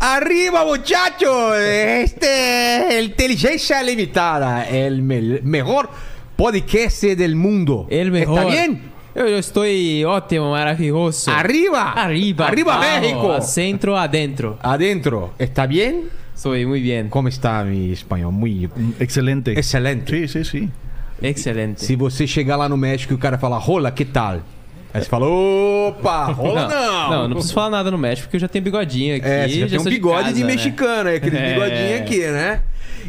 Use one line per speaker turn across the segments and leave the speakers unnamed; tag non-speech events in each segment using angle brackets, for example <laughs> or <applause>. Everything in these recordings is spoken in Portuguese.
Arriba, muchachos. Este, inteligencia limitada, el me- mejor podcast del mundo.
El mejor.
¿Está bien?
Eu eu estou ótimo, maravilhoso.
Arriba.
Arriba.
Arriba,
abajo,
México.
a Centro, adentro.
Adentro. ¿Está bien?
Soy muy bien.
¿Cómo está mi español? Muy
Excelente.
excelente.
Sí, sí, sí.
Excelente.
Se você chegar lá no México e o cara falar rola, que tal? Aí você fala, opa, rola não.
<laughs> não, não, não preciso falar nada no México porque eu já tenho bigodinho aqui.
É, você já tem um
sou
bigode de,
casa, né?
mexicano, é aquele
<laughs> É.
bigodinho aqui, né?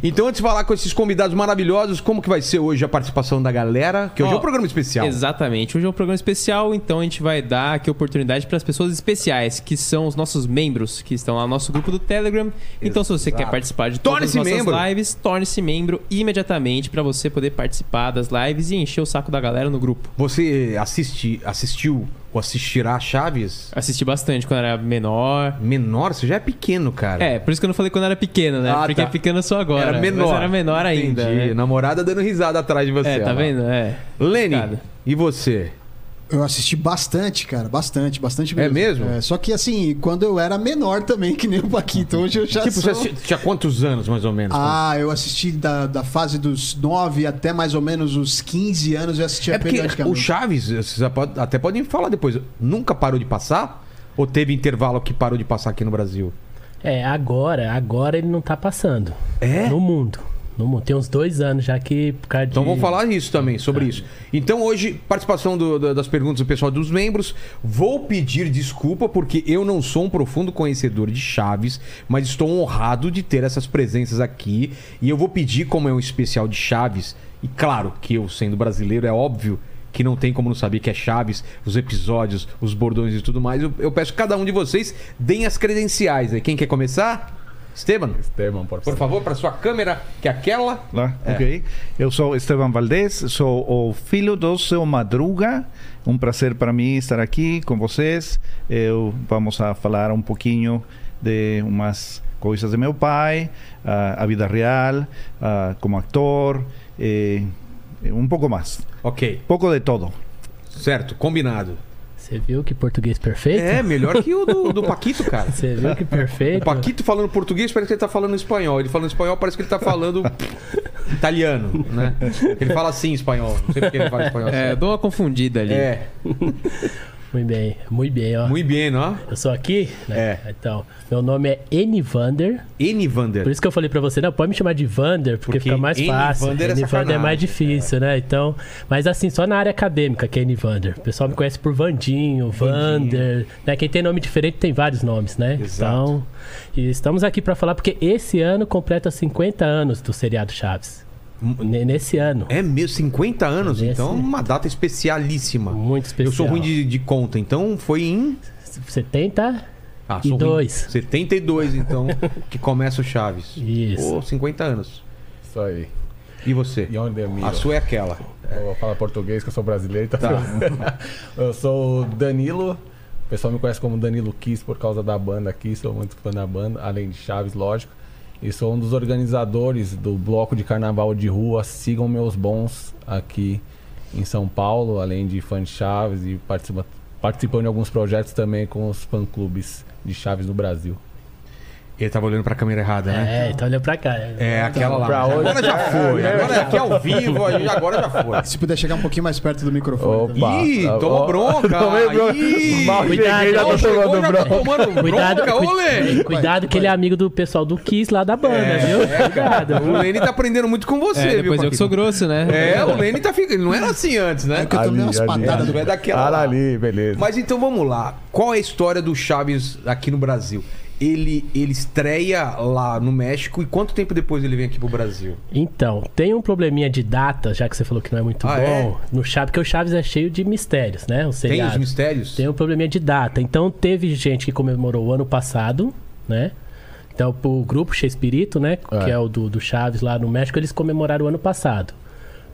Então, antes de falar com esses convidados maravilhosos, como que vai ser hoje a participação da galera? Que hoje é
Ó,
um programa especial.
Exatamente. Hoje é um programa especial, então a gente vai dar aqui oportunidade para as pessoas especiais, que são os nossos membros, que estão lá no nosso grupo do Telegram. Então, se você quer participar de todas as
Torne-se
nossas
membro.
lives, torne-se membro imediatamente para você poder participar das lives e encher o saco da galera no grupo.
Você assiste, assistiu ou assistirá a Chaves?
Assisti bastante quando era menor.
Menor, você já é pequeno, cara.
É, por isso que eu não falei quando era pequeno, né?
Ah,
Porque
tá.
é pequeno só agora.
Era menor.
Mas era menor ainda.
Entendi.
né?
Namorada dando risada atrás de você.
É, tá
ó lá.
vendo? É.
Lene,
Cara.
e você?
Eu assisti bastante, cara, bastante, bastante
É
mesmo.
mesmo?
só que assim, quando eu era menor também, que nem o Paquito, hoje eu já
tipo, você
sou...
assi- tinha quantos anos, mais ou menos?
Ah, eu assisti da, da fase dos 9 até mais ou menos os 15 anos, eu assistia
é porque o
periodicamente.
Chaves, eh, vocês apo- até podem falar depois, nunca parou de passar? Ou teve intervalo que parou de passar aqui no Brasil?
É, agora, agora ele não tá passando.
É?
No mundo. No mundo. Tem uns dois anos já que por causa
Então
de-
vamos falar isso também, sobre isso. Então hoje, participação do- da- das perguntas do pessoal dos membros. Vou pedir desculpa porque eu não sou um profundo conhecedor de Chaves, mas estou honrado de ter essas presenças aqui. E eu vou pedir, como é um especial de Chaves, e claro que eu sendo brasileiro, é óbvio que não tem como não saber que é Chaves, os episódios, os bordões e tudo mais. Eu, eu peço que cada um de vocês deem as credenciais aí. Quem quer começar? Esteban,
Esteban, por
por favor, para sua câmera, que é aquela.
Lá,
É.
ok. Eu sou Esteban Valdés, sou o filho do seu Madruga. Um prazer para mim estar aqui com vocês. Eu Eh, vamos a falar um pouquinho de umas coisas de meu pai, ah, a vida real, ah, como ator, eh, um pouco mais.
Ok,
Pouco de todo.
certo, combinado.
Você viu que português perfeito? <laughs>
É, melhor que o do, do Paquito, cara.
Você viu que perfeito?
O <laughs> Paquito falando português parece que ele tá falando espanhol. Ele falando espanhol parece que ele tá <laughs> falando italiano, né? Ele fala assim espanhol. Não sei porque ele fala espanhol.
É, eu
assim.
dou uma confundida ali.
é.
Muito bem, muito bem, ó.
muito É. bem, ó.
Eu sou aqui, né? Então, meu nome é N. Vander.
N.
Por
Vander.
isso que eu falei pra você, não, pode me chamar de Vander, porque,
Porque
fica mais
N.
fácil.
Vander é
N. Vander é
sacanagem,
mais difícil, né? Então, mas assim, só na área acadêmica que é N. Vander. O pessoal me conhece por Vandinho, Vander, né? Quem tem nome diferente tem vários nomes, né?
Exato.
Então, e estamos aqui pra falar porque esse ano completa 50 anos do seriado Chaves. N- Nesse ano.
Hum. É mesmo, 50 anos,
Esse-
então uma data especialíssima.
Muito especial.
Eu sou ruim de, de conta, então foi em.
70?
Ah,
E
sou ruim.
dois.
72, então, que começa o Chaves.
Isso.
Pô, 50 anos.
Isso aí.
E você?
E onde eu miro?
A sua é aquela.
Eu vou falar português, que eu sou brasileiro, então... eu sou <laughs> o Danilo. O pessoal me conhece como Danilo Kiss por causa da banda aqui. Sou muito fã da banda, além de Chaves, lógico. E sou um dos organizadores do bloco de carnaval de rua Sigam Meus Bons aqui em São Paulo, além de fã de Chaves e participa- participando de alguns projetos também com os fã-clubes de Chaves no Brasil.
Ele tava olhando pra câmera errada, né?
É, então olha pra cá.
É, aquela lá.
pra
Mas
hoje- é
agora já foi. Agora é aqui ao vivo, a gente- agora já foi.
Se puder chegar um pouquinho mais perto do microfone. também.
Opa.
Ih,
Ah,
tomou
ó.
bronca.
<laughs> Tomei bronca.
Ih,
Mal
Cuidado,
cheguei, <laughs> já
Não,
tô
chegou,
tomando
já tá
bronca.
tomando bronca,
Cuidado,
ô
cu-
Lene.
Cuidado que ele é amigo do pessoal do Kiss lá da banda, viu?
É, cara, o Lene tá aprendendo muito com você,
É,
viu?
depois eu que sou
Paquito?
grosso, né?
É, o Lene tá ficando. Não era assim antes,
É
né?
que eu tomei
Ali,
umas
ali,
patadas
ali.
do...
Não é daquela.
Para
lá.
ali, beleza.
Mas então vamos lá. Qual é a história do Chaves aqui no Brasil? Ele, ele estreia lá no México e quanto tempo depois ele vem aqui pro Brasil?
Então, tem um probleminha de data, já que você falou que não é muito
Ah,
bom. No Chaves, porque o Chaves é cheio de mistérios, né? O
Tem
seriado.
os mistérios?
Tem um probleminha de data. Então, teve gente que comemorou o ano passado, né? Então, o grupo Chespirito, né? Que é o do, do Chaves lá no México, eles comemoraram o ano passado.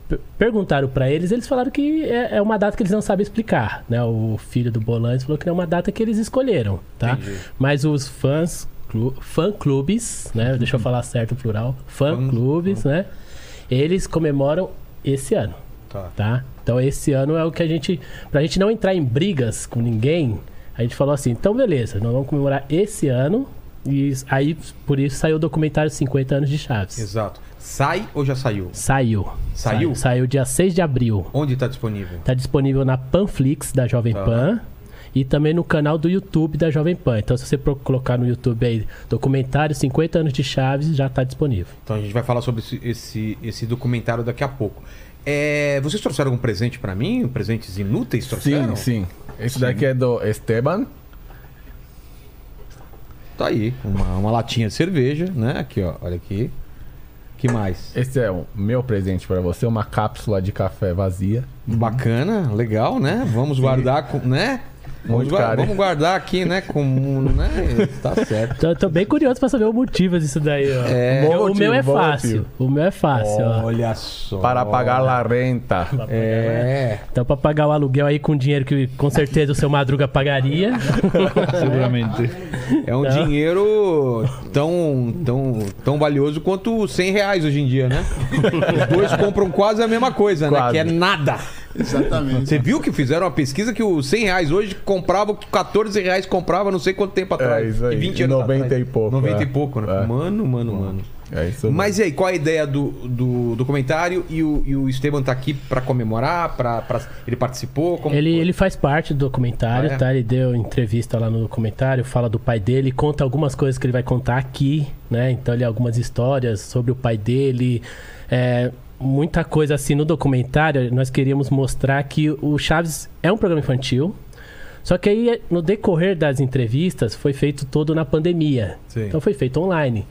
Per- Perguntaram pra eles, eles falaram que é, é uma data que eles não sabem explicar, né? O filho do Bolanes falou que é uma data que eles escolheram, tá? Mas os fãs, clu- fã-clubes, né? <laughs> Deixa eu falar certo o plural. Fã-clubes, né? Eles comemoram esse ano
Tá.
tá? Então esse ano é o que a gente, pra gente não entrar em brigas com ninguém, a gente falou assim, então beleza, nós vamos comemorar esse ano, E aí, por isso, saiu o documentário 50 anos de Chaves.
Exato. Sai ou já saiu?
Saiu.
Saiu?
Saiu, dia 6 de abril.
Onde tá disponível?
Tá disponível na Panflix da Jovem
Tá.
Pan e também no canal do YouTube da Jovem Pan. Então, se você pro- colocar no YouTube aí documentário 50 anos de Chaves, já tá disponível.
Então a gente vai falar sobre esse, esse, esse documentário daqui a pouco. É, vocês trouxeram um presente pra mim? Presentes inúteis
Sim,
trouxeram?
sim. Esse daqui é do Esteban.
Tá aí, uma, uma latinha de cerveja, né? Aqui, ó, olha aqui. que mais?
Esse é o meu presente pra você, uma cápsula de café vazia.
Bacana, legal, né? Vamos guardar, com, né? Vamos,
Muito
gua-
caro, hein?
vamos guardar aqui, né? Como, né? Tá certo.
Então, eu tô bem curioso pra saber o motivo disso daí, ó.
É.
o, meu,
Bom
o meu é
motivo, bom
fácil. O meu é fácil, ó.
Olha só.
Para pagar la renta.
É.
Então, pra pagar o aluguel aí com dinheiro que com certeza o seu Madruga pagaria.
seguramente.
É um dinheiro tão, tão, tão valioso quanto 100 reais hoje em dia, né? Os dois compram quase a mesma coisa, né?
Quase.
Que é nada.
Exatamente.
Você viu que fizeram uma pesquisa que os 100 reais hoje comprava o que 14 reais comprava não sei quanto tempo atrás.
É, isso aí.
E 20 anos
90
atrás.
e pouco,
90
é.
e pouco, né?
É.
Mano, mano, mano.
É isso mesmo.
Mas e aí, qual a ideia do, do documentário? E o, e o Esteban tá aqui pra comemorar? Pra, pra- ele participou? Como
Ele,
foi?
ele faz parte do documentário,
Ah, é?
tá? Ele deu entrevista lá no documentário, fala do pai dele, conta algumas coisas que ele vai contar aqui, né? Então, ele algumas histórias sobre o pai dele. é, muita coisa assim no documentário. Nós queríamos mostrar que o Chaves é um programa infantil. Só que aí, no decorrer das entrevistas, foi feito todo na pandemia.
Sim.
Então, foi feito online.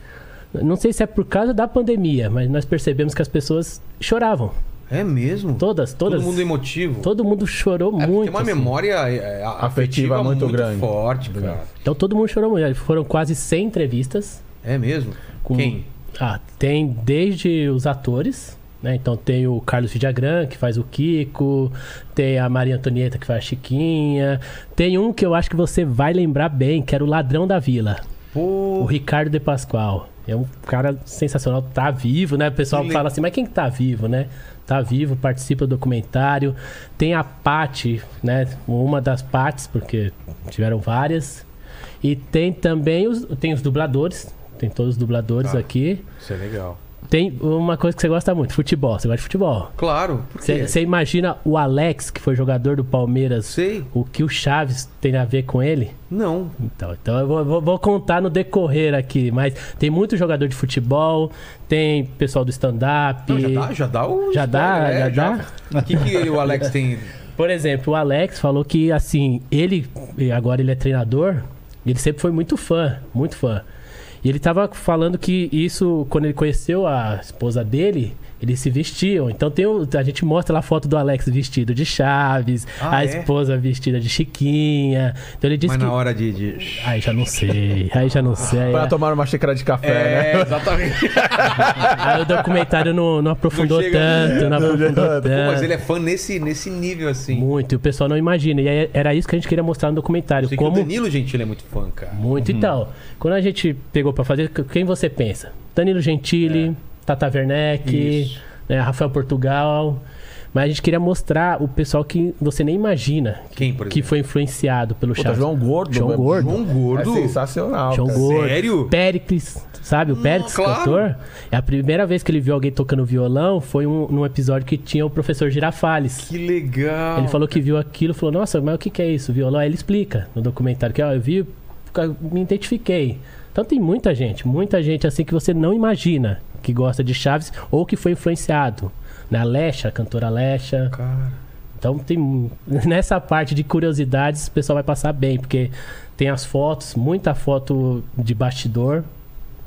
Não sei se é por causa da pandemia, mas nós percebemos que as pessoas choravam.
É mesmo?
Todas, todas.
Todo mundo emotivo.
Todo mundo chorou
É, porque
muito.
tem uma
assim.
memória é, afetiva,
Afetiva
muito,
muito grande.
forte, cara.
Então todo mundo chorou muito. Foram quase 100 entrevistas.
É mesmo?
Com-
Quem?
Ah, tem desde os atores, né? Então tem o Carlos Vidagrán, que faz o Kiko, tem a Maria Antonieta, que faz a Chiquinha. Tem um que eu acho que você vai lembrar bem, que era o Ladrão da Vila, o
Pô,
Ricardo de Pascoal. É um cara sensacional, tá vivo, né? O pessoal
Que
fala assim, mas quem que tá vivo, né? Tá vivo, participa do documentário. Tem a Pati, né? Uma das partes, porque tiveram várias. E tem também os, tem os dubladores. Tem todos os dubladores
Tá.
aqui.
isso é legal.
Tem uma coisa que você gosta muito, futebol. Você gosta de futebol.
Claro, por quê?
Você você imagina o Alex, que foi jogador do Palmeiras,
Sei.
o que o Chaves tem a ver com ele?
Não.
Então, então eu vou, vou- vou contar no decorrer aqui, mas tem muito jogador de futebol, tem pessoal do stand-up.
Não, já dá, já dá o.
Já dá,
É,
já
O que, que o Alex
<laughs>
tem?
Por exemplo, o Alex falou que assim, ele e agora ele é treinador, ele sempre foi muito fã, muito fã. E ele tava falando que isso, quando ele conheceu a esposa dele, eles se vestiam. Então tem o- a gente mostra lá a foto do Alex vestido de Chaves,
Ah,
a
é?
esposa vestida de Chiquinha. Então ele disse
Mas
que.
na hora de. de-
Aí já não sei, aí já não sei.
Para tomar uma xícara de café, né?
É, exatamente.
<laughs> Aí Ah, o documentário não, não aprofundou
Não chega-
tanto, não aprofundou tanto.
Mas ele é fã nesse, nesse nível, assim.
Muito, e o pessoal não imagina. E aí era isso que a gente queria mostrar no documentário.
Sei que o
Como
Danilo Gentili é muito fã, cara.
Muito.
Uhum.
Então, quando a gente pegou pra fazer, c- quem você pensa? Danilo Gentili,
É.
Tata Werneck,
Isso.
né, Rafael Portugal. Mas a gente queria mostrar o pessoal que você nem imagina
Quem, por
que
exemplo?
foi influenciado pelo
<laughs> Puta,
Chaves.
João Gordo.
João
mano.
Gordo.
João Gordo?
É sensacional.
João
cara.
Gordo.
Sério? Hum,
Péricles, sabe? O Péricles,
claro.
cantor. É a primeira vez que ele viu alguém tocando violão foi um- num episódio que tinha o professor Girafales.
Que legal.
Ele falou que viu aquilo, falou, nossa, mas o que, que é isso? Violão? Aí ele explica no documentário que ó, eu vi, eu me identifiquei. Então tem muita gente, muita gente assim que você não imagina que gosta de Chaves ou que foi influenciado. Na Alexa, a cantora Alexa.
Cara.
Então tem. mu- <laughs> Nessa parte de curiosidades, o pessoal vai passar bem, porque tem as fotos, muita foto de bastidor,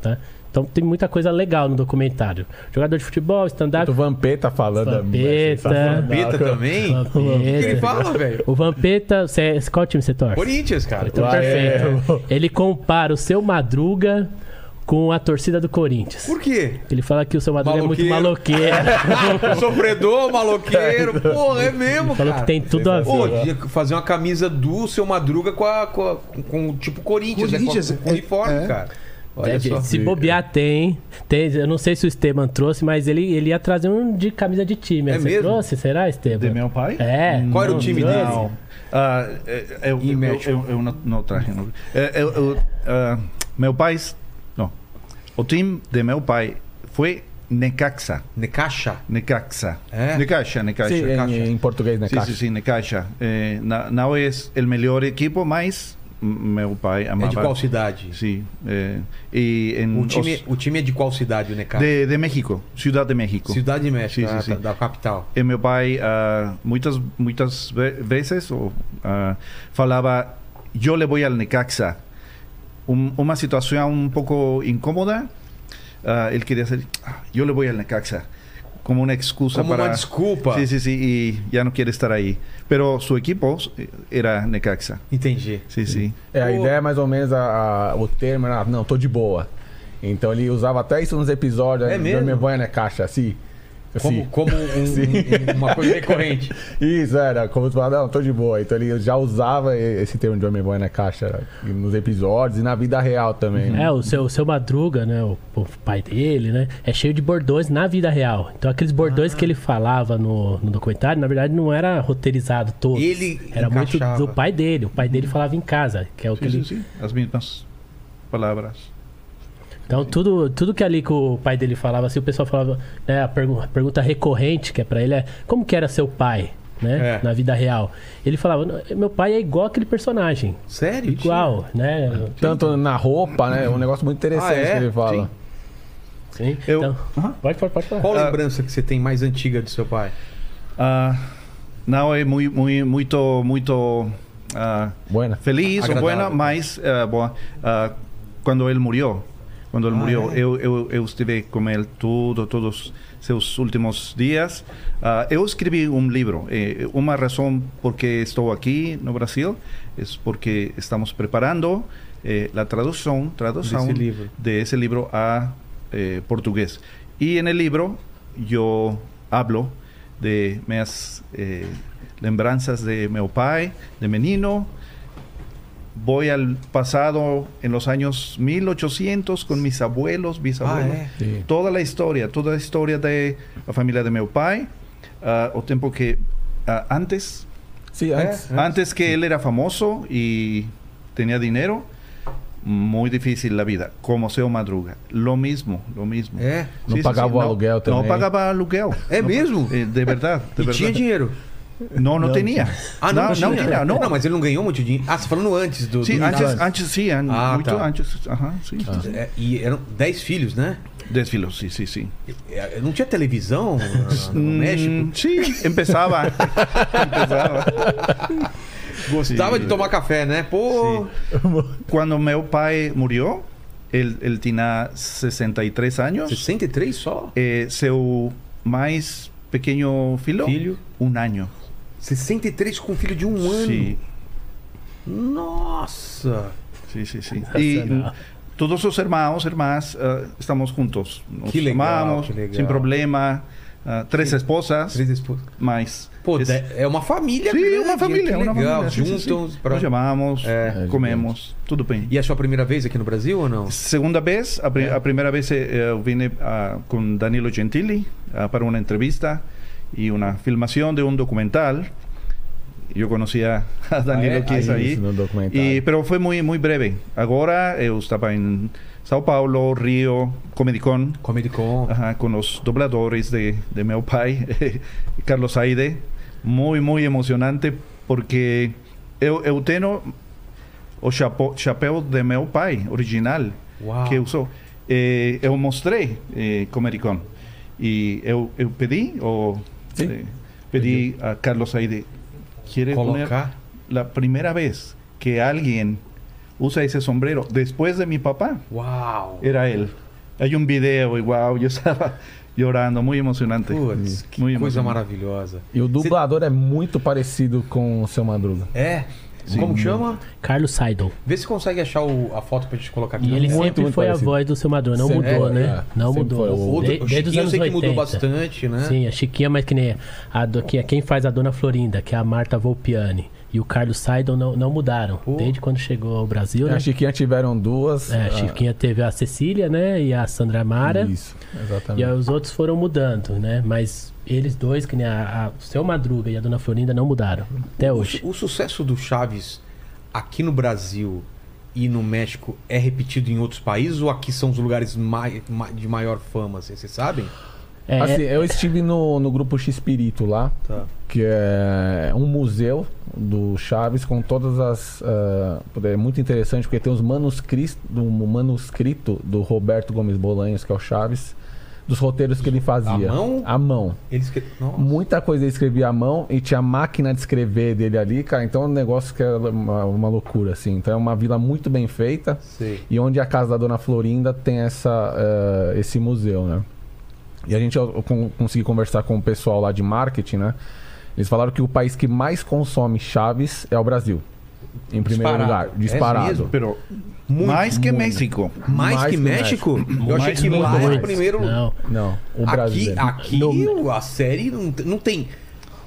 tá? Então tem muita coisa legal no documentário. Jogador de futebol, stand-up.
O Vampeta falando. é
Vampeta.
sensacional.
Beta também? O que que ele fala, velho?
O Vampeta, cê, qual time você torce?
Corinthians, cara.
Então,
Ah,
é
perfeito. Ele compara o seu Madruga com a torcida do Corinthians.
Por quê?
Ele fala que o seu Madruga é muito maloqueiro.
Sofredor,
<laughs>
maloqueiro. Porra, é mesmo,
Falou
cara.
que tem tudo a
Pô,
ver.
devia fazer uma camisa do seu Madruga com, a, com, a- com- com o tipo Corinthians,
Corinthians,
né? Com, a- com o
é-
uniforme,
é.
cara. <laughs>
<laughs>
Olha
Deve-
só.
se bobear, tem, tem. Eu não sei se o Esteban trouxe, mas ele, ele ia trazer um de camisa de time.
É
Você
mesmo? Hum,
trouxe? Será, Esteban?
De meu pai?
É.
Qual era o time dele?
Não. Ah, é, eu,
Em
eu,
México.
eh, eu- eu não, não traje. Não. É, Eu, eu, Eh, ah, Meu pai. Não. O time de meu pai foi Necaxa.
Necaxa?
Necaxa.
É?
Necaxa, Necaxa.
Sim,
caixa.
em, em português, né?
Sí,
caixa.
sí, sí, Necaxa. Eh, na- não é o melhor equipo, mas meu pai amava.
É de qual cidade?
Sim. eh, e em
O time,
os-
o time é de qual cidade, o Necaxa?
de, de México, Cidade de México.
Cidade de México,
Sim, sim,
ah,
sim.
tá, da capital.
E meu pai ah, muitas muitas ve- vezes ou, ah, falava eu le voy al Necaxa. Um, uma situação um pouco incômoda. ah, ele queria dizer, "Ah, eu le voy al Necaxa. Como uma excusa
Como
para
uma desculpa.
Sí, sí, sí, y ya no quiere estar ahí. Pero su equipo eh, era Necaxa.
Entendi.
Sí, sí.
É, a
O-
ideia é mais ou menos a, a- o termo, era, não, tô de boa. Então ele usava até isso nos episódios.
É
né,
mesmo?
Dorme banha na caixa, assim.
Como,
<laughs> Assim.
como um-
Sim.
um- uma coisa recorrente.
<laughs>
Isso, era, como tu falava, não, tô de boa. Então ele já usava e- esse termo de dorme banha na caixa nos episódios e na vida real também. né?
É, o seu, o seu Madruga, né? O, o pai dele, né? É cheio de bordões na vida real. Então aqueles
Ah.
bordões que ele falava no, no documentário, na verdade, não era roteirizado todo.
Ele
Era muito
encaixava.
do pai dele. O pai dele falava em casa, que é o que
Sí, sí,
ele...
sí. Las mismas palabras.
Então tudo, tudo que ali que o pai dele falava, assim, o pessoal falava... Né, a, pergu- a pergunta recorrente que é pra ele é... Como que era seu pai, né?
É.
Na vida real. Ele falava... "Não, Meu pai é igual aquele personagem.
Sério?
Igual, né?
Tanto na roupa, né? é Um negócio muito interessante
Ah, é?
que ele fala.
Sim.
Sim.
Eu-
Então,
Aham.
pode, pode, pode falar.
Qual lembrança que você tem mais antiga do seu pai?
Ah, não é muito, muito, muito ah,
Buena.
feliz ou
Agradável.
boa, mas ah, boa. Ah, quando ele morreu, quando ele morreu, eu, eu, eu estive com ele tudo, todos seus últimos dias. Ah, eu escrevi um livro. Eh, uma razão porque estou aqui no Brasil é porque estamos preparando eh, a tradução, tradução
Desse livro.
de ese libro a eh, portugués. Y en el libro yo hablo de mis eh, lembranzas de mi pai, de menino. Voy al pasado en los años 1800 con mis abuelos, bisabuelos.
Ah,
Sim.
Toda la historia, toda la historia de la familia de mi pai, ah, o tiempo que ah, antes
Sim,
É?
antes.
antes que él era famoso y tenía dinero, muy difícil la vida, como Seo Madruga. Lo mismo, lo mismo.
É?
Não pagava o
Eh,
aluguel
no,
também.
No pagaba aluguel.
É
No-
mesmo?
<laughs> eh, de verdad, de
E
verdad.
tinha dinheiro?
No, no,
No,
tenía.
Ah, não,
no,
tinha.
no tenía, no.
Não, mas ele não ganhou muito dinheiro. Ah, você falando antes do...
Sí,
do-
antes, antes sí, an-
Ah,
mucho
tá.
antes. Ajá, sí.
É, e eram 10 filhos, né?
Desfilo, sí, sí, sí.
É, Não tinha televisão ah, no
Mm,
México?
sí, <laughs> empezaba. empezaba.
Gostava de tomar café, né? Pô...
<laughs> Cuando mi pai murió, él, él tenía 63 años.
63 só?
eh, seu mais pequeno filho,
Filho.
um ano.
63 com um filho de um ano?
Sim,
Nossa!
sim,
<laughs>
sim. sim. E hum, todos os irmãos, irmãs, ah, estamos juntos. Nos
Que legal,
amamos,
que legal.
sem problema. Ah, três esposas,
Três esposas.
mas...
Pô,
es-
de- é uma família
Sim,
grande,
é uma família,
que
é uma
legal.
família. sim, sim, sim.
Juntam pra...
Nos chamamos,
É.
comemos, tudo bem.
E é a sua primeira vez aqui no Brasil ou não?
Segunda vez, a, pri- a primeira vez eh, eu vim ah, com Danilo Gentili ah, para uma entrevista e uma filmação de um documental. Eu conhecia <laughs> a Danilo
Ah, é?
que é
Ah,
aí.
isso, no documentário.
E, pero foi muito muito breve. Agora eu estava em São Paulo, Rio, Comedicon,
Comedy Con.
ajá, com os dobladores de, de meu pai, <laughs> Carlos Aide. Muito, muito emocionante porque eu, eu tenho o chapo- chapéu de meu pai, original
Uau.
que usou. Eh, eu mostrei eh, Comericon. E eu, eu pedi, ou
Sim.
eh, pedi a Carlos Aide, quer
Colocar.
la primera vez que alguien usa ese sombrero después de mi papá,
Uau!
era él. Hay un video y wow, yo <laughs> estaba llorando, muy emocionante.
Putz, que
Muito
coisa
emocionante.
maravilhosa.
E o dublador é muito parecido com o seu Madruga.
É? Como que chama?
Carlos Seidel.
Vê se consegue achar o- a foto pra gente colocar aqui.
E
na
ele
tela.
sempre
muito
foi
parecido.
a voz do seu Madruga, não
Sempre
mudou,
foi,
né?
é.
não
Sempre
mudou.
foi. O
Outro-
De-
o Chiquinho eu sei que mudou bastante, né?
Sim, a Chiquinha, mas que nem a do, que, é quem faz a Dona Florinda, que é a Marta Volpiani, e o Carlos Seidel não, não mudaram. Desde quando chegou ao Brasil, né?
A Chiquinha tiveram duas.
É, a
ah,
Chiquinha teve a Cecília, né? E a Sandra Mara.
Isso,
E
exatamente.
né?
aí os outros foram mudando, né? Mas eles dois, que nem a, a- o seu Madruga e a Dona Florinda, não mudaram. Até
O
hoje.
su- O, sucesso do Chaves aqui no Brasil e no México é repetido em outros países ou aqui são os lugares mai- ma- de maior fama, assim, vocês sabem?
É,
Assim, eu estive no, no grupo X-Pirito lá,
Tá.
que é um museu do Chaves com todas as. ah, é muito interessante porque tem os manuscritos do manuscrito do Roberto Gomes Bolanhos, que é o Chaves, dos roteiros que ele fazia.
mão?
À mão.
Eles que... Nossa.
Muita coisa ele escrevia à mão e tinha a máquina de escrever dele ali, cara. Então é um negócio que é uma, uma loucura, assim. Então é uma vila muito bem feita.
Sei.
E onde a casa da Dona Florinda tem essa, eh, esse museu, né? E a gente eu, con- consegui conversar com o pessoal lá de marketing, né? Eles falaram que o país que mais consome chaves é o Brasil. Em primeiro
Disparado.
lugar,
É
disparado.
mesmo?
Pero mais que México.
Mais,
Mais
que
que
México? Eu achei
Mais
que
que
lá
mas-
é o primeiro lugar.
Não.
Não, o
Aqui,
né?
Brasil.
aqui a série não, t- não tem.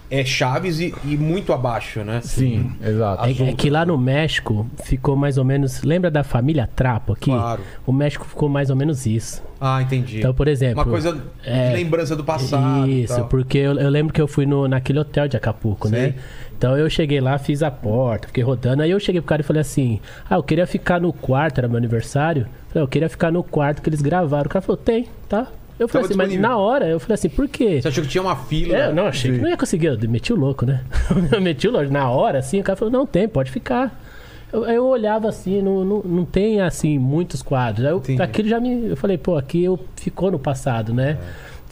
É Chaves e, e muito abaixo, né?
Sim, exato.
É, é que lá no México ficou mais ou menos. Lembra da família Trapo aqui?
Claro.
O México ficou mais ou menos isso.
Ah, entendi.
Então, por exemplo.
Uma coisa
é,
de lembrança do passado. e
Isso,
tal.
porque eu, eu lembro que eu fui no, naquele hotel de Acapulco,
Sei.
né? Então eu cheguei lá, fiz a porta, fiquei rodando. Aí eu cheguei pro cara e falei assim: Ah, eu queria ficar no quarto, era meu aniversário. Falei, eu queria ficar no quarto que eles gravaram. O cara falou: Tem, tá? Eu
Tava
falei assim, mas
disponível.
na hora, eu falei assim: Por quê?
Você achou que tinha uma fila?
É, não, achei que não ia conseguir. Eu meti o louco, né? <laughs> eu meti o louco. Na hora, assim, o cara falou, não tem, pode ficar. Eu, eu olhava assim, não, não, não tem, assim, muitos quadros. Aí eu-
Entendi.
aquilo já me... Eu falei, pô, aqui eu, ficou no passado, né?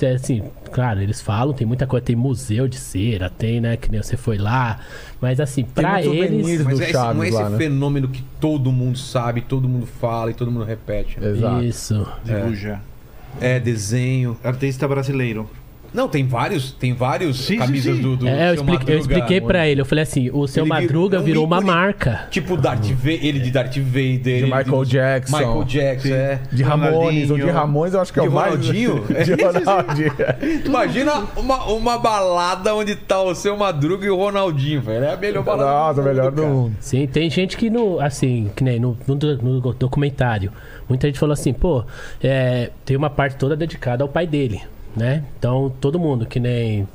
É, Assim, claro, eles falam, tem muita coisa. Tem museu de cera, tem, né? Que nem você foi lá. Mas assim, pra
muito
eles...
souvenir
Mas
do
é esse- não é
Chaves
esse
lá, né?
fenômeno que todo mundo sabe, todo mundo fala e todo mundo repete. né?
Exato.
Isso.
Dibuja.
É, desenho.
Artista brasileiro.
Não, tem vários, tem vários
Sim, sim,
camisas
sim.
do, do
É, eu,
Seu
expliquei-
Madruga.
eu expliquei pra ele. Eu falei assim, o Seu
Ele virou-
Madruga
é um
virou uma
ícone.
marca.
Tipo Darth Vader, ele de Darth Vader, ele
Michael Jackson.
Michael Jackson, é.
De Ramones,
Ronaldinho.
o de Ramones eu acho que é
De
o mais... <laughs>
Ronaldinho?
de Ronaldinho.
<laughs> Imagina uma, uma balada onde tá o seu Madruga e o Ronaldinho, velho. É a melhor balada.
<laughs> Nossa,
mundo,
melhor do
cara.
mundo.
Sim, tem gente que no, assim, que nem no, no do- no documentário, muita gente falou assim, pô, é, tem uma parte toda dedicada ao pai dele, né? Então todo mundo, que nem,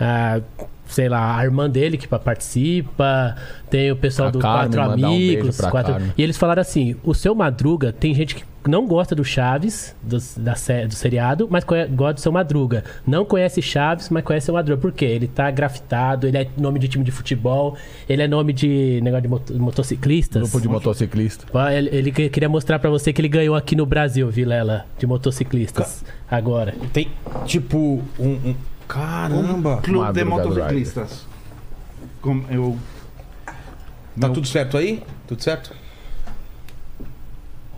ah, sei lá, a irmã dele que pa- participa, tem o pessoal
A
do
Carmen,
Quatro
mandar um beijo
Amigos,
pra
quatro,
Carmen.
e eles falaram assim, o seu Madruga, tem gente que não gosta do Chaves, do, da, sé- do seriado, mas conhe- gosta do seu Madruga. Não conhece Chaves, mas conhece o seu Madruga. Por quê? Ele tá grafitado, ele é nome de time de futebol, ele é nome de negócio de moto- motociclistas.
Grupo de motociclista.
Ah, Ele, ele que- queria mostrar pra você que ele ganhou aqui no Brasil, Vilela, de motociclistas. Agora.
Tem, tipo, um... um- Caramba!
Clube de
Madruga
motociclistas. Com, eu,
Tá tudo certo aí? Tudo certo?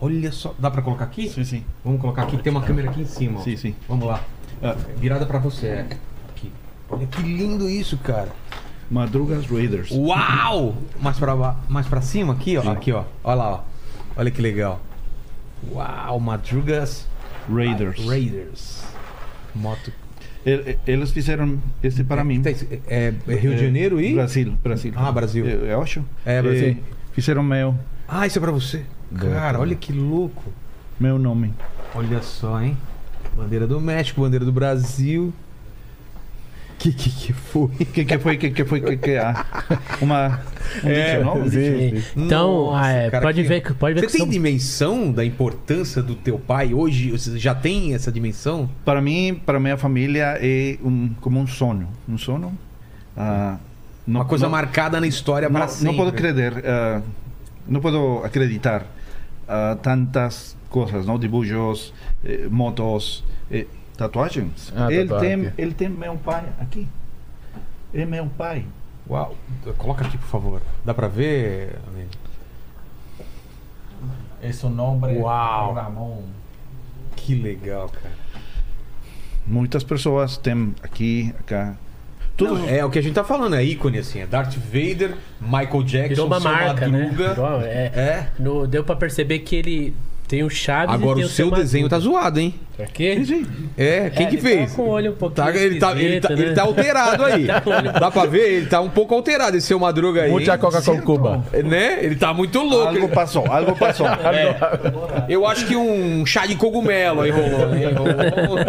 Olha só, dá pra colocar aqui?
sim, sim,
Vamos colocar aqui, tem uma câmera aqui em cima. ó.
sim, sim.
Vamos lá.
Ah.
Virada pra você. é. Aqui. Olha que lindo isso, cara.
Madrugas Raiders.
Uau! Mais pra, ba- mais pra cima aqui, ó. Aqui, ó. Olha lá, ó. Olha que legal. Uau, Madrugas
Raiders.
Raiders. Moto.
E- e- Eles fizeram esse para mim.
Tá, É, é Rio de Janeiro e.
Brasil, Brasil.
Ah, Brasil.
Eu, eu acho.
É, Brasil.
E fizeram meu,
Ah, isso é pra você. Cara, olha que louco. <laughs>
meu nome.
Olha só, hein? Bandeira do México, bandeira do Brasil. Que que, que foi?
Que que foi? Que que foi? Que que ah, uma um
É,
dicionário, um dicionário.
Então,
Nossa,
ah, é,
cara,
pode
que-
ver que pode ver
Você
que
tem
são-
dimensão da importância do teu pai hoje? Você já tem essa dimensão?
Para mim, para minha família é um como um sonho, um sonho. Ah, não-
Uma coisa
não-
marcada na história para
não,
sempre.
não posso crer, ah, não posso acreditar ah, tantas coisas, não dibujos, eh, motos, eh, tatuagens.
Ah,
ele
tatuagem.
tem, ele tem meu pai aqui. É meu pai.
Uau. Coloca aqui, por favor. Dá pra ver? amigo?
Esse é nome
Uau.
Ramon.
Que legal, cara.
Muitas pessoas têm aqui, acá. Todos
Não, é o que a gente tá falando, é ícone assim, é Darth Vader, Michael Jackson,
Virou uma
Seu
marca, né?
Madruga.
Virou- é.
É.
No- deu pra perceber que ele tem o Chaves e
Agora
tem
o seu
Madruga.
desenho tá zoado, hein?
Pra quê?
É, quem
É,
que
ele
fez?
Tá com o olho um pouquinho
Tá, ele, tá, ele,
esquisito,
tá,
né?
ele tá alterado
<laughs>
aí. Dá pra ver? Ele tá um pouco alterado esse seu Madruga aí.
Mucha Coca-Cola Cuba.
hein? Né? Ele tá muito louco.
Algo passou, algo passou.
Eu acho que um chá de cogumelo aí rolou. né? Rolou.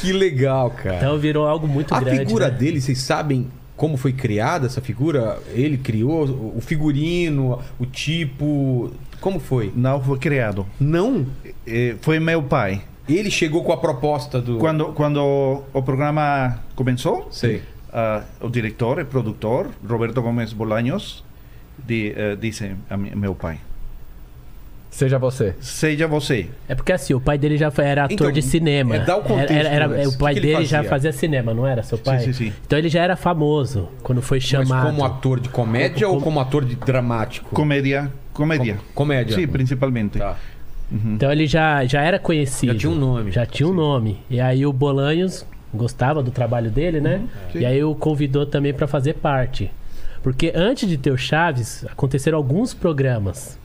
que legal, cara.
Então virou algo muito
a
grande.
figura
né?
dele, vocês sabem como foi criada essa figura? Ele criou o figurino, o tipo. Como foi?
Não foi criado.
Não.
Eh, Foi meu pai.
Ele chegou com a proposta do.
Quando, quando o programa começou,
Sei.
ah, o diretor e produtor, Roberto Gomes Bolaños, di- eh, disse a mi- meu pai:
Seja você.
Seja você.
É porque assim, o pai dele já foi- era ator
Então,
de cinema.
é, dá o contexto,
Era- era-
Alex.
o pai
O que que ele
dele já
fazia?
fazia cinema, não era seu pai?
sim, sim.
Então ele já era famoso quando foi
Mas
chamado.
como ator de comédia ou como ator de dramático?
Comédia. Comédia.
Com- comédia.
Sim, principalmente.
Tá.
Então ele já, já era conhecido.
Já tinha um nome.
Já tinha um nome. E aí o Bolanhos gostava do trabalho dele,
Uhum.
né? E aí o convidou também pra fazer parte. Porque antes de ter o Chaves, aconteceram alguns programas.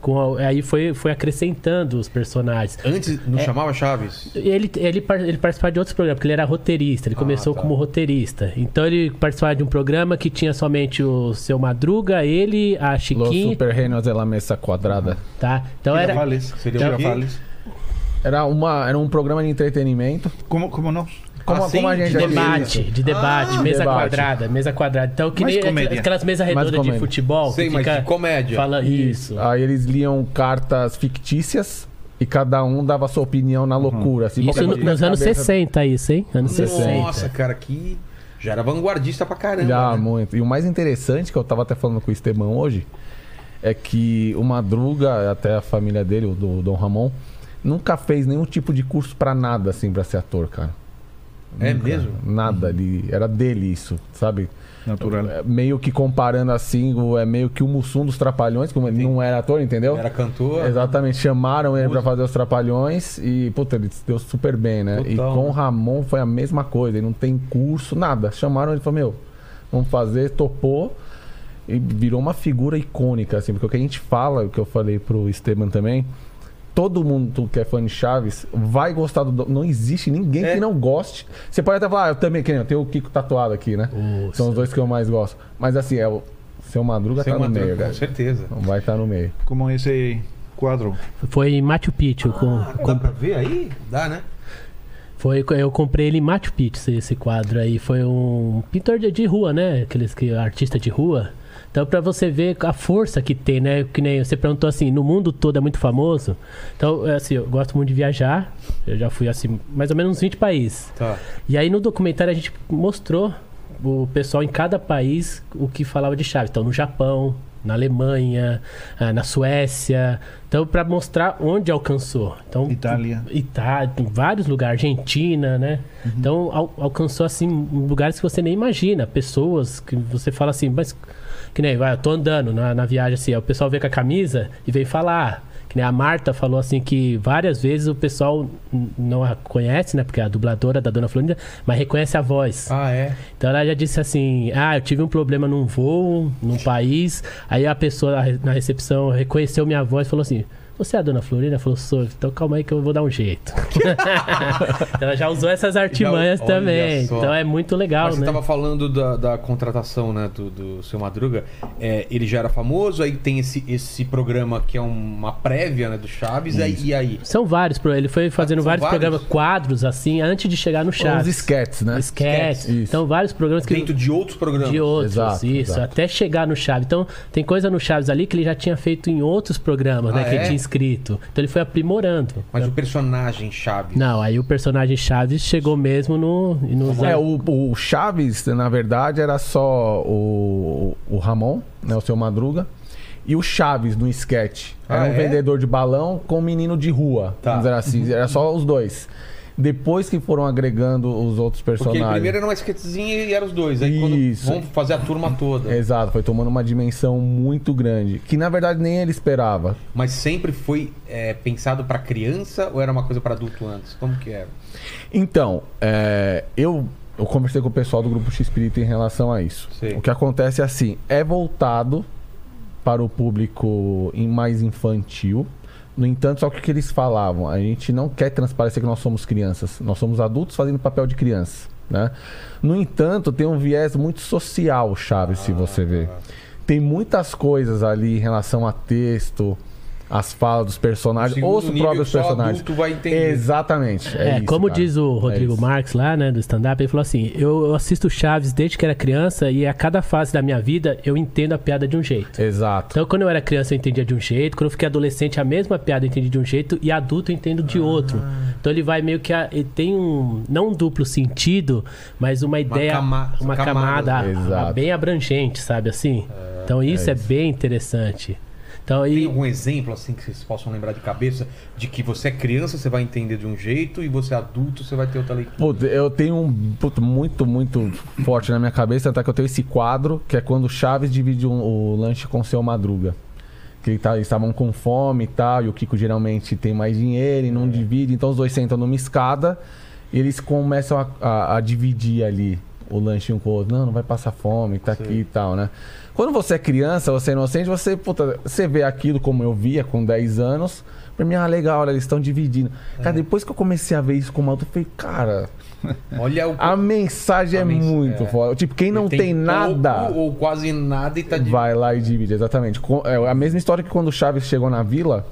Com a- aí foi, foi acrescentando os personagens.
Antes não chamava Chaves?
Ele, ele, par- ele participava de outros programas, porque ele era roteirista. Ele
Ah,
começou
tá.
como roteirista. Então ele participava de um programa que tinha somente o seu Madruga, ele, a
Los
Chiquinha.
Super Reinos de la Mesa Quadrada.
Tá? Então era.
Girafales.
Seria o quê?
Girafales.
Era, uma, era um programa de entretenimento.
Como, como não?
Como,
Assim,
como a gente
de
Ah, De
já disse.
debate, de debate, mesa
debate.
quadrada, mesa quadrada. Então, que
Mais
nem
comédia.
aquelas- aquelas mesas
Mais
redondas de
comédia. Ah,
futebol.
Sei,
que
mas
fica
de comédia.
Fala isso.
Aí eles liam cartas fictícias e cada um dava sua opinião na loucura. assim,
Uhum. Isso
qualquer
no-
coisa
nos
na
anos
cabeça
60, isso, hein? Anos 60.
Nossa, cara, que. Já era vanguardista pra caramba.
Já,
né?
muito. E o mais interessante, que eu tava até falando com o Estevão hoje, é que o Madruga, até a família dele, o do Dom Ramon, nunca fez nenhum tipo de curso pra nada, assim, pra ser ator, cara.
É mesmo?
Nada ali. Era dele isso, sabe?
Natural.
É Meio que comparando assim, o- é meio que o Mussum dos Trapalhões, que não era ator, entendeu?
Era cantor.
Exatamente, chamaram ele pra fazer os Trapalhões e, puta, ele se deu super bem, né? e
Total,
com o
né?
Ramon foi a mesma coisa, ele não tem curso, nada. Chamaram ele e falou, meu, vamos fazer, topou e virou uma figura icônica, assim, porque o que a gente fala, o que eu falei pro Esteban também, todo mundo que é fã de Chaves vai gostar do. Não existe ninguém
É.
que não goste. Você pode até falar, ah, eu também, que nem eu tenho o Kiko tatuado aqui, né? São os dois que eu mais gosto. Mas assim, é o seu Madruga
Seu
tá no
Madruga,
meio,
com
velho.
certeza.
Não vai estar no meio.
Como esse quadro.
Foi em Machu Picchu. com-
Ah, dá pra ver aí? Dá, né?
foi, eu comprei ele em Machu Picchu, esse quadro aí. Foi um pintor de, de rua, né? Aqueles que artista de rua. Então, pra você ver a força que tem, né? Que nem você perguntou assim, no mundo todo é muito famoso. Então, é assim, eu gosto muito de viajar. Eu já fui assim, mais ou menos uns 20 países.
Tá.
E aí no documentário a gente mostrou o pessoal em cada país o que falava de Chaves. Então no Japão, na Alemanha, ah, na Suécia. Então para mostrar onde alcançou. Então
Itália.
Itália, em tá, vários lugares, Argentina, né? Então al- alcançou assim lugares que você nem imagina, pessoas que você fala assim, mas que nem, vai, eu tô andando na, na viagem assim, aí o pessoal vem com a camisa e vem falar. Que nem a Marta falou assim que várias vezes o pessoal n- não a conhece, né? Porque é a dubladora da Dona Florinda, mas reconhece a voz.
Ah, é.
Então ela já disse assim: Ah, eu tive um problema num voo, num país. Aí a pessoa na re- na recepção reconheceu minha voz e falou assim: Você é a dona Florinda? Ela falou: Sou, então calma aí que eu vou dar
<laughs>
um jeito. Então ela já usou essas artimanhas
olha
também.
só.
Então é muito legal,
Mas você
né?
tava falando da, da contratação, né, do, do seu Madruga. É, ele já era famoso, aí tem esse, esse programa que é uma prévia, né, do Chaves, aí, e aí?
São vários, pro- ele foi fazendo
são
vários,
vários?
programas, quadros assim, antes de chegar no
Os
Chaves.
esquetes, né?
Esquete.
Isso.
Então vários programas que.
Dentro de outros programas.
De outros,
Exato,
isso,
exato.
até chegar no Chaves. Então, tem coisa no Chaves ali que ele já tinha feito em outros programas, né?
Ah,
Que ele
é?
tinha escrito. Então, ele foi aprimorando.
Mas o personagem Chaves.
Não, aí o personagem Chaves chegou mesmo no. nos
É, o, o Chaves, na verdade, era só o, o Ramon, né? O seu Madruga. E o Chaves no esquete. Era
Ah,
um
é?
vendedor de balão com um menino de rua.
Tá.
Vamos dizer assim. Era só os dois. Depois que foram agregando os outros
Porque ele
personagens.
primeiro era uma esquetezinha e eram os dois. Aí
Isso.
quando vão fazer a turma toda.
É.
Exato, foi tomando uma dimensão muito grande. Que na verdade nem ele esperava.
Mas sempre foi é, pensado pra criança ou era uma coisa pra adulto antes? Como que é? era?
Então, é, eu, eu conversei com o pessoal do Grupo X Espírita em relação a isso.
Sim.
O que acontece é assim, é voltado para o público em- mais infantil. No entanto, só que o que eles falavam, a gente não quer transparecer que nós somos crianças. Nós somos adultos fazendo papel de criança, né? No entanto, tem um viés muito
Ah,
social,
tá.
Chaves, se você ver. Tem muitas coisas ali em relação a texto, as falas dos personagens
Segundo
ou os
nível,
próprios
só
personagens.
adulto vai entender.
Exatamente.
É,
É, isso,
como
cara.
diz o
É
Rodrigo
isso.
Marques lá, né, do stand-up, ele falou assim: eu, eu assisto Chaves desde que era criança e a cada fase da minha vida eu entendo a piada de um jeito.
Exato.
Então, quando eu era criança, eu entendia de um jeito. Quando eu fiquei adolescente, a mesma piada eu entendi de um jeito. E adulto, eu entendo de outro. Então, ele vai meio que... A, ele tem um... Não um duplo sentido, mas uma ideia...
cama-
Uma
camada.
camada, a- a-
Exato.
bem abrangente, sabe assim? então, isso é, bem interessante. Então,
Tem
e...
algum exemplo assim que vocês possam lembrar de cabeça de que você é criança, você vai entender de um jeito e você é adulto, você vai ter outra leitura?
Puta, eu tenho um puta, muito, muito forte na minha cabeça, até que eu tenho esse quadro, que é quando o Chaves divide um- o lanche com o seu Madruga. Que ele tá- eles estavam com fome e tal, e o Kiko geralmente tem mais dinheiro e não
É.
divide, então os dois sentam numa escada e eles começam a, a- a dividir ali o lanche um com o outro. Não, não vai passar fome, tá aqui e tal, né? Quando você é criança, você é inocente, você, puta, você vê aquilo como eu via com 10 anos. Pra mim, ah, legal, olha, eles estão dividindo.
É.
Cara, depois que eu comecei a ver isso como adulto, eu falei, cara,
Olha o
a mensagem
A
é
mens-
muito
é.
forte. Tipo, quem não tem, nada
pouco ou quase nada e tá de
vai lá e divide, exatamente. Co- É a mesma história que quando o Chaves chegou na vila.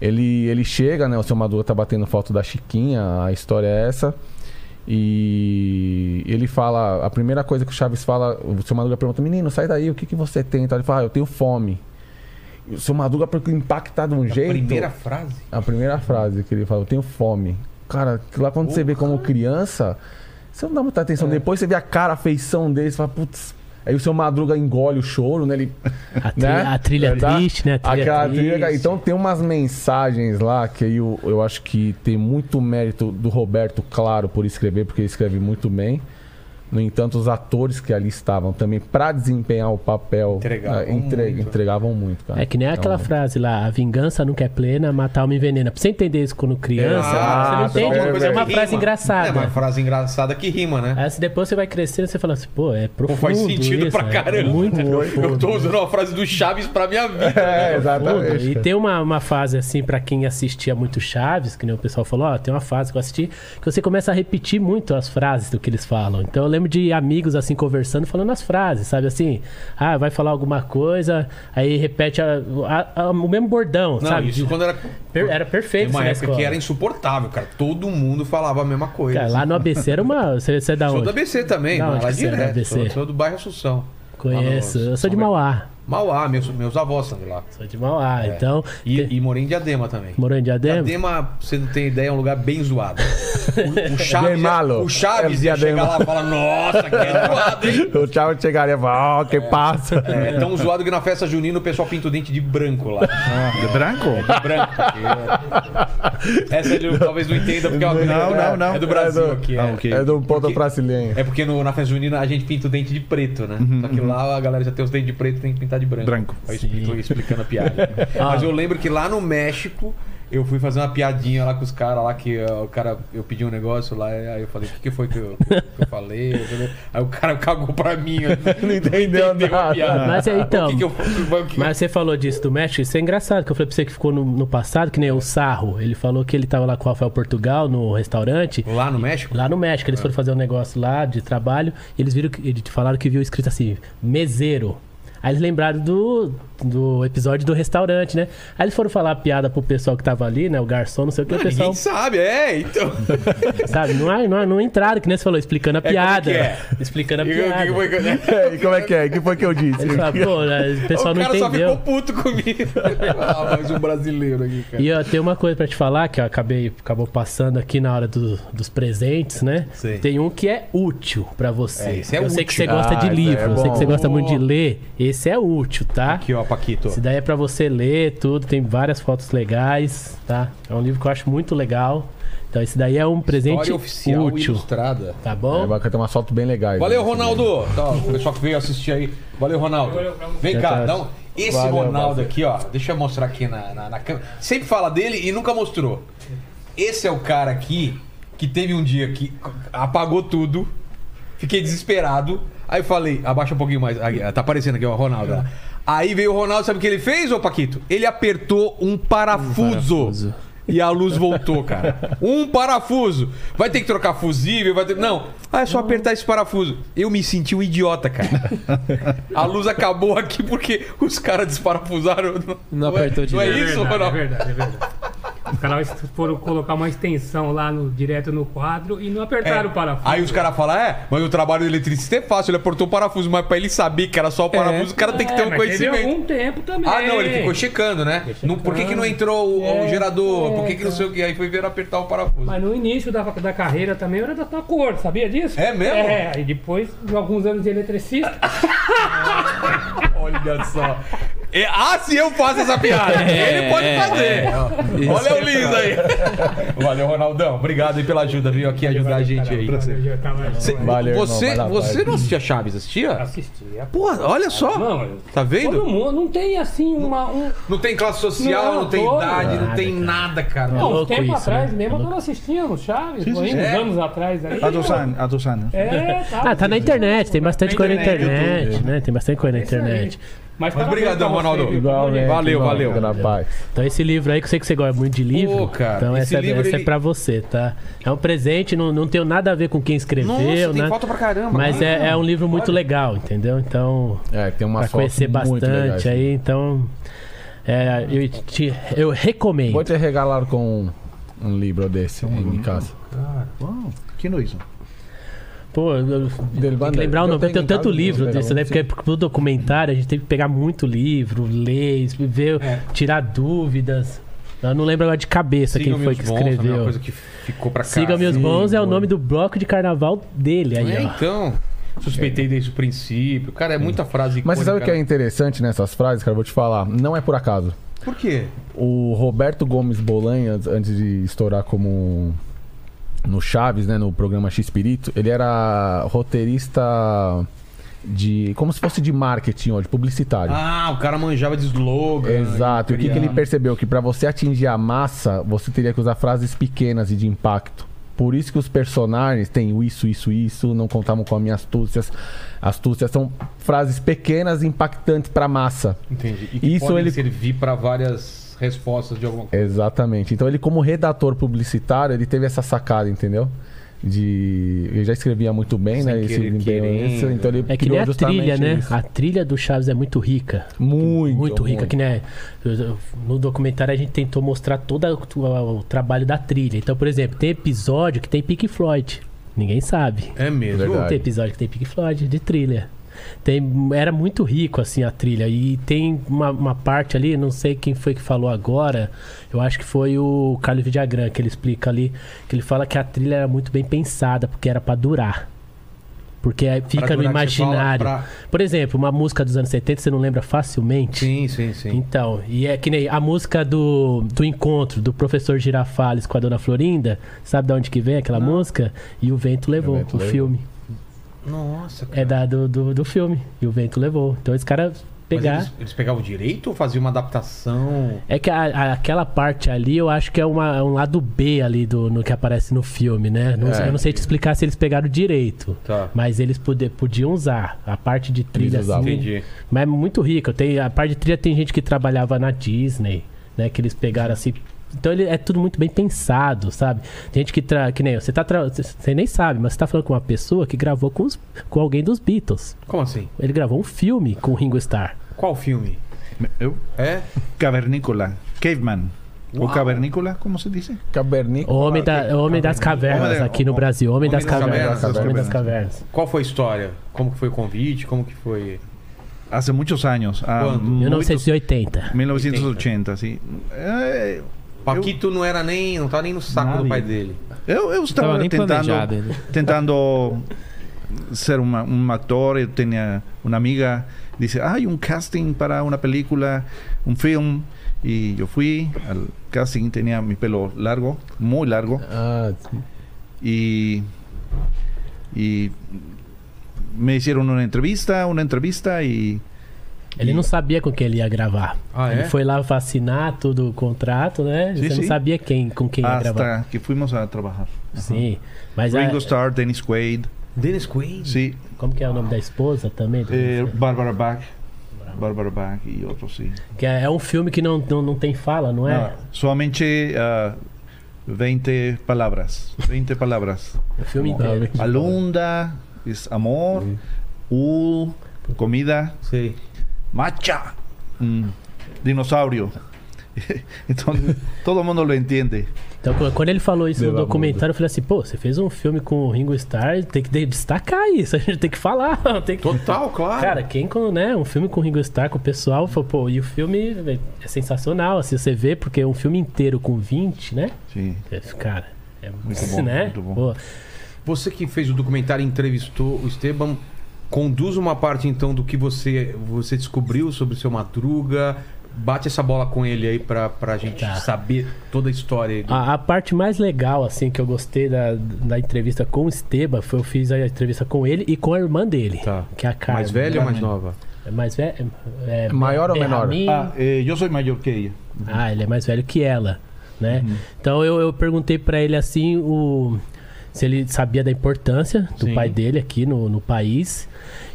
Ele, ele chega, né? O seu Maduro tá batendo foto da Chiquinha, a história é essa. E ele fala, a primeira coisa que o Chaves fala, o seu Madruga pergunta: Menino, sai daí, o que, que você tem? Então ele fala: ah, Eu tenho fome. E o seu Madruga, porque impactar de um jeito.
primeira frase.
A primeira frase que ele fala, eu tenho fome. Cara, lá quando você vê como criança, você não dá muita
É.
atenção. Depois você vê a cara, a feição dele, você fala, putz. Aí o seu Madruga engole o
<laughs>
choro, né? Ele,
A, tri- a trilha
Tá?
É triste, né? A trilha
Aquela
triste.
trilha, Então tem umas mensagens lá que aí eu, eu acho que tem muito mérito do Roberto, claro, por escrever, porque ele escreve muito bem. No entanto, os atores que ali estavam também, pra desempenhar o papel,
Entregavam
eh, entre-
muito.
entregavam muito, cara.
É que nem aquela
Então,
frase lá, a vingança nunca é plena, matar alma envenena. Pra você entender isso quando criança,
Ah,
você não
só
entende.
coisa
é uma
que
frase
rima. É uma
engraçada.
frase engraçada que rima, né?
Aí se depois você vai crescendo, você fala assim, pô, é
Pô,
profundo
faz sentido
É isso,
pra
é
caramba.
Muito
eu
profundo.
tô usando uma frase do Chaves pra minha vida.
<laughs> É,
Profundo.
exatamente.
né?
E tem uma, uma fase assim, pra quem assistia muito Chaves, que nem o pessoal falou, ó, tem uma fase que eu assisti, que você começa a repetir muito as frases do que eles falam. Então eu lembro de amigos assim conversando, falando as frases, sabe assim? Ah, vai falar alguma coisa, aí repete a- a- a- o mesmo bordão,
Não,
sabe?
isso quando era.
Per- era
Tem
perfeito isso
uma
na
época que
escola.
era insuportável, cara. Todo mundo falava a mesma coisa.
Cara, lá no ABC era uma. Você, você é da
Sou
onde?
da ABC também,
Da
mano,
onde
lá
que você é da
direto.
ABC?
Sou, sou do bairro Assunção.
Conheço.
Lá no-
Eu sou de Mauá.
Mauá, meus, meus avós são de lá.
Sou de Mauá. Então.
É. E,
te-
e morei em Diadema também.
Morou em Diadema?
Diadema, você não tem ideia, é um lugar bem
<laughs>
zoado.
É
O, o Chaves, é-
Bem malo.
o Chaves
É
ia
Diadema.
chegar lá e falar, nossa,
<laughs>
que é zoado, hein?
O Thiago chegaria e falaria, ó, que passa.
É tão zoado que na festa junina o pessoal pinta o dente de branco lá.
Ah, de branco?
branco. Essa ele talvez não entenda, porque é uma coisa
Não,
que é-
não, não.
é do Brasil
É do-
aqui. É.
Ah, <laughs> ok. <laughs>
É do ponto
Porque-
brasileiro.
É porque no- na festa junina a gente pinta o dente de preto, né? Só que lá a galera já tem os dentes de preto tem que pintar de branco.
Branco.
Eu explico, explicando a
<laughs>
piada.
Ah.
Mas eu lembro que lá no México eu fui fazer uma piadinha lá com os caras lá que ó, o cara eu pedi um negócio lá aí eu falei o que, que foi que eu, que eu falei aí o cara cagou pra mim eu não
entendeu
a
nada.
piada
Mas é, então.
o que, que eu o que-
Mas você falou disso do México, isso é engraçado, que eu falei pra você que ficou no, no passado, que nem o Sarro. Ele falou que ele tava lá com o Rafael Portugal no restaurante.
lá no México
Lá no
É.
México, eles foram fazer um negócio lá de trabalho, e eles viram que eles falaram que viu escrito assim, meseiro. Aí eles lembraram do, do episódio do restaurante, né? Aí eles foram falar a piada pro pessoal que tava ali, né? O garçom, não sei o que, o pessoal,
ninguém sabe é então
sabe? Não, é, não, não entraram, que nem você falou, explicando a
como
piada.
que é?
Explicando
<laughs>
a
E o que
piada.
que foi que eu-
<laughs> E como é que é? O que foi que eu disse?
Eles falaram, pô, né, o pessoal
<laughs> o
não
cara só
entendeu.
ficou puto comigo.
<laughs>
ah, mais um brasileiro aqui, cara.
E ó, tem uma coisa pra te falar que eu acabei acabou passando aqui na hora do- dos presentes, né?
Sim.
Tem um que é útil pra você.
É, esse é
eu
útil.
sei que você gosta
Ah,
de
esse
livro,
é
eu sei que você
bom.
gosta muito de ler. Esse é útil, tá?
Aqui, ó, Paquito.
Esse daí é pra você ler tudo, tem várias fotos legais, tá? É um livro que eu acho muito legal. Então esse daí é um presente
História oficial
útil,
ilustrada.
tá
É
bom?
bacana, tem umas fotos bem legais.
Valeu,
né?
Ronaldo. Tá, ó, o pessoal que veio assistir aí. Valeu, Ronaldo. Vem cá, dá um... Esse
Valeu,
Ronaldo
parceiro.
aqui, ó. Deixa eu mostrar aqui na, na, na câmera. Sempre fala dele e nunca mostrou. Esse é o cara aqui que teve um dia que apagou tudo. Fiquei desesperado. Aí falei, abaixa um pouquinho mais. Aí, tá aparecendo aqui, ó, Ronaldo. ó. Aí veio o Ronaldo, sabe o que ele fez, ô Paquito? Ele apertou um parafuso. e a luz voltou, cara. Um parafuso. Vai ter que trocar fusível, vai ter. Não. Ah, é só apertar esse parafuso. Eu me senti um idiota, cara. A luz acabou aqui porque os caras desparafusaram.
Não apertou
é, Não é
direito.
isso,
verdade, é
Ronaldo?
verdade, é verdade. Os caras foram colocar uma extensão lá no, direto no quadro e não
É.
apertaram o parafuso.
Aí os caras falam, é, mas o trabalho do eletricista é fácil, ele apertou o parafuso, mas pra ele saber que era só o parafuso,
É.
o cara tem que ter um
É, mas teve
conhecimento.
algum tempo também.
Ah, não, ele ficou checando, né? Não, por que, que não entrou o, o gerador? por que, que não sei o que? Aí foi ver apertar o parafuso.
Mas no início da, da carreira também eu era da tua cor, sabia disso?
É mesmo? Ah,
É, e depois de alguns anos de eletricista.
Olha só. <laughs> É, ah, se eu faço essa piada. ele pode
é,
fazer. Olha o Liz aí. Valeu, Ronaldão. Obrigado aí pela ajuda, viu? Aqui ajudar a gente aí.
Eu já tava
Valeu, irmão.
Você,
Vai lá, vai.
você não assistia Chaves, assistia?
assistia.
Pô, olha só.
Não, eu-
Tá
todo
vendo?
mundo não tem assim uma. Um,
É
Não tem classe social, não,
Não,
tem
todo.
idade, não tem nada, cara.
não, um
louco
tempo
isso,
atrás
né?
mesmo, quando assistíamos Chaves,
Sim, sim,
foi uns
é.
anos atrás aí.
Há dos anos. Há dos anos.
É, tá.
Ah, tá na internet, tem bastante coisa na internet, né? Tem bastante coisa na
Isso aí.
internet.
Mas
obrigadão, Ronaldo.
Igualmente,
Valeu,
irmão.
valeu.
Fica Na paz.
Então esse livro aí, que eu sei que você gosta muito de livro.
Pô, cara,
então
esse
essa,
livro,
essa
ele-
é pra você, tá? É um presente, não, não tem nada a ver com quem escreveu,
Nossa, tem
né?
foto pra caramba.
Mas é, é um livro muito legal, entendeu? Então,
É, tem uma
pra conhecer bastante aí, então. é, eu, te- eu recomendo.
Vou te regalar com um, um livro desse em casa.
Uau, quem não isso?
Pô, eu- eu-
Del
tem que
Vander.
lembrar o
Eu
nome. Tem
tenho em
tanto
casa,
livro
eu
disso,
pegava
né?
um,
Porque pro documentário a gente teve que pegar muito livro, ler, ver,
É.
tirar dúvidas. Eu não lembro agora de cabeça
Siga-me
quem foi
os
que
bons, também é uma
escreveu.
coisa que ficou pra cá.
Siga Meus
assim.
Bons é o nome do bloco de carnaval dele aí,
É,
ó.
então. Suspeitei desde o princípio. Cara, é muita frase
É. Mas você sabe o que é
icônica,
interessante nessas frases, cara? Eu Vou te falar. Não é por acaso.
né? Por quê?
O Roberto Gomes Bolanha, antes de estourar como no Chaves, né, no programa X Espírito, ele era roteirista de como se fosse de marketing, ó, de publicitário.
Ah, o cara manjava de slogan.
Exato. E o que, que
criar.
ele percebeu? Que pra você atingir a massa, você teria que usar frases pequenas e de impacto. Por isso que os personagens têm o isso, isso, isso, não contavam com as minhas astúcias. Astúcias são frases pequenas e impactantes pra massa.
Entendi. E que
Isso
podem
ele-
servir pra várias respostas de alguma coisa.
Exatamente. Então ele, como redator publicitário, ele teve essa sacada, entendeu? De. Ele já escrevia muito bem,
Sem
né? Ele se
querer,
desempenhou nisso,
querendo.
Então ele
É que
criou
nem a
justamente
trilha, né?
isso.
A trilha do Chaves é muito rica.
Muito,
Muito rica,
muito.
que nem. No documentário a gente tentou mostrar todo a- o, o trabalho da trilha. Então, por exemplo, tem episódio que tem Pink Floyd. Ninguém sabe.
É mesmo.
Verdade.
Tem episódio que tem Pink Floyd de trilha. Tem, era muito rico, assim, a trilha. E tem uma, uma parte ali, não sei quem foi que falou agora. Eu acho que foi o Carlos Vidagrã que ele explica ali. Que ele fala que a trilha era muito bem pensada, porque era pra durar. Porque aí fica no
durar, que você fala,
imaginário.
pra-
Por exemplo, uma música dos anos 70, você não lembra facilmente.
Sim, sim, sim.
Então, e é que nem a música do, do encontro do professor Girafales com a dona Florinda, sabe de onde que vem aquela música? E o vento levou, o,
Vento Levou.
filme.
Nossa, cara.
É da, do, do, do filme. E o vento levou. Então esse cara
Mas
pegar.
Eles, eles pegavam direito ou faziam uma adaptação?
É que a- a- aquela parte ali eu acho que é uma- é um lado B ali do no que aparece no filme, né? Não-
É.
eu não sei te explicar se eles pegaram direito.
Tá.
Mas eles poder, podiam usar a parte de trilha
usavam.
assim,
Entendi.
Mas é muito rica. Tem, a parte de trilha tem gente que trabalhava na Disney, né? Que eles pegaram assim. Então ele, é tudo muito bem pensado, sabe? Tem gente que tra... que nem você tá tra- você nem sabe, mas você tá falando com uma pessoa que gravou com, os- com alguém dos Beatles.
Como assim?
Ele gravou um filme com o Ringo Starr.
Qual filme?
Eu?
É?
Cavernícola. Caveman. Ou cavernícola, como se diz?
<laughs>
Cavernícola.
Homem, da, homem das cavernas
Homem-
aqui no Brasil, homem, das, cavernas,
das
homem
cavernas.
das cavernas.
Qual foi a história? Como que foi o convite? Como que foi?
Hace ah, muitos anos. há
Ah,
Quando?
muitos-
1980.
1980, sim. É,
Paquito não era nem. não tava nem no saco do
Nada.
pai dele.
Eu, eu estava
Tava nem
tentando,
planejado ainda.
tentando ser uma, um ator. Eu tinha uma amiga disse, ah, hay um casting para uma película, um filme. E eu fui ao casting, tinha meu pelo largo, muito largo.
Ah, sim.
Y, y me hicieron una entrevista, una entrevista y...
Ele não sabia com quem ele ia gravar.
Ah, é?
Ele foi lá vacinar todo o contrato, né?
Sim,
Você
sim.
não sabia quem, com quem ia gravar.
Hasta que fuimos a trabajar.
Sim. Mas a-
Ringo Starr, Dennis Quaid,
Dennis Quaid?
sí,
como que é o nome da esposa também? do-
eh, Barbara Bach, Bárbara Bach e outros, sim.
Que é é um filme que não, não, não tem fala, não é?
Não, somente ah, 20 palavras. 20 palavras.
É um filme inteiro.
Alunda, es amor, u, comida,
Sim.
macha, um <laughs> dinossauro. então, todo mundo lo entende.
Então, qu- quando ele falou isso no
Leva
documentário, eu falei assim, pô, você fez um filme com o Ringo Starr, tem que de- destacar isso, <laughs> a gente tem que falar, tem que...
Total, claro.
Cara, quem com, né, um filme com o Ringo Starr, com o pessoal, falou, pô, e o filme é sensacional, assim, você vê, porque é um filme inteiro com 20, né?
Sim.
É, Cara, é muito
bom,
né?
muito bom.
Pô,
Você que fez o documentário, entrevistou o Esteban, conduz uma parte então do que você você descobriu sobre o seu Madruga. Bate essa bola com ele aí pra, pra gente
Tá. Ah,
saber toda a história. aí do-
A, a parte mais legal, assim, que eu gostei da, da entrevista com o Esteba foi eu fiz a entrevista com ele e com a irmã dele,
Tá.
que é a Carmen.
mais velha ou mais nova?
É mais velha? É,
Maior ou menor?
Benjamin.
Ah, eh, eu sou maior que ela.
Ah, ele é mais velho que ela, né? Então eu, eu perguntei pra ele assim o se ele sabia da importância do pai dele aqui no, no país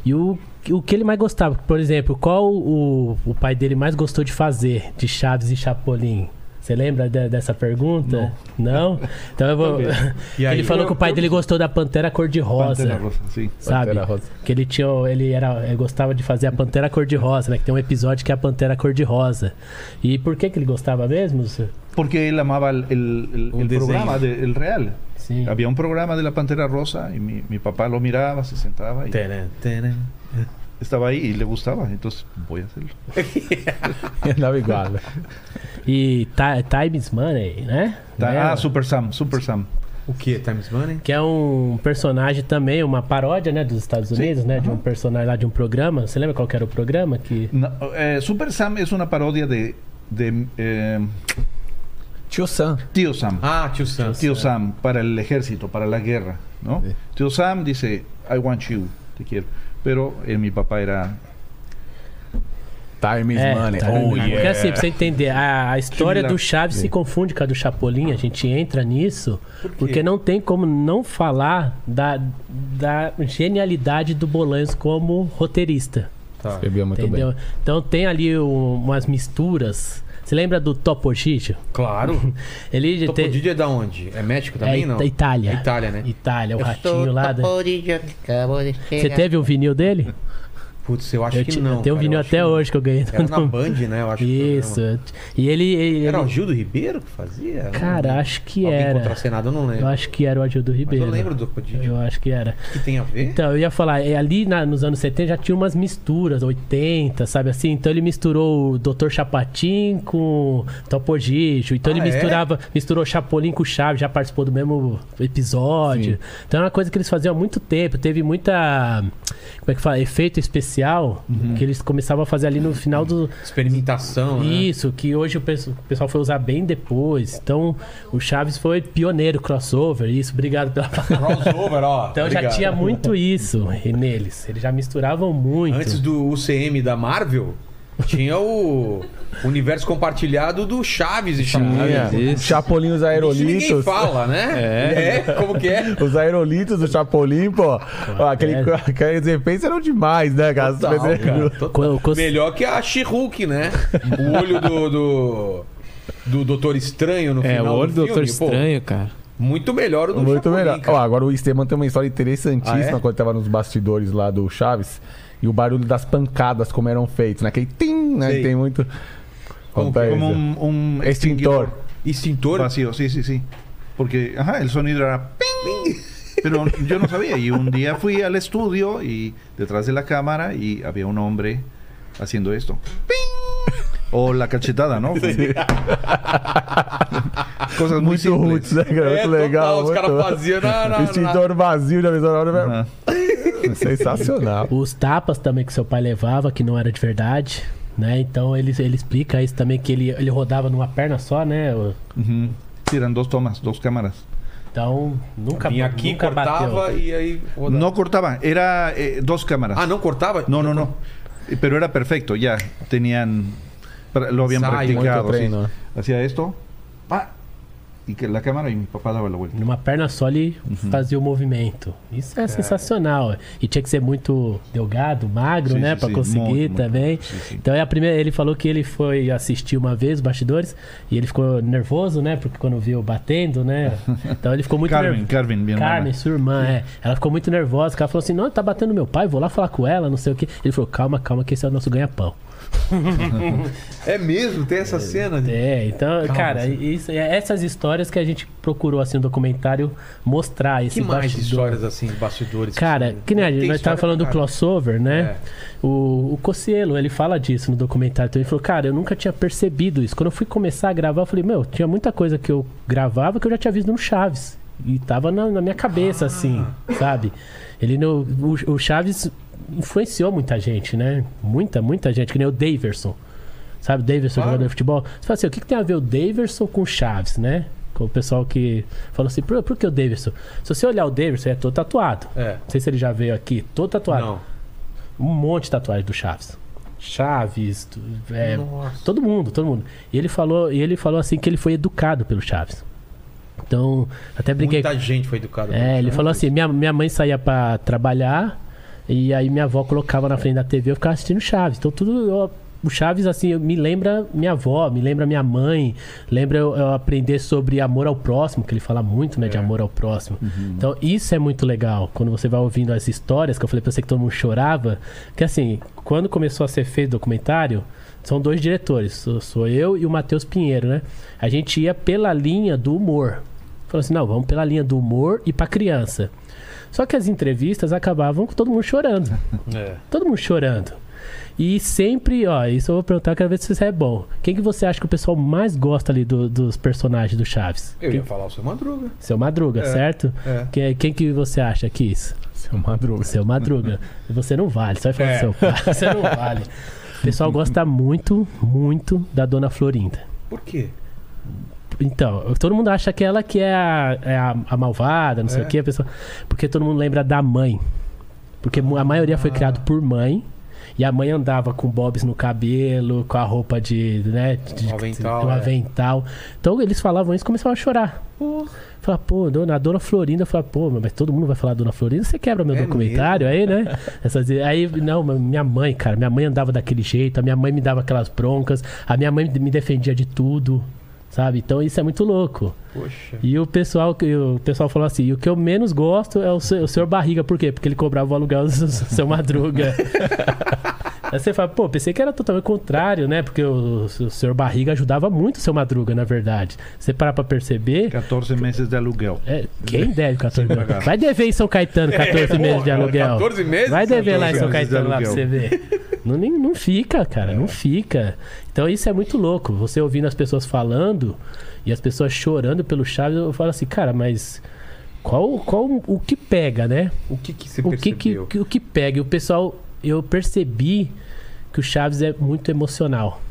e o, o que ele mais gostava. Por exemplo, qual o, o pai dele mais gostou de fazer de Chaves e Chapolin? Você lembra de- dessa pergunta? Não. Então eu <laughs> vou.
E aí?
ele falou que o pai dele gostou da Pantera
Oh,
Pantera
Cor-de-Rosa
Rosa, sim.
sabe?
Pantera Rosa.
Que ele tinha, ele era, ele gostava de fazer a Pantera Cor-de-Rosa, né? Que tem um episódio que é a Pantera Cor-de-Rosa. E por que que ele gostava mesmo? Zé?
Porque él amaba el, el- el-
Un
el
diseño.
programa, de- el real.
Sim.
É.
Había un programa de la Pantera Rosa y mi, mi papá lo miraba, se sentaba y estaba ahí y le gustaba. Entonces, voy a hacerlo.
Andava igual.
E Ti- Times Money, né?
Tá,
Ta-
Né?
ah, Super Sam, Super Sam.
O que? Times Money?
Que é um personagem também, uma paródia, né? Dos Estados Unidos, né? De um personagem lá de um programa. Você lembra qual que era o programa? Que...
No, eh, Super Sam es una parodia de, de, eh,
Tio Sam.
Tío Sam.
Ah, tio Sam.
Tío Sam para el ejército, para la guerra, ¿no?
Sí.
Tío Sam dice, I want you, te quiero. Pero eh, mi papá era
Time is money.
tá, né?
oh,
Porque
yeah.
assim, pra você entender, a, a história do Chaves se confunde com a do Chapolin, a gente entra nisso, porque não tem como não falar da, da genialidade do Bolanhos como roteirista.
Escrevia muito
entendeu?
bem.
Então tem ali um- umas misturas. Você lembra do Topo Gigio? <laughs>
Claro.
Ele
Topo
tem-
Didi é da onde? É México também,
é
não?
Ita- Itália.
É Itália, né?
Itália, o ratinho
Sou
lá. da-
Toporídeo que acabou de
Você
chegar.
teve um vinil dele?
Putz, eu acho
Eu
que
ti-
não.
eu tenho um
cara,
vinil
eu acho que
até
não.
hoje que eu ganhei. <laughs>
Era na Band, né? Eu acho que o
Isso.
programa.
E ele. ele-
Era o Gildo Ribeiro que fazia?
Cara, acho que
Alguém
era.
contracenado, eu não
Eu
lembro.
acho que era o
É.
Adildo
Mas
Ribeiro.
eu lembro do Topo Didi.
Eu acho que era.
O que tem a ver?
Então, eu ia falar, é, ali na- nos anos 70 já tinha umas misturas, 80, sabe assim? Então ele misturou o Dr. Chapatin com Topo Gigio. Então ele
Ah, é?
misturava, misturou Chapolin com Chaves, já participou do mesmo episódio. Então é uma coisa que eles faziam há muito tempo. Teve muita, como é que fala, efeito especial
Uhum.
que eles começavam a fazer ali no final do,
Experimentação, né?
isso, que hoje o pesso- o pessoal foi usar bem depois. Então, o Chaves foi pioneiro, crossover, isso, obrigado pela palavra.
Crossover, ó.
Então já
Obrigado.
tinha muito isso e neles. Eles já misturavam muito.
Antes do UCM da Marvel, tinha o universo compartilhado do Chaves e Chaves.
Tinha. Chapolin os
Isso ninguém
aerolitos.
fala, né? É. como que é?
<laughs> Os aerolitos do Chapolin, pô. Ó, Aquele,
é.
<laughs> aqueles efeitos eram demais, né, cara?
Total,
Você percebeu?
cara, total.
Quando- quando-
Melhor que a She-Hulk, né? O olho do... do... Do Doutor Estranho no
É, o
final.
olho do Doutor
filme, pô,
Estranho, cara.
muito melhor o do
Muito
Chapolin,
melhor.
cara.
Ó, agora o Esteban tem uma história interessantíssima
Ah, é?
quando tava nos bastidores lá do Chaves. E o barulho das pancadas, como eram feitos, naquele tim, né?
Sei.
Tem muito.
Como
Conta aí,
como
Zé.
un, un
Extintor.
Extintor.
Vacío, sí, sí, sí. Porque, ajá, el sonido era ping. Pero yo no sabía. Y un día fui al estudio y detrás de la cámara y había un hombre haciendo esto. Ping. O la cachetada, ¿no? Cosas muy
Muito
simples.
roots, né, cara?
É,
Muito legal.
total, os
muito-
caras faziam na- na- na-
Extintor vazio na mesma hora.
Ajá.
Sensacional.
Os tapas também que seu pai levava, que não era de verdade. Né? Então ele, ele explica isso também, que ele, ele rodava numa perna só, né? O-
Ujú. Sí, eran dos tomas, dos cámaras.
Então nunca
Vinha aqui,
nunca
cortava
bateu.
e aí... rodava.
No cortaba, era eh, dos cámaras.
Ah, não cortava?
No, no, no. Eh, Pero era perfecto, ya. Tenían. pra- Lo habían
Ensayo,
practicado.
mucho
sí.
tren, ¿no?
Hacía esto. Ah, y que la cámara y mi papá daba la vuelta.
Numa perna só ele
Uhum.
fazia o movimento. Isso é, sensacional. E tinha que ser muito delgado, magro,
Sim,
né?
sim,
Pra
sim.
conseguir
Muito,
também.
muito. Sim, sim.
Então é a primeira. Ele falou que ele foi assistir uma vez os bastidores e ele ficou nervoso, né? Porque quando viu batendo,
<laughs>
né? Então ele ficou muito
Carmen,
nervoso.
Carmen, minha né? irmã.
Carmen, sua irmã, é. Ela ficou muito nervosa, que ela falou assim: não, tá batendo meu pai, vou lá falar com ela, não sei o quê. Ele falou: calma, calma, que esse é o nosso ganha-pão.
É mesmo, tem essa cena. De...
É, então, cara, isso- é essas histórias que a gente procurou, assim, no documentário mostrar esse
Que mais
bastidor.
histórias assim, de bastidores?
Cara, que nem a gente, nós tava falando do crossover, né? O, o Cocielo, ele fala disso no documentário. Então ele falou, cara, eu nunca tinha percebido isso. Quando eu fui começar a gravar, eu falei, meu, tinha muita coisa que eu gravava que eu já tinha visto no Chaves. E tava na, na minha cabeça, assim, sabe? Ele não. O, o Chaves influenciou muita gente, né? Muita, muita gente, que nem o Daverson. Sabe, o Daverson, jogador de futebol. Você fala assim, o que, que tem a ver o Daverson com o Chaves, né? Com o pessoal que falou assim, por, por que o Daverson? Se você olhar o Daverson, ele é todo tatuado.
É.
Não sei se ele já veio aqui, todo tatuado.
Não.
Um monte de tatuagem do Chaves. Chaves, tu- é, todo mundo, todo mundo. E ele falou, e ele falou assim que ele foi educado pelo Chaves. Então, até brinquei.
Muita gente foi educada. né?
É, ele falou assim: minha, minha mãe saía pra trabalhar e aí minha avó colocava na frente da TV e eu ficava assistindo Chaves. Então, tudo. eu- o Chaves, assim, me lembra minha avó, me lembra minha mãe, lembra eu, eu aprender sobre amor ao próximo, que ele fala muito, né, de amor ao próximo. Então, isso é muito legal, quando você vai ouvindo as histórias, que eu falei pra você que todo mundo chorava, que assim, quando começou a ser feito o documentário, são dois diretores, sou, sou eu e o Matheus Pinheiro, né? A gente ia pela linha do humor. Falou assim, não, vamos pela linha do humor e pra criança. Só que as entrevistas acabavam com todo mundo chorando.
É.
Todo mundo chorando. E sempre, ó, isso eu vou perguntar, eu quero ver se isso é bom. Quem que você acha que o pessoal mais gosta ali do- dos personagens do Chaves?
Eu ia falar o seu Madruga.
Seu Madruga, certo?
é.
Quem, quem que você acha que é isso?
Seu Madruga. É.
Seu
<laughs>
Madruga. Você não vale, só vai falar assim, do seu pai. Você não vale. O
<laughs>
pessoal gosta muito, muito da Dona Florinda.
Por quê?
Então, todo mundo acha que ela que é a, é a- a malvada, não sei
É.
o que, a pessoa. Porque todo mundo lembra da mãe. Porque mu- a maioria foi criado por mãe. E a mãe andava com bobs no cabelo, com a roupa de. né? De,
Um avental,
um
é.
avental. Então eles falavam isso e começavam a chorar. Fala, pô, dona, a dona Florinda, fala, pô, mas todo mundo vai falar dona Florinda, você quebra meu
É
documentário aí,
<laughs>
né? Essas, aí, não, mas minha mãe, cara, minha mãe andava daquele jeito, a minha mãe me dava aquelas broncas, a minha mãe me defendia de tudo, sabe? Então isso é muito louco.
Poxa.
E o pessoal, que- o pessoal falou assim: e o que eu menos gosto é o, se- o senhor Barriga, por quê? Porque ele cobrava o aluguel do seu Madruga. <laughs> Aí você fala, pô, pensei que era totalmente contrário, né? Porque o, o senhor Barriga ajudava muito o seu Madruga, na verdade. Você parar pra perceber,
14 meses de aluguel.
é, quem deve 14 mil? Vai dever em São Caetano 14 meses de aluguel.
14 meses? Então, assim,
Vai dever lá em
14
São
meses de
Caetano lá pra
aluguel.
você ver. Não, nem- não fica, cara, não fica. Então isso é muito louco. Você ouvindo as pessoas falando e as pessoas chorando pelo Chaves, eu falo assim, cara, mas qual, qual o que pega, né?
O que que você
o que, que,
percebeu?
que- o que pega? E o pessoal, eu percebi que o Chaves é muito emocional.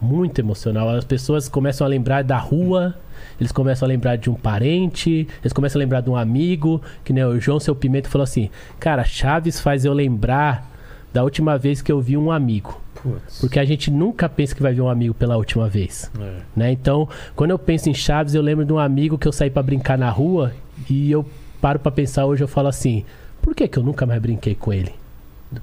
Muito emocional. As pessoas começam a lembrar da rua, eles começam a lembrar de um parente, eles começam a lembrar de um amigo, que nem o João Seu Pimenta falou assim: Cara, Chaves faz eu lembrar da última vez que eu vi um amigo.
Putz.
Porque a gente nunca pensa que vai ver um amigo pela última vez.
É.
Né? Então, quando eu penso em Chaves, eu lembro de um amigo que eu saí pra brincar na rua e eu paro pra pensar hoje, eu falo assim: por que, que eu nunca mais brinquei com ele?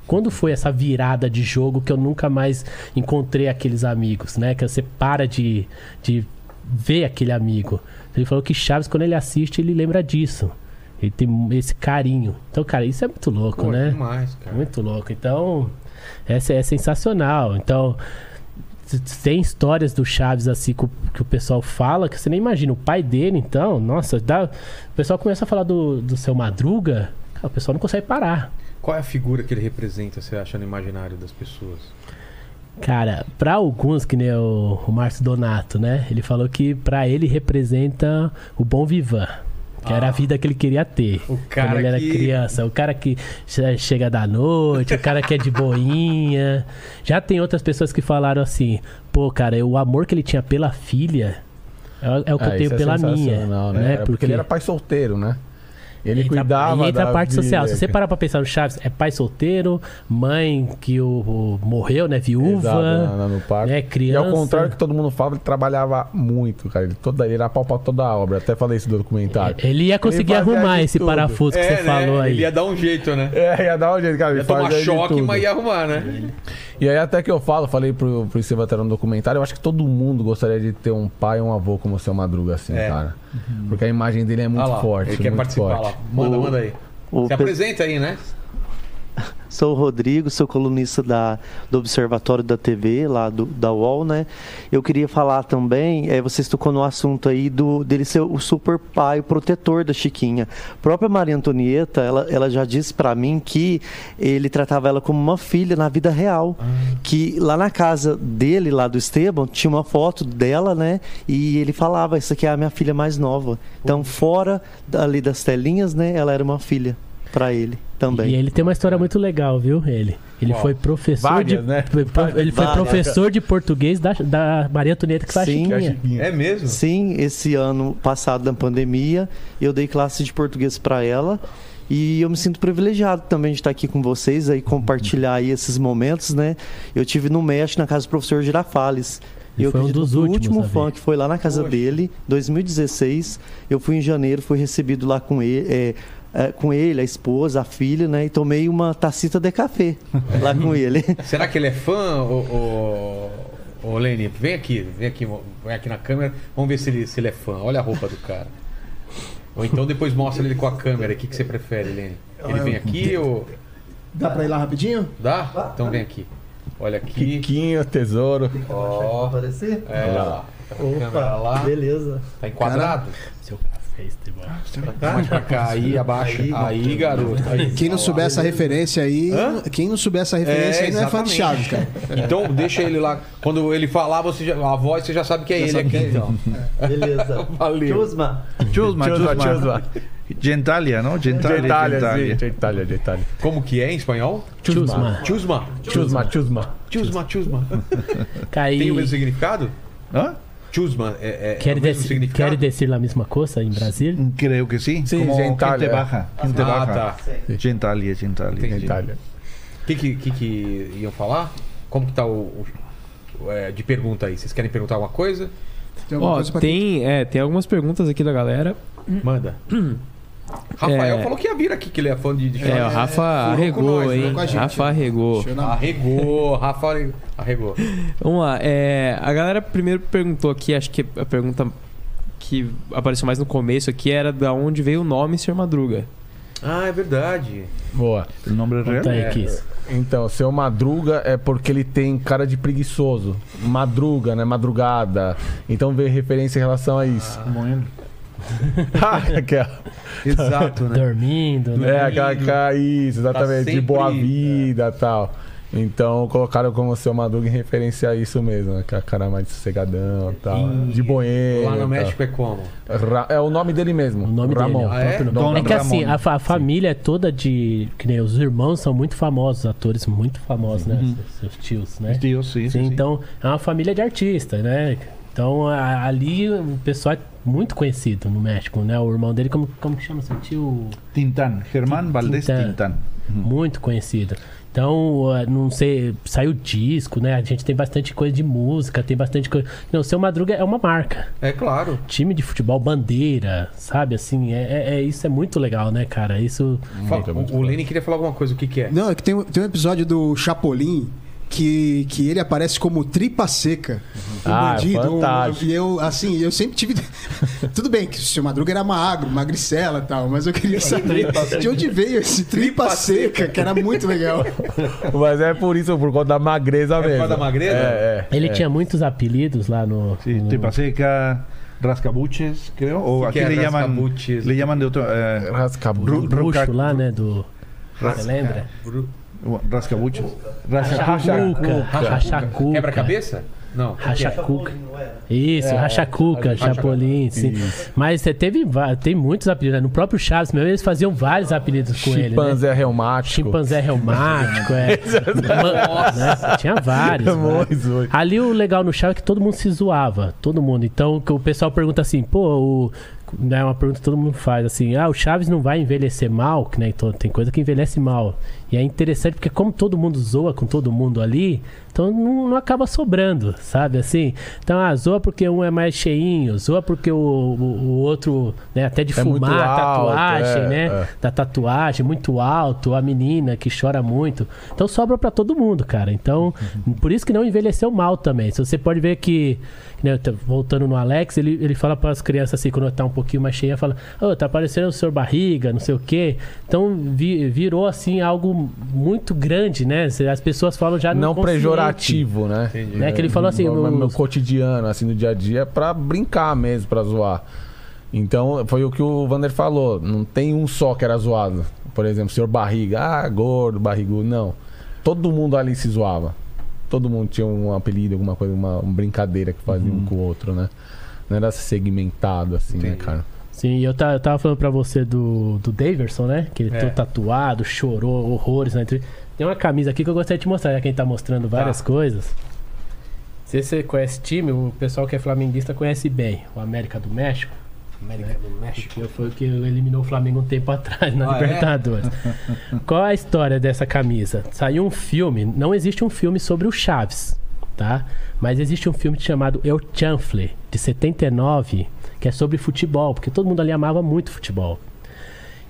Quando foi essa virada de jogo que eu nunca mais encontrei aqueles amigos, né? Que você para de, de ver aquele amigo. Ele falou que Chaves, quando ele assiste, ele lembra disso. Ele tem esse carinho. Então, cara, isso é muito louco,
Pô,
né?
demais, cara.
Muito louco. Então, essa é sensacional. Então, t- t- tem histórias do Chaves assim que o, que o pessoal fala que você nem imagina. O pai dele, então, nossa, dá, o pessoal começa a falar do, do seu Madruga, cara, o pessoal não consegue parar.
Qual é a figura que ele representa, você acha, no imaginário das pessoas?
Cara, pra alguns, que nem o, o Márcio Donato, né? Ele falou que pra ele representa o bom vivan. Que era a vida que ele queria ter.
Ah. O cara
quando ele era
que-
criança. O cara que che- chega da noite, o cara que é de boinha. Já tem outras pessoas que falaram assim: pô, cara, o amor que ele tinha pela
Ah,
filha é, o- é o que eu tenho pela minha.
Não,
Né?
Porque... ele era pai solteiro, né? Ele cuidava
aí entra
da
a tá parte
vida,
social. Se você
cara.
parar pra pensar no Chaves, é pai solteiro, mãe que o, o- morreu, né?
Exato, na-
Viúva.
na- no parque.
né,
E ao
criança.
contrário que todo mundo fala, ele trabalhava muito, cara. Ele, toda, ele era pau pra toda a obra. Até falei isso do documentário.
Ele ia conseguir
Ele fazia
arrumar
de
esse
tudo.
parafuso que você falou aí.
É, né? Ele ia dar um jeito, né?
É, ia dar um jeito, cara. Ele
Ia tomar
fazia de
choque,
tudo. é
mas ia arrumar, né?
E aí até que eu falo, falei pro, pro Silva até no documentário, eu acho que todo mundo gostaria de ter um pai ou um avô como o seu Madruga, assim,
É.
cara. Porque a imagem dele é muito
Olha lá,
forte.
Ele quer
muito
participar
forte.
lá. Manda,
O-
manda aí.
O
Se
pe-
apresenta aí, né?
Sou o Rodrigo, sou colunista da, do Observatório da TV, lá do, da UOL, né? Eu queria falar também, eh, vocês tocou no assunto aí do, dele ser o super pai, o protetor da Chiquinha. A própria Maria Antonieta, ela, ela já disse pra mim que ele tratava ela como uma filha na vida real. Que lá na casa dele, lá do Esteban, tinha uma foto dela, né? E ele falava, essa aqui é a minha filha mais nova. Então, fora ali das telinhas, né? Ela era uma filha pra ele também.
E ele tem uma história muito legal, viu? Ele. Ele
Qual?
foi professor
Várias,
de.
né?
pro- Ele foi
Várias.
professor de português da, da Maria Antonieta que faz
Sim.
Chiquinha.
É mesmo?
Sim, esse ano passado da pandemia, eu dei classe de português para ela. E eu me sinto privilegiado também de estar aqui com vocês aí compartilhar aí esses momentos, né? Eu tive no México na casa do professor Girafales. E
Ele
eu
foi um
acredito
dos
que o
últimos
último
a ver.
fã que foi lá na casa dele, 2016. Eu fui em janeiro, fui recebido lá com ele, é, é, com ele, a esposa, a filha, né? E tomei uma tacita de café lá com ele.
Será que ele é fã, ô, ô, ô Leni? Vem aqui, vem aqui, vem aqui na câmera. Vamos ver se ele, se ele é fã. Olha a roupa do cara. Ou então depois mostra ele com a câmera. O que, que você prefere, Lene? Ele vem aqui ou.
Dá pra ir lá rapidinho?
Dá? Então vem aqui. Olha aqui.
Quiquinho, tesouro.
Ó. É, olha lá. Câmera lá.
beleza.
Tá enquadrado?
Seu café, Estevão.
tá Ah, Mais pra cá. Aí, abaixa. Aí, garoto. Aí.
Quem não souber essa referência aí.
Hã?
Quem não souber essa referência aí não é fã de
exatamente.
Chaves, cara.
Então deixa ele lá. Quando ele falar, você já- a voz você já sabe que é ele aqui. Então.
Beleza.
Valeu.
Chusma.
Chusma,
Chusma,
chusma.
chusma.
Gentalia, não? Gentalia,
Detalhe,
Gentalia.
gente, detalhe, detalhe.
Como que é em espanhol?
Chusma.
Chusma.
Chusma, chusma.
Chusma, chusma.
Cai-
Tem o mesmo significado?
Hã?
Chusma é, é, é
Quer
o mesmo
descer, quer
significado?
descer la misma coisa em Brasil?
Creo que sí.
Sí,
Como
Gentalia.
gente baja. Gente
Ah,
baja.
tá.
Gentalia, Gentalia.
Entendi.
Detalhe.
O que, que, que que iam falar? Como que tá o... o- o, é, de pergunta aí. Vocês querem perguntar alguma coisa?
Tem alguma
Ó,
coisa pra-
tem, é, tem algumas perguntas aqui da galera.
Manda. Rafael
É.
falou que ia vir aqui, que ele é fã de... de
É, o Rafa
furou com
arregou,
nós, né?
hein?
Com a gente,
Rafa
né?
arregou.
Deixa eu na-
Arregou, Rafa arregou.
Vamos lá. é, a galera primeiro perguntou aqui, acho que a pergunta que apareceu mais no começo aqui era da onde veio o nome Sr. Madruga.
Ah, é verdade.
Boa.
El nombre real.
Tá
é.
aí, Kiss.
Então, seu madruga é porque ele tem cara de preguiçoso. Madruga, né? Madrugada. Então vê referência em relação a isso.
Como él.
<laughs> Ah, aquela.
Exato, né?
Dormindo, né?
É, aquela cara, isso, exatamente.
Tá
de
sempre-
boa vida e tal. Então colocaram como seu madruga em referência a isso mesmo, né? Aquela cara mais sossegadão e tal.
Ih,
de boinheiro.
<laughs> Lá
e
no
tal.
México é como?
Ra- É o nome dele mesmo.
O nome dele,
Ramon. Então,
ó.
Ah, é?
Próprio
Dom
nome. É que
Ramon.
assim, a, fa- a família toda de. Que nem os irmãos são muito famosos, atores muito famosos, né?
Uhum.
Seus, seus tios, né?
Dios, sí,
Sim,
sí, sí.
Então, é uma família de artistas, né? Então, a- ali o pessoal é muito conhecido no México, né? O irmão dele, como, como que chama seu tio?
Tintán, Germán Valdés
Tintán.
Tintán.
Muito conhecido. Então, ah, não sei, saiu disco, né? A gente tem bastante coisa de música, tem bastante coisa. Não, o seu Madruga é uma marca.
É claro.
Time de futebol, bandeira, sabe? Assim, é, é- é- isso é muito legal, né, cara? Isso.
Fa-
Muito, muito
o o Lenny queria falar alguma coisa, o que, que é?
Não, é que tem, um- tem um episódio do Chapolin que, que ele aparece como tripa seca. Um
Ah,
um-
fantástico.
e eu, assim, eu sempre tive. <laughs> Tudo bem que o seu Madruga era magro, magricela e tal, mas eu queria saber de onde veio esse tripa,
Tripa
seca, que era muito legal.
<laughs> Mas é por isso, por conta da magreza
Então, por
mesmo.
causa da magreza?
É, é.
Ele
é.
tinha muitos apelidos lá no.
Sí,
no-
Tepaseca, Rascabuches, creo. O
Sí,
aquí
que
le llaman.
Rascabuches.
Le llaman de otro.
é.
eh,
Rascabucho.
Ru- ru-
Bruxo
Ruca-
lá, né? Do.
Rasca-
Você lembra?
bueno, Rascabuches.
Rachacuca. Rachacuca.
Quebra-cabeça? Não.
Rachacuca. Isso, Rachacuca, Chapolin, sim. Mas você teve va- tem muitos apelidos. né? No próprio Chaves mesmo, eles faziam vários apelidos com ele. Né?
Chimpanzé reumático.
Chimpanzé reumático,
<laughs>
é. Man- né? Tinha vários. né?
Muito, muito.
Ali o legal no Chaves é que todo mundo se zoava. Todo mundo. Então que o pessoal pergunta assim, pô, o É uma pergunta que todo mundo faz, assim, ah, o Chaves não vai envelhecer mal, que né, to- tem coisa que envelhece mal. E é interessante porque como todo mundo zoa com todo mundo ali, então não, não acaba sobrando, sabe, assim? Então, ah, zoa porque um é mais cheinho, zoa porque o, o- o outro, né, até de
É muito
fumar,
alto,
tatuagem,
é,
né,
é.
da tatuagem, muito alto, a menina que chora muito. Então sobra pra todo mundo, cara. Então,
Uhum.
por isso que não envelheceu mal também. Se Você pode ver que, né, tá- voltando no Alex, ele, ele fala para as crianças assim, quando tá um pouquinho mais cheia, fala: Ô, tá parecendo o seu barriga, não sei o quê. Então vi- virou assim algo muito grande, né? Cê- As pessoas falam já no
Não
consciente.
pejorativo, né?
Né, que ele falou assim,
No, no
os-
cotidiano, assim, no dia a dia, é pra brincar mesmo, pra zoar. Então, foi o que o Vander falou. Não tem um só que era zoado. Por exemplo, o senhor barriga. Ah, gordo, barrigudo. Não. Todo mundo ali se zoava. Todo mundo tinha um apelido, alguma coisa, uma, uma brincadeira que fazia um com o outro, né? Não era segmentado, assim, né, cara?
Sim, eu, ta- eu tava falando pra você do, do Daverson, né? Que ele todo tatuado, chorou horrores na entrevista. Tem uma camisa aqui que eu gostaria de te mostrar, já que a gente tá mostrando várias coisas. Não sei Se você conhece time, o pessoal que é flamenguista conhece bem. O América do México. América do México. Foi o que eliminou o Flamengo um tempo <laughs> atrás na
Ah, é?
Libertadores. Qual a história dessa camisa? Saiu um filme, não existe um filme sobre o Chaves, tá? Mas existe um filme chamado El Chanfle, de 79, que é sobre futebol, porque todo mundo ali amava muito futebol.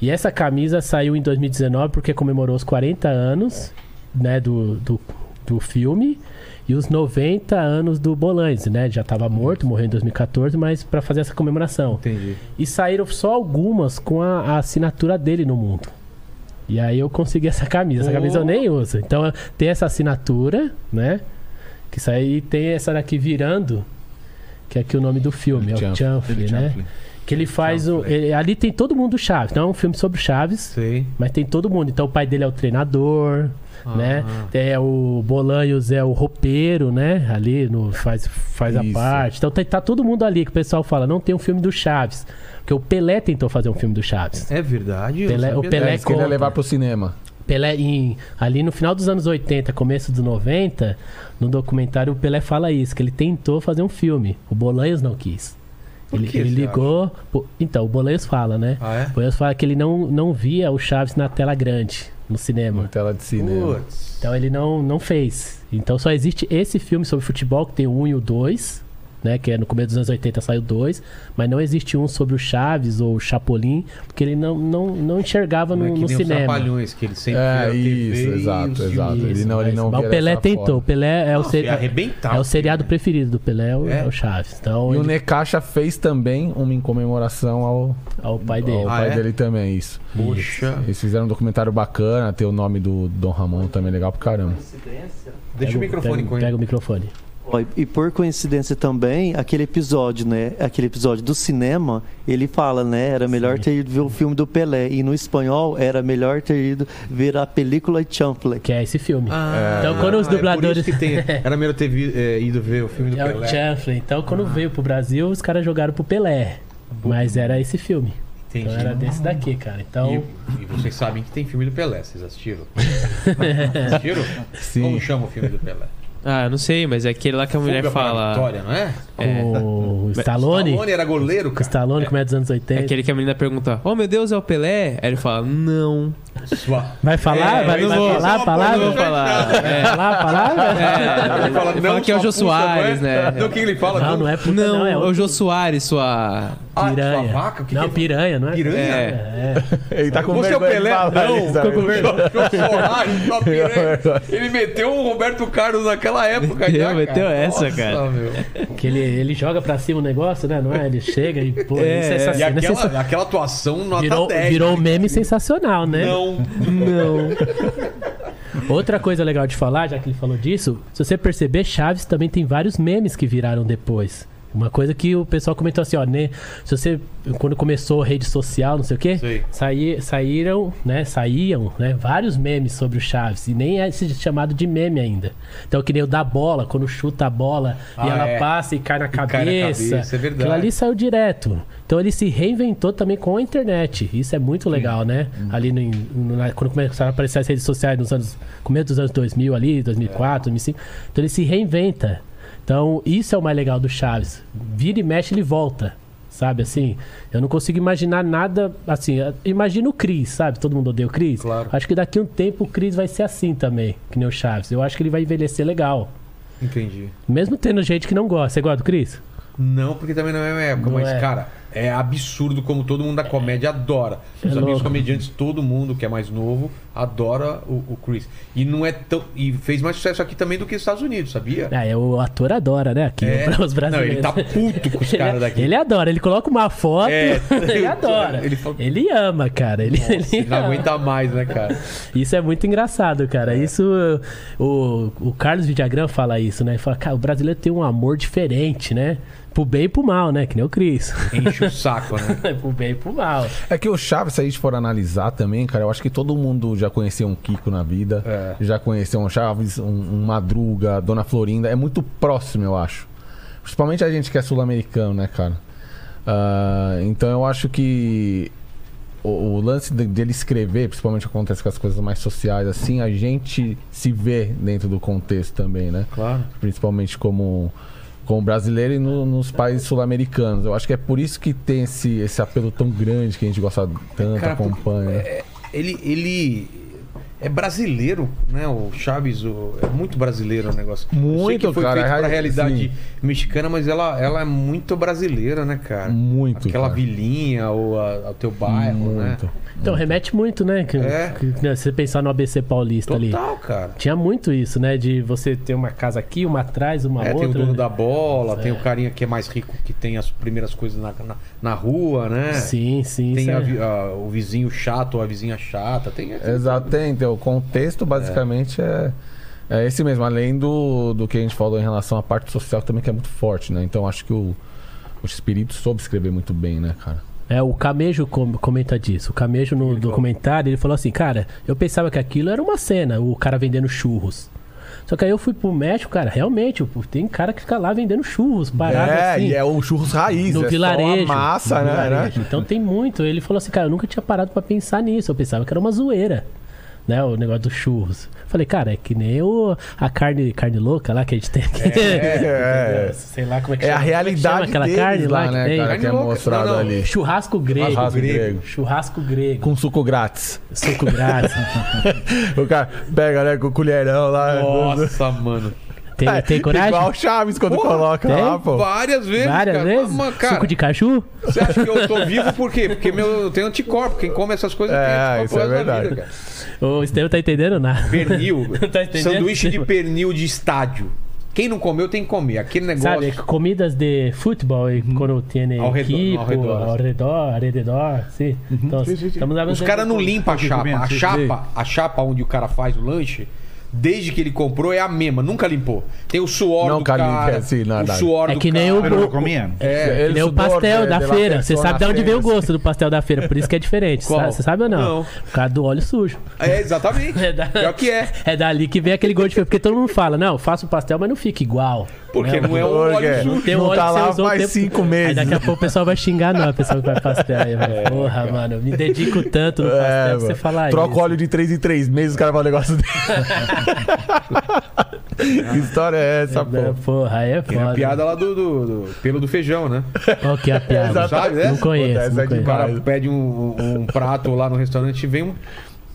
E essa camisa saiu em 2019 porque comemorou os 40 anos né, do, do, do filme e os 90 anos do Bolanes, né? Ele Já estava morto, morreu em 2014, mas para fazer essa comemoração.
Entendi.
E saíram só algumas com a, a assinatura dele no mundo. E aí eu consegui essa camisa. Essa camisa eu nem uso. Então tem essa assinatura, né? Que isso aí tem essa daqui virando, que é aqui o nome do filme, é o Chanfle, né? Que ele faz o. ele- ali tem todo mundo do Chaves. Não é um filme sobre o Chaves,
Sim.
mas tem todo mundo. Então o pai dele é o treinador,
Ah.
né? É o Bolanhos é o roupeiro, né? Ali no, faz, faz a
Isso.
parte. Então tá, tá todo mundo ali que o pessoal fala, não tem um filme do Chaves. Porque o Pelé tentou fazer um filme do Chaves.
É verdade? eu
Pelé-
sabia
o
dessa.
Pelé
É, isso que ele ia
conta.
levar pro cinema.
Pelé, em- ali no final dos anos 80, começo dos 90, no documentário o Pelé fala isso, que ele tentou fazer um filme. O Bolanhos não quis. Ele,
que
ele
você
ligou. pô, então, o Bolanhos fala, né?
Ah, é?
O Bolanhos fala que ele não, não via o Chaves na tela grande, no cinema.
Na tela de cinema.
Putz.
Então ele não, não fez. Então só existe esse filme sobre futebol, que tem o 1 e o 2, né? Que é no começo dos anos 80 saiu dois, mas não existe um sobre o Chaves ou o Chapolin, porque ele não, não, não enxergava no,
Não é que
no
nem os
cinema.
Trapalhões, que ele sempre vê
É,
na TV
isso,
e os
exato,
filmes.
exato. Ele não, ele
mas-
não
mas
via
o Pelé
dessa
tentou.
forma.
O Pelé é o,
Nossa,
ser-
ia arrebentar
é
o
o seriado
filme,
preferido do Pelé, é o,
né? É?
é o Chaves. Então,
E o
ele-
Necaxa fez também uma em comemoração ao,
ao pai
ao
dele.
Ah,
pai
é?
dele também, isso.
Poxa.
Eles fizeram um documentário bacana, tem o nome do Dom Ramon também, legal pra caramba.
Deixa o microfone
pega,
com ele.
pega o microfone.
Ó, e- E por coincidência também, aquele episódio, né? Aquele episódio do cinema, ele fala, né? Era melhor ter ido ver o filme do Pelé. E no espanhol, era melhor ter ido ver a película Champlain.
Que é esse filme.
Ah,
Então, quando
é por
os
isso
dubladores-
que
<laughs>
tem- Era melhor ter vi- é, ido ver o filme do
É o
Pelé. Ah.
Chanfle. Então, quando veio pro Brasil, os caras jogaram pro Pelé. Mas era esse filme.
Entendi.
Então era desse daqui, cara. Então,
E, e vocês sabem que tem filme do Pelé, vocês assistiram? assistiram?
Sim.
Como chama o filme do Pelé?
Ah, eu não sei, mas é aquele lá que a mulher
Fuga para a
fala.
Vitória, não é?
É.
Oh.
<laughs>
o Stallone.
Stallone era goleiro, cara.
Stallone, como é dos anos
É
80.
aquele que a menina pergunta, oh meu Deus, é o Pelé? Aí ele fala, não.
<laughs>
Sua-
Vai falar?
É,
vai
eu
vai
vou-
falar a
eu
palavra?
vou falar.
<laughs> Vai falar a palavra?
É, ele fala, que é o
sua puta,
Jô
não
Soares, né?
Então o que que ele fala?
Não, não é puta, não.
Não,
é
é o
outro.
Jô Soares, sua.
Ah,
Piranha.
sua vaca? O que
não,
que é?
piranha, não é?
Piranha?
É.
É.
Ele tá com
Você é o
vergonha de
Pelé?
falar
Não,
isso, tá sabe?
ficou com vergonha.
<laughs>
Jô Soares, sua piranha. Ele meteu o Roberto Carlos naquela época
Meteu,
já, cara.
meteu essa,
Nossa,
cara.
meu.
Que ele, ele joga pra cima o negócio, né? Não é? Ele chega e, pô,
É,
isso é
é.
E
sensacional.
aquela, aquela atuação nota
virou,
10.
virou um meme sensacional, né?
Não.
Não. Outra coisa legal de falar, já que ele falou disso, se você perceber, Chaves também tem vários memes que viraram depois. Uma coisa que o pessoal comentou assim, ó, né? Se você. Quando começou a rede social, não sei o
Sei.
quê, saí, saíram, né? Saíam, né? Vários memes sobre o Chaves. E nem é esse chamado de meme ainda. Então, que nem o da bola, quando chuta a bola
Ah,
e ela
é.
passa e cai na
cai na
cabeça.
cabeça, é verdade.
Aquilo ali saiu direto. Então ele se reinventou também com a internet. Isso é muito legal, né?
Uhum.
Ali no, no- na- quando começaram a aparecer as redes sociais nos anos começo dos anos 2000 ali, 2004, 2005. Então ele se reinventa. Então isso é o mais legal do Chaves. Vira e mexe ele volta. Sabe assim? Eu não consigo imaginar nada. Assim, imagina o Cris, sabe? Todo mundo odeia o Cris.
Claro.
Acho que daqui a um tempo o Cris vai ser assim também, que nem o Chaves. Eu acho que ele vai envelhecer legal.
Entendi.
Mesmo tendo gente que não gosta. Você gosta do Cris?
Não, porque também não é a minha época,
Não
mas,
é.
cara, é absurdo como todo mundo da comédia adora.
É
Os amigos
louco.
comediantes, todo mundo que é mais novo, adora o, o Chris. E não é tão. E fez mais sucesso aqui também do que nos Estados Unidos, sabia?
Ah, é, o ator adora, né? Aqui,
É.
para os
Não, ele
brasileiros.
tá puto com os
Ele- é-
caras daqui.
Ele adora, ele coloca uma foto,
É.
<laughs> ele adora.
Ele
Ele,
fala-
ama, cara. Ele, ele
Ele não
ama.
aguenta mais, né, cara?
Isso é muito engraçado,
É.
cara. Isso. O, o Carlos Vidagrã fala isso, né? Ele fala, cara, o brasileiro tem um amor diferente, né? Pro bem e pro mal, né? Que nem o Cris. <laughs>
Enche o saco, né?
pro bem e pro mal.
É que o Chaves, se a gente for analisar também, cara, eu acho que todo mundo já conheceu um Kiko na vida, já conheceu um Chaves, um, um Madruga, Dona Florinda. É muito próximo, eu acho. Principalmente a gente que é sul-americano, né, cara? Ah, então eu acho que o, o lance de- dele escrever, principalmente acontece com as coisas mais sociais, assim, a gente se vê dentro do contexto também, né?
Claro.
principalmente como, como brasileiro e no- nos países sul-americanos. Eu acho que é por isso que tem esse, esse apelo tão grande que a gente gosta tanto,
Cara, por-
acompanha.
É, ele, ele é brasileiro, né? O Chaves o- é muito brasileiro o negócio. Eu sei
Muito,
que foi
cara,
feito pra
é-
realidade
sim.
mexicana, mas ela, ela é muito brasileira, né, cara?
Muito,
Aquela
cara.
vilinha ou a, o teu bairro,
Muito.
né?
Então, remete muito, né? Que,
É.
que- que- né, se você pensar no ABC paulista
Tá
ali.
Total, cara.
Tinha muito isso, né? De você ter uma casa aqui, uma atrás, uma
É,
outra.
tem o dono
né?
da bola,
É.
tem o carinha que é mais rico que tem as primeiras coisas na, na, na rua, né?
É. Sim, sim.
Tem
isso
a
é-
vi- a- o vizinho chato ou a vizinha chata. Tem,
Exato, tem, então, o contexto basicamente é. é esse mesmo, além do, do que a gente falou em relação à parte social também, que é muito forte, né? Então acho que o, o espírito soube escrever muito bem, né, cara?
É, o Camejo com- comenta disso. O Camejo no documentário, ele falou assim, cara, eu pensava que aquilo era uma cena, o cara vendendo churros. Só que aí eu fui pro México, cara, realmente, pô, tem cara que fica lá vendendo churros, parado
É,
assim.
o churros raiz, é
No vilarejo. no vilarejo.
né?
Então tem muito. Ele falou assim, cara, eu nunca tinha parado pra pensar nisso. Eu pensava que era uma zoeira, né? O negócio dos churros. Falei, cara, é que nem o, a carne, carne louca lá que a gente tem aqui. <laughs>
é.
Sei lá como é que
É a
chama. Como que
realidade
chama aquela
deles
carne lá,
lá,
que
né,
tem.
cara, que é
Carne louca.
mostrado
Não, não.
ali.
Churrasco grego.
Churrasco grego.
Churrasco grego.
Com suco grátis.
Suco grátis.
<laughs>
O cara pega, né, com o colherão lá.
Nossa, mano.
Tem,
É,
tem coragem?
Igual o Chaves quando
Porra,
coloca
tem?
lá, pô.
Várias vezes,
Várias
cara.
vezes?
Mas, cara,
Suco de caju?
Você acha que eu tô vivo por quê? Porque meu, eu tenho anticorpo. Quem come essas coisas tem
É,
anticorpo
isso é
pro resto da
verdade.
cara.
O Estevam tá entendendo nada.
Pernil.
<laughs> Tá entendendo?
sanduíche de pernil de estádio. Quem não comeu tem que comer. Aquele negócio.
Sabe, comidas de futebol, e quando tem
Uhum. Ao redor-
equipe,
ao redor, Uhum.
ao redor, ao redor, sim. Então, estamos
Os caras não limpam
um
a chapa. A
comendo,
chapa, a chapa onde o cara faz o lanche, desde que ele comprou, é a mesma. Nunca limpou. Tem o suor
Não,
do
cara, limpa
cara.
assim, nada.
O suor
É
do
que
cara.
nem o-
Pero lo comían.
É,
Ele é o pastel da feira. Você sabe de onde vem o gosto do pastel da feira, por isso que é diferente.
Qual?
sabe? Você sabe ou não?
Não.
Por causa do óleo sujo.
É,
<laughs>
exatamente.
É da-
Pior que é.
É dali que vem aquele gosto de feio, porque todo mundo fala, não, faça o pastel, mas não fica igual.
Porque não é um
Porque
óleo
é.
sujo.
Não tem
Não
óleo
tá
que você
lá
usou o
faz
tempo-
cinco
Aí
meses.
daqui a pouco o pessoal vai xingar, não, a pessoa que faz pastel. Aí, eu falo, Porra, mano, eu me dedico tanto no pastel
É,
pra você
mano.
falar
Troca
isso.
óleo de 3 em 3 meses, o cara fala um negócio
<laughs>
dele. que história é essa,
É,
pô?
Porra, aí é
Tem a
foda.
piada lá do, do- do pelo do feijão, né?
Qual que é a piada?
Sabe, né?
Não conheço,
Essa
não
é
O
conheço.
cara
Vai.
pede um, um prato lá no restaurante e vem um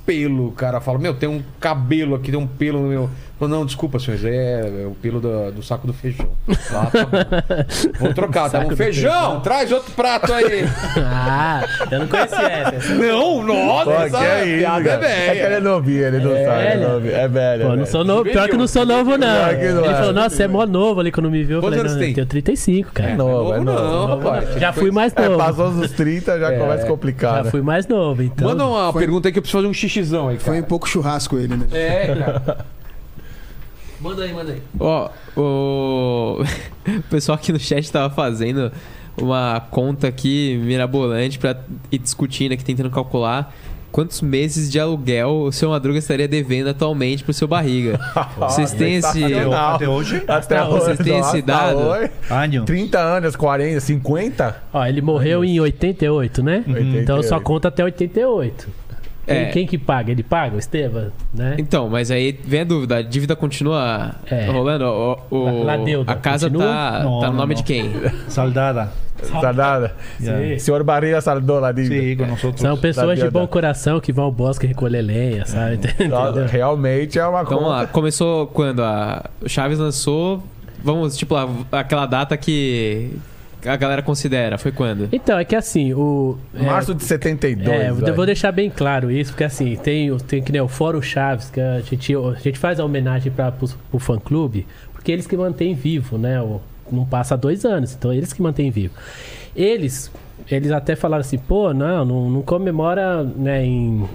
pelo. O cara fala, meu, tem um cabelo aqui, tem um pelo no meu. Fala, não, desculpa, senhores, é, é o pelo da- do, saco do feijão. Ah, tá bom. Vou trocar, tá bom?
do
Feijão, traz outro prato aí.
Ah, eu não conhecia essa.
não, nossa,
Pô,
essa
que é isso,
piada é
cara? É que
velha.
ele é novinho, ele não sabe. ele É
velha.
novinho. É velho.
Pô, não sou novo, pior que eu não sou novo, não.
Pior que não
Ele
é.
falou, nossa, você é mó novo ali quando me viu. Eu
Quantos anos
falei, não,
tem?
eu tenho 35, cara.
novo, é
Novo não,
novo.
rapaz.
Já fui mais
É,
novo.
passou dos 30, já começa complicado.
É, Já fui mais novo, então.
Manda uma
Foi-
pergunta aí que eu preciso fazer um xixizão aí,
Foi
cara.
um pouco churrasco ele, né?
É, cara.
Manda aí, manda aí. Ó, o... <laughs> o pessoal aqui no chat tava fazendo uma conta aqui mirabolante pra ir discutindo aqui, tentando calcular quantos meses de aluguel o seu Madruga estaria devendo atualmente pro seu barriga. Vocês têm esse...
Sensacional.
¿Hasta hoy?
Até
hoje, vocês têm
Tá nossa,
esse dado?
hoje.
Año.
30 anos, 40, 50?
Ó, ele morreu em 88, né?
88.
Então só conta até 88.
É.
Quem, quem que paga? Ele paga, o Estevam, né?
Então, mas aí vem a dúvida, a dívida continua
É.
rolando? O, o-
Lá- lá deu,
a casa
continua?
tá,
Não,
tá no
não,
nome
não.
de quem?
Saldada.
Sardada.
Sim.
Tá Senhor Barreira Sardou lá de
Sí, con nosotros.
São pessoas de
Sabia
bom
da-
coração que vão ao bosque recolher lenha, sabe? Entendeu?
Realmente é uma
Então vamos lá,
conta.
começou quando a o Chaves lançou. Vamos, tipo, a- aquela data que a galera considera. Foi quando?
<laughs> Então, é que assim, o. é,
Março de 72.
É, eu
vai.
vou deixar bem claro isso, porque assim, tem, o- tem que nem o Fórum Chaves, que a gente, a gente faz a homenagem para o fã-clube, porque eles que mantêm vivo, né? O, não passa dois anos, então eles que mantêm vivo. Eles, eles até falaram assim, pô, não, não, não comemora né, em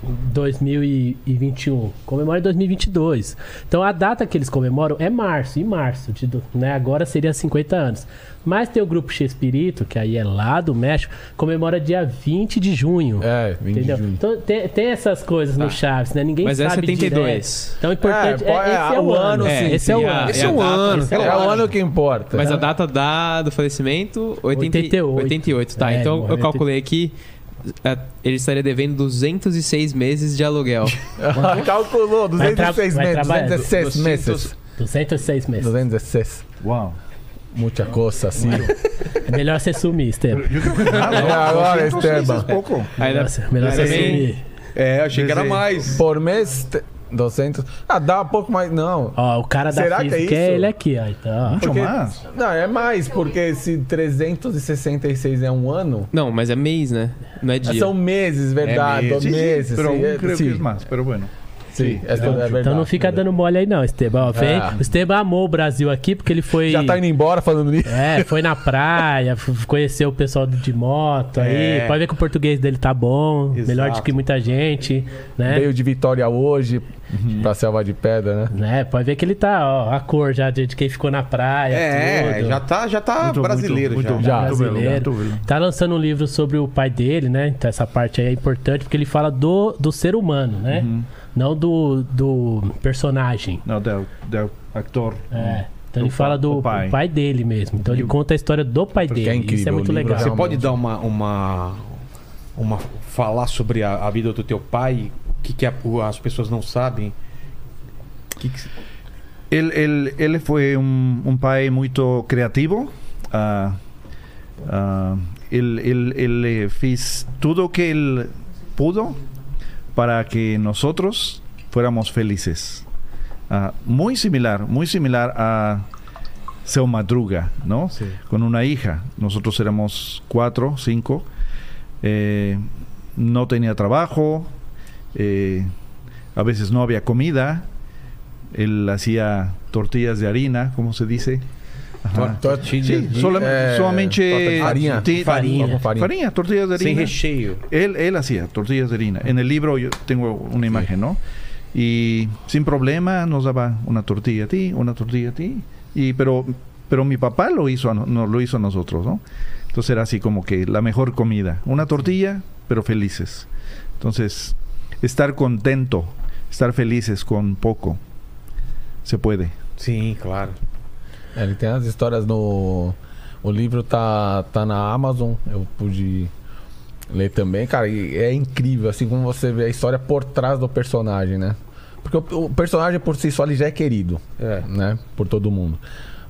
2021, comemora em 2022. Então a data que eles comemoram é março, e março, de, do- né, agora seria 50 anos. Mas tem o grupo Chespirito, que aí é lá do México, comemora dia 20 de junho.
É, 20 de
Entendeu?
junho. Tá.
Então, tem, tem essas coisas no Chaves, né? Ninguém
Mas é
sabe
72.
direto. Então, o importante
É,
é,
pô, é,
esse é
o
o ano.
ano,
é,
sim,
esse é
sim,
o
a-
ano.
Esse é o
a data,
ano. tá?
esse
É,
é o
o
ano.
ano que importa.
Mas a data da, do falecimento, 80,
88.
88. Tá,
É,
então
morreu
eu calculei que é, ele estaria devendo 206 meses de aluguel.
<laughs> Calculou,
Vai tra-
206
vai
meses.
trabalhar.
216 meses.
206 meses.
216.
<laughs> Wow.
Muita coisa, assim.
É melhor você sumir, Esteban.
Agora,
Entonces,
Esteban.
es poco.
Aí
Melhor,
dá-
você- melhor você
também-
sumir.
É, achei que era
Desenho.
mais.
Por mês, te- 200. Ah, dá um pouco mais. Não.
Ó, o cara da
Será que é
física é,
isso?
ele aqui, ó. Então, ó.
Mucho
Porque-
más.
Não, é mais, porque se 366 é um ano,
Não, mas é mês, né? Não é dia.
são meses, verdade.
Sí, sí,
meses.
pero
sim,
aún
é-
creo
sim,
que es más, pero bueno.
sim, essa é verdade.
então não fica dando mole aí não, Esteban. Ó, vem.
É.
Ah.
O Esteban amou o Brasil aqui porque ele foi...
Já tá indo embora falando nisso.
É, foi na praia, f- conheceu o pessoal de moto aí.
É.
Pode ver que o português dele tá bom,
Exato.
melhor do que muita gente, né?
Veio de Vitória hoje pra Selva de Pedra, né?
Né, pode ver que ele tá, ó, a cor já de, de quem ficou na praia,
É,
tudo.
já tá, já tá
Muito,
brasileiro
muito,
já.
muito,
Já.
muito bello,
Brasileiro.
muito bello.
Tá lançando um livro sobre o pai dele, né? Então essa parte aí é importante porque ele fala do, do ser humano, né?
Uhum.
Não do, do personagem.
No, del, del actor.
É. Então
Do
ele fala
pa-
do
do pai.
pai. dele mesmo. Então ele
E o-
conta a história do pai
Porque é
dele. Isso é
incrível,
muito
o livro
legal.
Você
Realmente.
pode dar uma, uma, uma falar sobre a, a vida do teu pai, o que, que a- o- as pessoas não sabem? Que que-
Él, él, él fue un, un pai muy creativo. Ah, ah, él, él, él eh, fez todo que él pudo para que nosotros fuéramos felices. Ah, muy similar, muy similar a Seu Madruga, ¿no?
Sí.
Con una hija. Nosotros éramos cuatro, cinco. Eh, no tenía trabajo. eh, a veces no había comida. Él hacía tortillas de harina, ¿cómo se dice? Ajá.
Tô- tô-
Sí, Eh, solam-
é, torta
solamente
de farinha.
ti-
Farinha.
farinha, tortillas de harina.
sem recheio.
Él, él hacía tortillas de harina. En el libro yo tengo una imagen, ¿no? Y sin problema nos daba una tortilla a ti, una tortilla a ti. Y, pero, pero mi papá lo hizo, a no, no- lo hizo a nosotros, ¿no? Entonces era así como que la mejor comida. Una tortilla, pero felices. Entonces, estar contento, estar felices con poco, se puede.
Sim, claro.
É, ele tem as histórias no. O livro tá, tá na Amazon, eu pude ler também, cara, e é incrível, assim como você vê a história por trás do personagem, né? Porque o, o personagem por si só ele já é querido,
É.
né? Por todo mundo.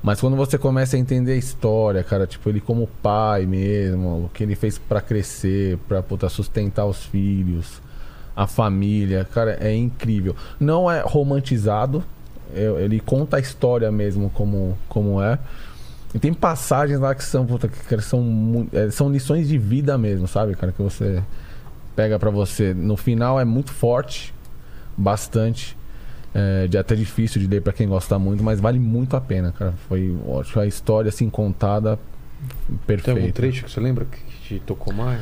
Mas quando você começa a entender a história, cara, tipo, ele como pai mesmo, o que ele fez pra crescer, pra puta, sustentar os filhos, a família, cara, é incrível. Não é romantizado, é- ele conta a história mesmo como, como é. E tem passagens lá que são, puta, que cara, são, mu- é, são lições de vida mesmo, sabe, cara? Que você pega pra você. No final é muito forte, bastante. É, de até difícil de ler pra quem gosta muito, mas vale muito a pena, cara. Foi ótimo. A história assim contada
Tem algum
perfeita.
trecho que você lembra que te tocou mais?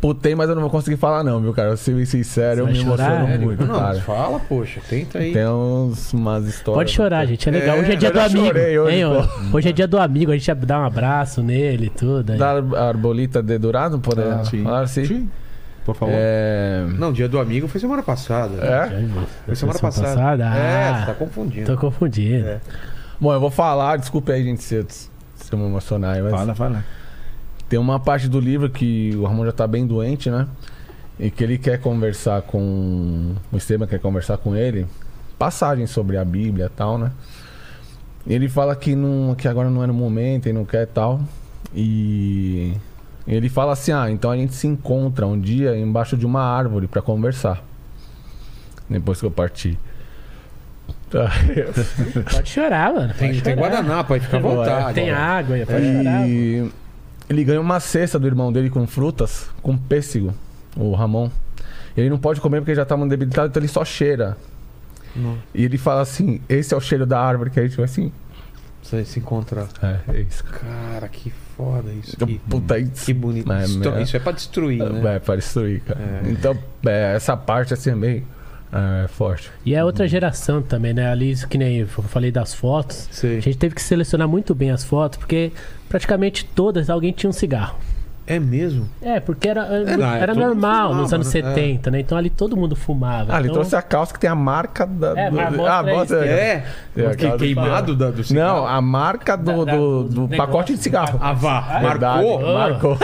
Putei, mas eu não vou conseguir falar, não, viu, cara? Eu ser sincero, eu
Você
me
vai chorar?
emociono
Sério?
muito,
Não, mas
cara.
fala, poxa, tenta aí.
Tem uns, umas histórias.
Pode chorar, gente. É legal.
É,
hoje é dia
eu
do
já
amigo.
chorei hoje,
hein,
pô.
ó. hoje é dia do amigo, a gente ia dar um abraço nele e tudo. aí.
Da ar- arbolita de Dourado, poder
Ah, É. sim.
falar assim?
Sí, Eh, por favor.
É...
Não, dia do amigo foi semana passada.
é?
Foi semana passada. É, você tá
Ah,
confundindo.
tô confundindo.
É.
Bom, eu vou falar, desculpe aí, gente, se eu, se eu me emocionar. aí, Mas
fala, fala.
Tem uma parte do livro que o Ramon já tá bem doente, né? E que ele quer conversar com. O Esteban quer conversar com ele. Passagens sobre a Bíblia e tal, né? E ele fala que, não, que agora não era o momento e não quer e tal. E Ele fala assim: ah, então a gente se encontra um dia embaixo de uma árvore para conversar. Depois que eu parti. <laughs> Tá.
Pode chorar, mano.
Tem,
Pode
tem
chorar.
guardanapo aí, fica à vontade.
Tem água, é aí, pode chorar.
E ele ganhou uma cesta do irmão dele com frutas, com pêssego, o Ramon. Ele não pode comer porque já tá muito debilitado, então ele só cheira. E ele fala assim: esse é o cheiro da árvore que a gente vai assim.
Você se encontrar.
É, é isso.
Cara, que foda isso.
Então,
Que,
puta, isso.
que bonito.
Mas,
Destro-
mas-
Isso é pra destruir, né?
É, pra destruir, cara.
É.
Então, é, essa parte assim é meio é, forte.
E é outra geração também, né? Ali, isso que nem eu falei das fotos.
Sei.
A gente teve que selecionar muito bem as fotos, porque praticamente todas alguém tinha um cigarro.
É mesmo?
É, porque era,
não,
era,
todo mundo
normal
fumava,
nos anos
né?
70, né? Então ali todo mundo fumava.
Ah, ele
então,
trouxe a calça que tem a marca da.
É,
do-
mas mostra
ah,
aí,
bota aí.
É.
É,
Mas que-
aquela do
queimado da, do
Não,
cigarro?
a marca do,
Da- da-
do,
do
do pacote de cigarro.
Ah, vá. Marcou?
Verdade, Marcou.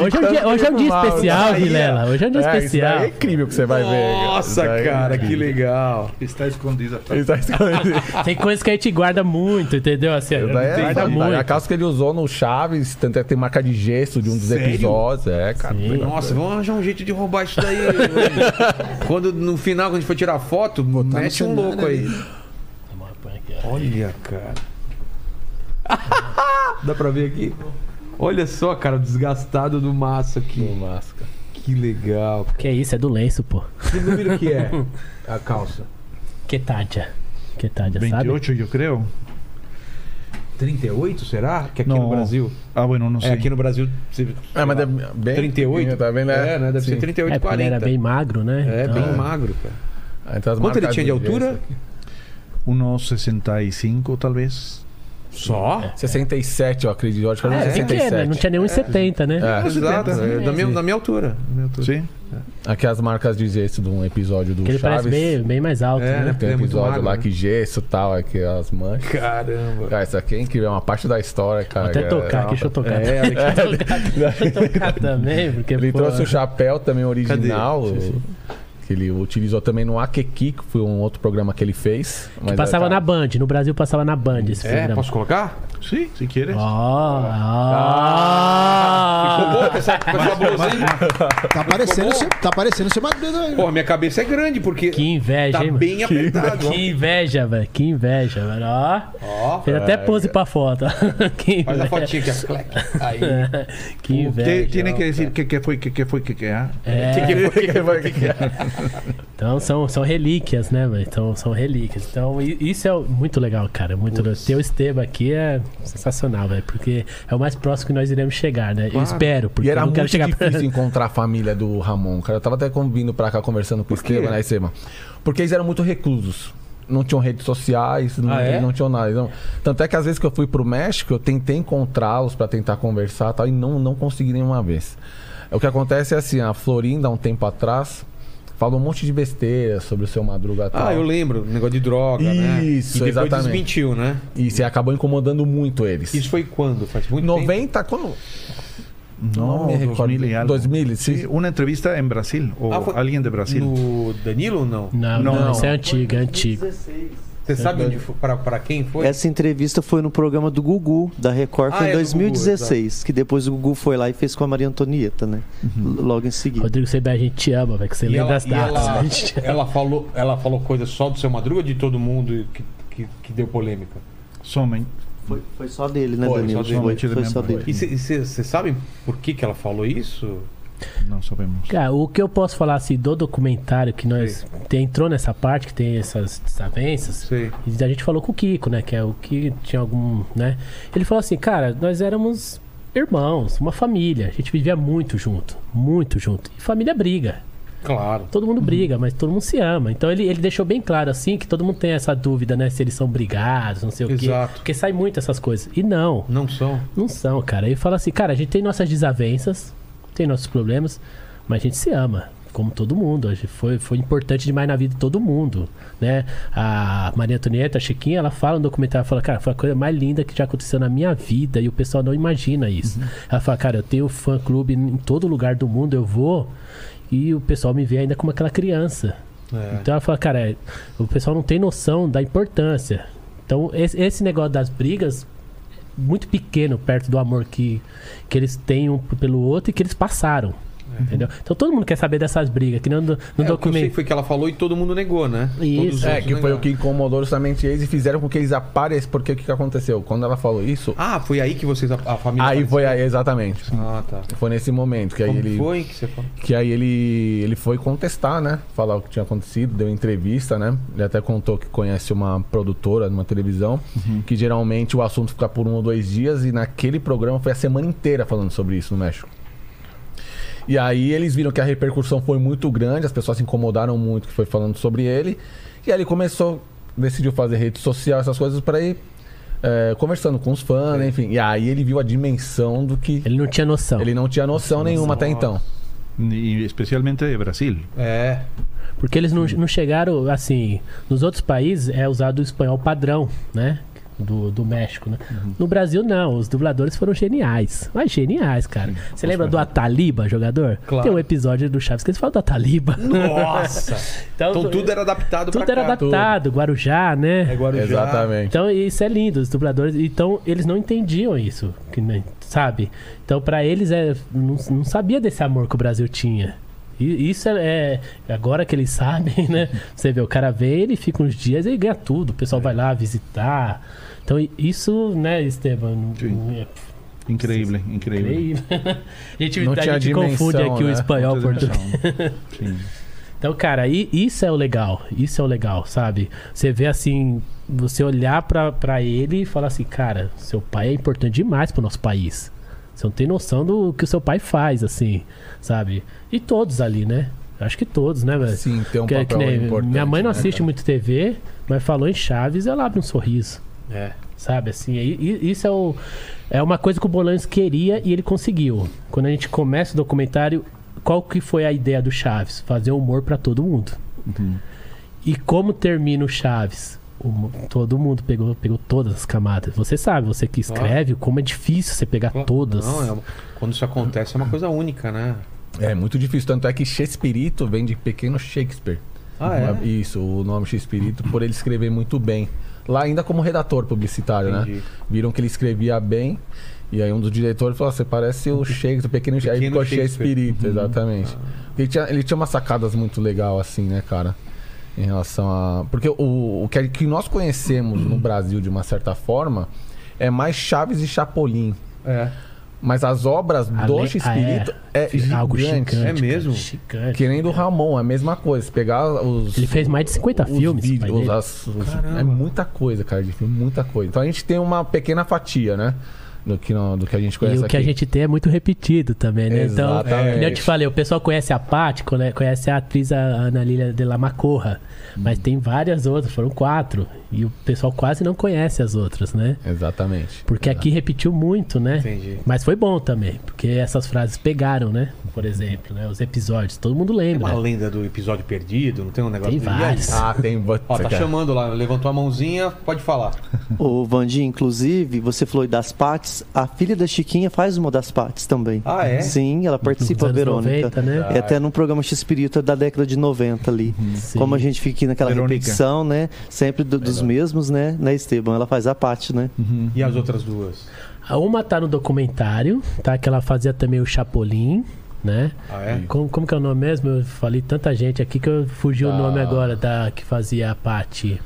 Hoje é um dia, hoje é um dia
Fumava.
especial,
Aí,
Vilela. Hoje é um dia
isso daí
especial.
É incrível que você vai ver.
Nossa,
Isso daí é
cara, que
incrível.
legal.
Está escondido atrás.
Isso daí- é <laughs>
Tem coisas que a gente guarda muito, entendeu? Assim,
isso daí é
guarda
fantástico.
muito.
A calça que ele usou no Chaves, tanto é que tem marca de gesso de um dos
Sério?
episódios. É, cara.
Sim.
Nossa, vamos arranjar um jeito de roubar isso daí. <laughs> mano. quando no final, quando a gente for tirar foto,
no
mete um
cenário
louco aí. Olha, cara. <laughs> Dá pra ver aqui? Olha só, cara, o desgastado do massa aqui.
Máscara.
Que legal.
Que isso, é do lenço, pô.
Que número que é a calça?
Quetádia. Quetádia, sabe?
28, eu creo.
38, será? Que é aqui
Não.
no Brasil.
Ah, bueno, no
É,
sé.
aqui Eh, no Brasil. você-
É, mas deve bem.
38?
Tá vendo?
É, né? Deve
Sim.
ser 38,
É, porque ele
40.
era bem magro, né?
É,
Então,
bem magro, cara.
Ah, então as
Quanto ele
marcas
tinha de
do gesso.
altura?
Unos 65, tal vez.
Só?
67, eu acredito. Eu acho que era
É,
um
pequeno,
67.
não tinha nenhum em 70, né?
É.
Exato, é, da, minha,
Sim.
da minha altura. Da minha altura.
Sí.
Aqui as marcas de gesso de um episódio do
Porque ele
Chaves.
parece bem, bem mais alto,
É,
né?
né?
Tem um
Ele é muito
episódio
magro,
lá
né?
que gesso e tal, aqui as manchas.
Caramba.
Cara, isso aqui é incrível, é uma parte da história,
Vou
cara.
até
É,
tocar aqui,
é,
deixa eu tocar.
É,
Deixa eu tocar- deixa eu tocar também, porque...
Ele
pô,
trouxe o chapéu também original. Que ele utilizou também no Akeki, que foi um outro programa que ele fez. é, tá.
que passava na
na
Band, no Brasil passava na Band esse
É,
programa.
posso colocar?
Sí, si quieres.
Ó, ó.
Ah, Ficou bom com essa, com essa blusinha?
Tá aparecendo,
bom?
seu, tá aparecendo seu madruga aí.
Porra, minha cabeça é grande, porque
Que inveja,
tá
hein, mano?
bem apertado.
Que inveja, velho. Que inveja, velho. Ó,
Ó,
fez até pose pra foto. <laughs> que
faz a
inveja.
fotinha aqui, ó. Clec. Aí.
que
¿Qué
inveja.
tiene que decir que, que fue, que, que fue, que, que ah?
É,
Band.
é?
<laughs> então são, são relíquias, né, velho? Então são relíquias. Então i- isso é muito legal, cara. Muito legal. Ter o Esteban aqui é sensacional, velho. Porque é o mais próximo que nós iremos chegar, né? Eu espero, porque
E era
eu não
muito
quero chegar
difícil
<laughs> perto.
encontrar a família do Ramon, cara. Eu tava até com- vindo pra cá conversando com o
quê?
Esteban, né, Esteban? Porque eles eram muito reclusos. Não tinham redes sociais, não,
Ah, é?
não tinham nada. Não. Tanto é que às vezes que eu fui pro México, eu tentei encontrá-los pra tentar conversar e tal, e não, não consegui nenhuma vez. O que acontece é assim, a Florinda, há um tempo atrás, falou um monte de besteira sobre o seu madruga e tal.
Ah, eu lembro. Negócio de droga, né?
Isso,
E depois
exatamente.
desmentiu, né?
E você acabou incomodando muito eles.
Isso foi quando? Faz muito tempo.
90, quando.
No,
me
2000 y algo.
2000,
Sí,
sim.
una entrevista en Brasil o
Ah, fue-
alguien de
um.
Brasil.
No Danilo ou não?
Não, não,
Não, não.
isso é antigo, é antigo.
Você
É.
sabe onde foi, pra, pra quem foi?
Essa entrevista foi no programa do Gugu, da Record,
Ah,
foi
é,
em
do
2016, que depois o Gugu foi lá e fez com a Maria Antonieta, né? L- Logo em seguida.
Rodrigo Seber, a gente te ama, velho. Que
é
você
E
lembra
ela,
das
e
datas.
ela-
né? A gente te
<laughs>
ama.
ela falou, ela falou coisa só do seu Madruga ou de todo mundo que, que, que deu polêmica?
Somen.
Foi, foi só dele, né,
Foi,
Danilo?
só dele.
Foi,
Tira
foi
mesmo,
só
foi.
dele.
E vocês sabem por que, que ela falou isso?
No sabemos.
Cara, o que eu posso falar assim do documentário que nós tem- entrou nessa parte que tem essas desavenças,
Sei.
e a gente falou com o Kiko, né? Que é o que tinha algum, né? Ele falou assim, cara, nós éramos irmãos, uma família, a gente vivia muito junto, muito junto. E família briga.
Claro.
Todo mundo briga, mas todo mundo se ama. Então ele, ele deixou bem claro, assim, que todo mundo tem essa dúvida, né? Se eles são brigados, não sei o quê.
Exato.
Porque sai muito essas coisas. E não.
Não são?
Não são, cara. Ele fala assim, cara, a gente tem nossas desavenças, tem nossos problemas, mas a gente se ama. Como todo mundo, A gente foi, foi importante demais na vida de todo mundo, né? A Maria Antonieta, a Chiquinha, ela fala no documentário, ela fala, cara, foi a coisa mais linda que já aconteceu na minha vida e o pessoal não imagina isso. Ela fala, cara, eu tenho fã-clube em todo lugar do mundo, eu vou e o pessoal me vê ainda como aquela criança. Então ela fala, cara, é, o pessoal não tem noção da importância. Então esse, esse negócio das brigas muito pequeno perto do amor que, que eles têm um pelo outro e que eles passaram. Entendeu? Então todo mundo quer saber dessas brigas, que não no
É, o que eu sei
documento.
foi que ela falou e todo mundo negou, né?
Isso.
Todos os
É,
outros
que foi
negaram.
o que incomodou justamente eles e fizeram com que eles apareçam, porque o que, que aconteceu? Quando ela falou isso,
Ah, foi aí que vocês. A, a família.
aí
apareceu.
foi aí, exatamente.
Ah, tá.
Foi nesse momento que aí
Como
ele.
foi que você falou?
Que aí ele, ele foi contestar, né? Falar o que tinha acontecido, deu entrevista, né? Ele até contou que conhece uma produtora numa televisão, que geralmente o assunto fica por um ou dois dias, e naquele programa foi a semana inteira falando sobre isso no México. E aí eles viram que a repercussão foi muito grande, as pessoas se incomodaram muito que foi falando sobre ele. E aí ele começou, decidiu fazer rede social, essas coisas, para ir eh, conversando com os fãs, enfim. E aí ele viu a dimensão do que.
Ele não tinha noção.
Ele não tinha noção nenhuma até então.
Y especialmente de Brasil.
É.
Porque eles não, não chegaram assim. Nos outros países é usado o espanhol padrão, né? Do, do México, né?
Uhum.
No Brasil, não. Os dubladores foram geniais. Mas geniais, cara. Você lembra do Ataliba, jogador?
Claro.
Tem um episódio do Chaves que eles falam do Ataliba.
Nossa!
<laughs> Então,
então
é-
tudo era adaptado
tudo
pra
era
cá.
adaptado, Guarujá, né?
É Guarujá.
Exatamente.
Então isso é lindo, os dubladores. Então eles não entendiam isso, que nem- sabe? Então pra eles é, não, não sabia desse amor que o Brasil tinha. E isso é, é- agora que eles <laughs> sabem, né? Você vê o cara vem, ele fica uns dias e ganha tudo. O pessoal vai lá visitar. Então i- isso, né, Esteban?
Sim.
É
Increíble, increíble.
incrível.
<laughs>
A gente,
Não
a
tinha
gente confunde
dimensão,
aqui o
né?
espanhol
Muita
português.
dimensão. Sim.
<laughs> Então, cara, i- isso é o legal. Isso é o legal, sabe? Você vê assim, você olhar pra pra ele e falar assim, cara, seu pai é importante demais pro nosso país. Você não tem noção do que o seu pai faz, assim, sabe? E todos ali, né? Acho que todos, né, velho?
Sim, tem um
Que-
papel
que nem-
importante.
Minha mãe não
né,
assiste
cara?
muito TV, mas falou em Chaves, ela abre um sorriso.
É.
Sabe, assim, e- e- isso é, o, é uma coisa que o Bolanes queria e ele conseguiu. Quando a gente começa o documentário, qual que foi a ideia do Chaves? Fazer humor pra todo mundo.
Uhum.
E como termina o Chaves? O mu- todo mundo pegou, pegou todas as camadas. Você sabe, você que escreve, como é difícil você pegar todas.
Não,
um
é uma- quando isso acontece é uma coisa única, né?
É muito difícil. Tanto é que Shakespeare vem de pequeno Shakespeare.
Ah, é?
Uma- Isso, o nome Shakespeare, por ele escrever muito bem. Lá ainda como redator publicitário, né?
Entendi.
Viram que ele escrevia bem. E aí um dos diretores falou: "Ah, você parece o Shakespeare, o pequeno, Shakespeare. Aí
Pequeno
ficou
Shakespeare. Uhum. Ah.
Shakespeare, exatamente. Ele, tinha, ele tinha umas sacadas muito legal, assim, né, cara? Em relação a. Porque o, o que, que nós conhecemos no Brasil, de uma certa forma, é mais Chaves e Chapolin.
É.
Mas as obras
A
do
le-
Chespirito
ah,
é,
Algo
gigante.
chicante.
É mesmo?
Chicante.
Que nem do Ramon, é a mesma coisa. Se Pegar os.
Ele fez mais de 50
os
filmes. pai
Vídeos,
dele.
as- os- é muita coisa, cara, de filme, muita coisa. Então a gente tem uma pequena fatia, né? Do que, no- do que a gente
E
conhece
o que a
aqui.
gente tem é muito repetido também, né? Então,
Exatamente.
como eu te falei, o pessoal conhece a Paty, conhe- conhece a atriz a Ana Lília de la Macorra,
Hum.
mas tem várias outras, foram quatro, e o pessoal quase não conhece as outras, né?
Exatamente.
Porque aqui repetiu muito, né?
Entendi.
Mas foi bom também, porque essas frases pegaram, né? Por exemplo, né? os episódios, todo mundo
Tem É uma
É
lembra.
lenda do episódio perdido, não tem um negócio
Né? Tem
E aí?
vários.
Ah, tem.
Ó,
você
tá
quer-
chamando lá, levantou a mãozinha, pode falar.
Ô, Vandinho, inclusive, você falou das pates. A filha da Chiquinha faz uma das pates também.
Ah, é?
Sim, ela participa, a
Nos anos
Verônica.
90, né? Uhum.
É até num programa X-Espírita da década de 90 ali. Como a gente fica aqui naquela
Verônica.
repetição, né? Sempre do- dos mesmos, né? Né, Esteban? Ela faz a parte, né?
Uhum.
E as outras duas?
A Uma tá no documentário, tá? Que ela fazia também o Chapolin, né?
Ah, é?
Como, como que é o nome mesmo? Eu falei tanta gente aqui que eu fugi o
Da-
nome agora da que fazia a Paty.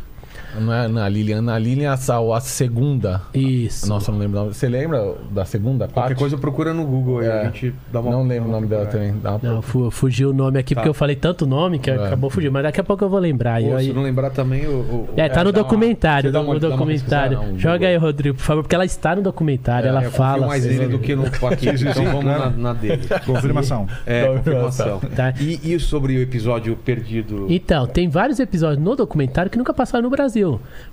Não é Ana Lilian. Ana Lilian é a, sal- a segunda.
Isso.
Nossa, eu não lembro o nome. Você lembra da segunda?
Qualquer
parte?
coisa procura no Google aí,
É.
a gente dá uma.
Não lembro o nome dela
procurada.
também. Dá uma
Não, fu- fugiu o nome
Tá.
aqui porque eu falei tanto nome
É.
que acabou fugindo, mas daqui a pouco eu vou lembrar. E
Pô,
aí-
se não lembrar também, o. o-
É, tá
é,
no
dá uma-
documentário, tá
você dá
no-
uma-
no
dá uma
documentário.
pesquisada, não, É,
Joga
Google.
aí, Rodrigo, por favor, porque ela está no documentário, ela
um É, eu confio
fala.
mais
assim,
nele do que no
<laughs>
aqui,
é
então vamos na, na dele.
Confirmação.
É, confirmação.
Tá.
E, e sobre o episódio perdido?
Então, tem vários episódios no documentário que nunca passaram no Brasil.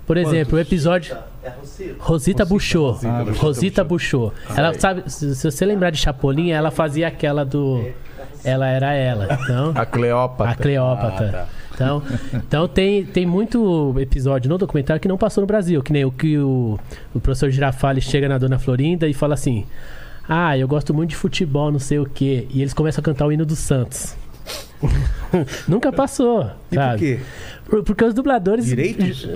Por exemplo, o episódio.
É Rosita.
Rosita Buchô. Rosita Buchô. Ela sabe, se se você lembrar de Chapolin, ela fazia aquela
É,
do. Ela era ela.
<laughs>
Então.
A Cleópatra.
A
Ah,
Cleópatra.
tá.
Então, então tem, tem muito episódio no documentário que não passou no Brasil, que nem o que o, o professor Girafales chega na dona Florinda e fala assim: Ah, eu gosto muito de futebol, não sei o quê. E eles começam a cantar o hino do Santos. <laughs> Nunca passou.
E por
sabe?
quê?
Por- Porque os dubladores.
Direitos?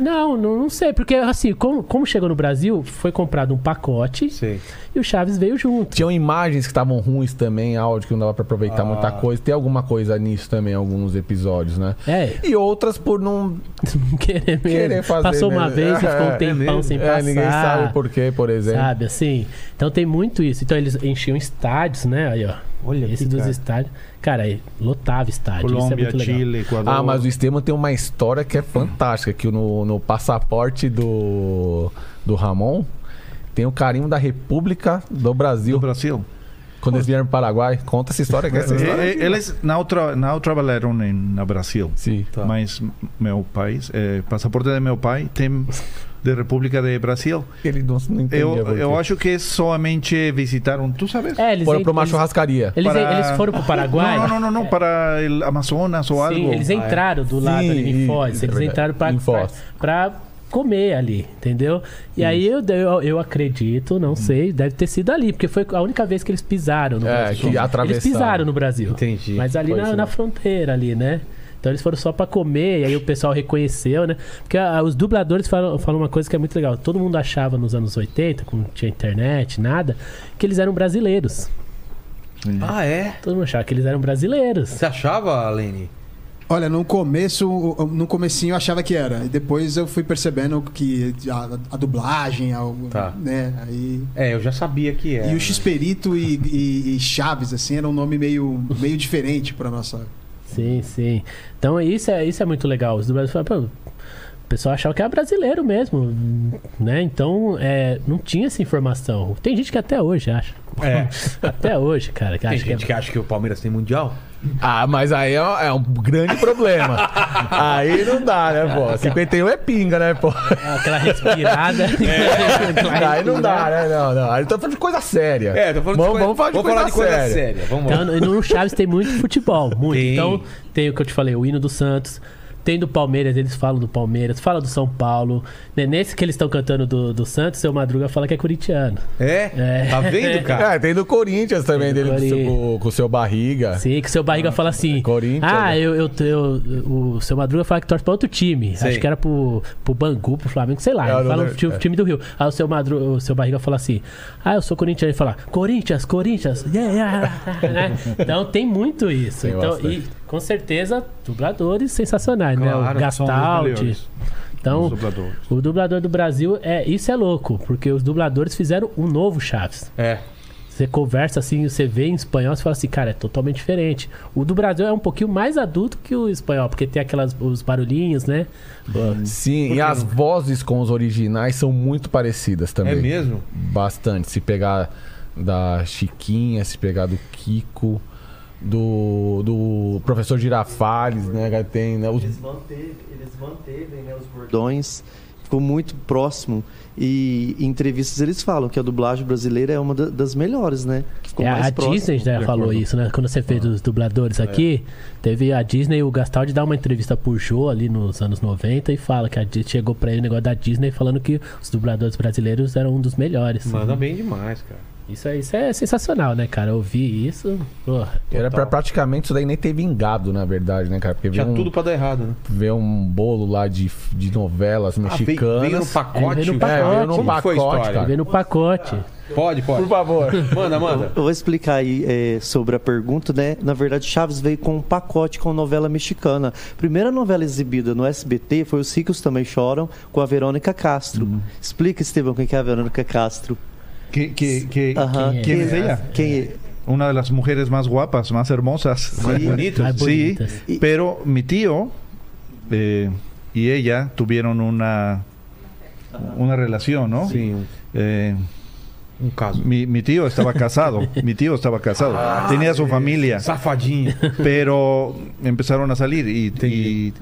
Não, não, não sei. Porque, assim, como, como chegou no Brasil, foi comprado um pacote
Sei.
e o Chaves veio junto.
Tinham imagens que estavam ruins também, áudio que não dava pra
Ah.
aproveitar muita coisa. Tem alguma coisa nisso também, alguns episódios, né?
É,
E outras por não
não <laughs> querer mesmo.
Querer fazer
Passou uma
mesmo.
vez e ficou
<laughs> É,
um tempão
mesmo.
sem
É,
passar.
ninguém sabe por quê, por exemplo.
Sabe, assim? Então tem muito isso. Então eles enchiam estádios, né? Aí, ó.
Olha
Esse
que
dos
cara.
estádios. Cara, aí, lotava estádio.
Colômbia,
isso é muito legal.
Chile, Equador.
Ah, mas o Estevam tem uma história que é fantástica, que no, no passaporte do, do Ramon tem o carinho da República do Brasil.
do É, Brasil.
Quando eles vieram para o Paraguai, conta essa história. Que essa história. é
E- e- Eles não, tra não trabalharam em, no Brasil,
Sim,
mas meu país, eh, passaporte de meu pai tem de República do Brasil.
Ele não, não entendia.
Eu,
por quê.
eu acho que somente visitaram, tu sabes?
Eh,
É, eles,
Foram para uma
eles,
churrascaria.
eles,
para-
eles foram pro Paraguai.
Não, não, não, não, para o Amazonas ou
Sim,
algo.
eles entraram do lado
Sim,
ali em
e-
Foz.
é
Eles
verdade.
entraram pra,
Em Foz.
pra, pra comer ali, entendeu? E aí eu, eu, eu acredito,
Hum.
não sei, deve ter sido ali, porque foi a única vez que eles pisaram no
É, que
Brasil. eles
atravessaram.
pisaram no Brasil.
Entendi.
Mas ali
Foi
na,
isso,
na
né?
fronteira ali, né? Então eles foram só pra comer, e aí o pessoal reconheceu, né? Porque ah, os dubladores falam, falam uma coisa que é muito legal. Todo mundo achava nos anos 80, quando não tinha internet, nada, que eles eram brasileiros.
Ah, é?
Todo mundo achava que eles eram brasileiros.
Você achava, Lene?
Olha, no começo, o- o- no comecinho eu achava que era. E depois eu fui percebendo que a, a dublagem, algo,
Tá.
né? Aí.
É, eu já sabia que era.
e o Xperito e, e- e Chaves, assim, era um nome meio, meio diferente pra nossa.
Sim, sim. Então isso é, isso é muito legal. Os dubladores falam, "Pô, o pessoal achava que era brasileiro mesmo, né? Então é, não tinha essa informação. Tem gente que até hoje acha.
É.
<laughs> Até hoje, cara, que
Tem
acha que é
gente que acha que o Palmeiras tem mundial?
Ah, mas aí é, é um grande problema. aí não dá, né, <laughs> pô? 51 é pinga, né, pô? <laughs>
aquela respirada.
É. aí não dá, né? Não, não. Aí tá falando de coisa séria.
É,
vamos, vamos falar de coisa, séria.
Vamos
Então,
lá.
no- no Chaves tem muito futebol, muito.
Tem.
Então, tem o que eu te falei, o hino do Santos. Tem do Palmeiras, eles falam do Palmeiras, fala do São Paulo. né? Nesse que eles estão cantando do, do Santos, seu Madruga fala que é corintiano.
É?
É.
Tá vendo, cara?
É, tem do Corinthians também,
Tem do
dele com o seu-
Corinthians.
com o- com o seu barriga.
Sim, que seu barriga fala assim.
Ah, Corinthians,
Ah,
né?
eu, eu, eu- O seu Madruga fala que torce pra outro time.
Sei.
Acho que era pro, pro Bangu, pro Flamengo, sei lá.
É,
ele
não
fala o
lembro,
time,
é.
time do Rio. Aí o seu, Madru, o seu barriga fala assim. Ah, eu sou corintiano. Ele fala, Corinthians, Corinthians. yeah, <laughs> yeah", né? Então tem muito isso.
Tem
então,
bastante.
e com certeza, dubladores sensacionais, né? O
Claro, são os
Gastaldi.
melhores, os
É,
Então,
dubladores.
o dublador do Brasil é. Isso é louco, porque os dubladores fizeram um novo Chaves.
É.
Você conversa assim, você vê em espanhol, você fala assim, cara, é totalmente diferente. O do Brasil é um pouquinho mais adulto que o espanhol, porque tem aquelas os barulhinhos, né?
Sim, e as vozes com os originais são muito parecidas também.
É mesmo?
Bastante. Se pegar da Chiquinha, se pegar do Kiko, do, do professor Girafales, né? que Tem, né? Os-
Eles, manteve, eles mantevem né, os bordões, ficou muito próximo. E em entrevistas eles falam que a dublagem brasileira é uma da- das melhores, né? Que ficou
É,
mais
a
próximo.
Disney já
de
falou
acordo.
isso, né? Quando você fez os dubladores aqui, teve a Disney, o Gastaldi dá uma entrevista pro Jô ali nos anos 90 e fala que a Disney chegou pra ele o negócio da Disney falando que os dubladores brasileiros eram um dos melhores.
Manda bem demais, cara.
Isso, é, isso é sensacional, né, cara? Eu vi isso. Porra.
Era pra praticamente isso daí nem ter vingado, na verdade, né, cara? Porque
Tinha
veio um,
tudo pra dar errado, né?
veio um bolo lá de, de novelas
Ah, veio-
mexicanas.
Veio no pacote.
Veio no
cara.
pacote.
É, veio no
Como foi a
pacote,
história?
cara.
Vê no um pacote.
Pode, pode.
Por favor.
Manda,
<laughs>
manda.
Eu vou explicar aí é, sobre a pergunta, né? Na verdade, Chaves veio com um pacote com novela mexicana. Primeira novela exibida no SBT foi Os Ricos Também Choram, com a Verônica Castro. Explica, Estevão, quem que é a Verônica Castro.
Que, que, que,
Aham.
que- ¿Quién es ella?
é? Quem é?
Una de las mujeres más guapas, más hermosas.
Bonito. né?
Ai,
Sí,
bonitas.
<laughs> pero mi tío eh, y ella tuvieron una, una relación, ¿no?
Sim,
Eh,
um caso.
mi, mi tío estaba casado, mi tío estaba casado, tenía su familia,
Safadinho.
pero empezaron a salir y, y,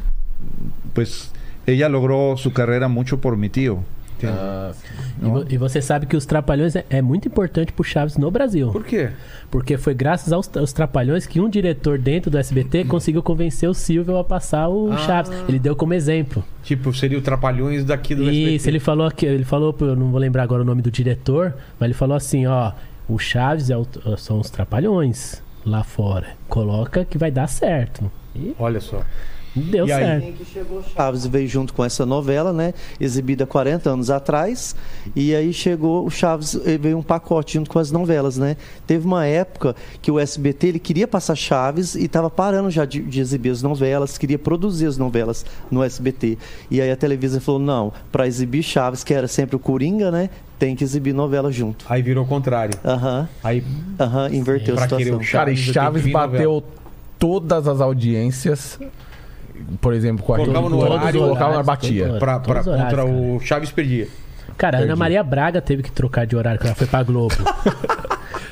pues ella logró su carrera mucho por mi tío.
Ah,
E, vo- e você sabe que os Trapalhões é, é muito importante pro Chaves no Brasil.
Por quê?
Porque foi graças aos, aos Trapalhões que um diretor dentro do SBT conseguiu convencer o Silvio a passar o
Ah.
Chaves. Ele deu como exemplo.
Tipo, seria o Trapalhões daqui do
Isso,
SBT.
ele falou que ele falou, pro- eu não vou lembrar agora o nome do diretor, mas ele falou assim, ó, o Chaves é o- são os Trapalhões. lá fora. Coloca que vai dar certo. E
Olha só.
deu
E aí?
certo.
que chegou Chaves veio junto com essa novela, né? Exibida 40 anos atrás. E aí chegou o Chaves, ele veio um pacote junto com as novelas, né? Teve uma época que o SBT ele queria passar Chaves e estava parando já de, de exibir as novelas, queria produzir as novelas no SBT. E aí a Televisa falou: "Não, para exibir Chaves, que era sempre o Coringa, né? Tem que exibir novela junto."
Aí virou o contrário.
Aham.
Aí,
Aham, inverteu a
pra querer
situação.
o
Cara, e
Chaves,
Chaves
eu tenho que vir
bateu todas as audiências. Por exemplo, com a
Colocava
gente,
no
todos
horário,
colocava na
horários,
batia.
todo
pra, pra,
Todos os horários,
contra o Chaves perdia.
Cara, a Ana
Perdi.
Maria Braga teve que trocar de horário, que ela foi pra
<laughs>
Globo.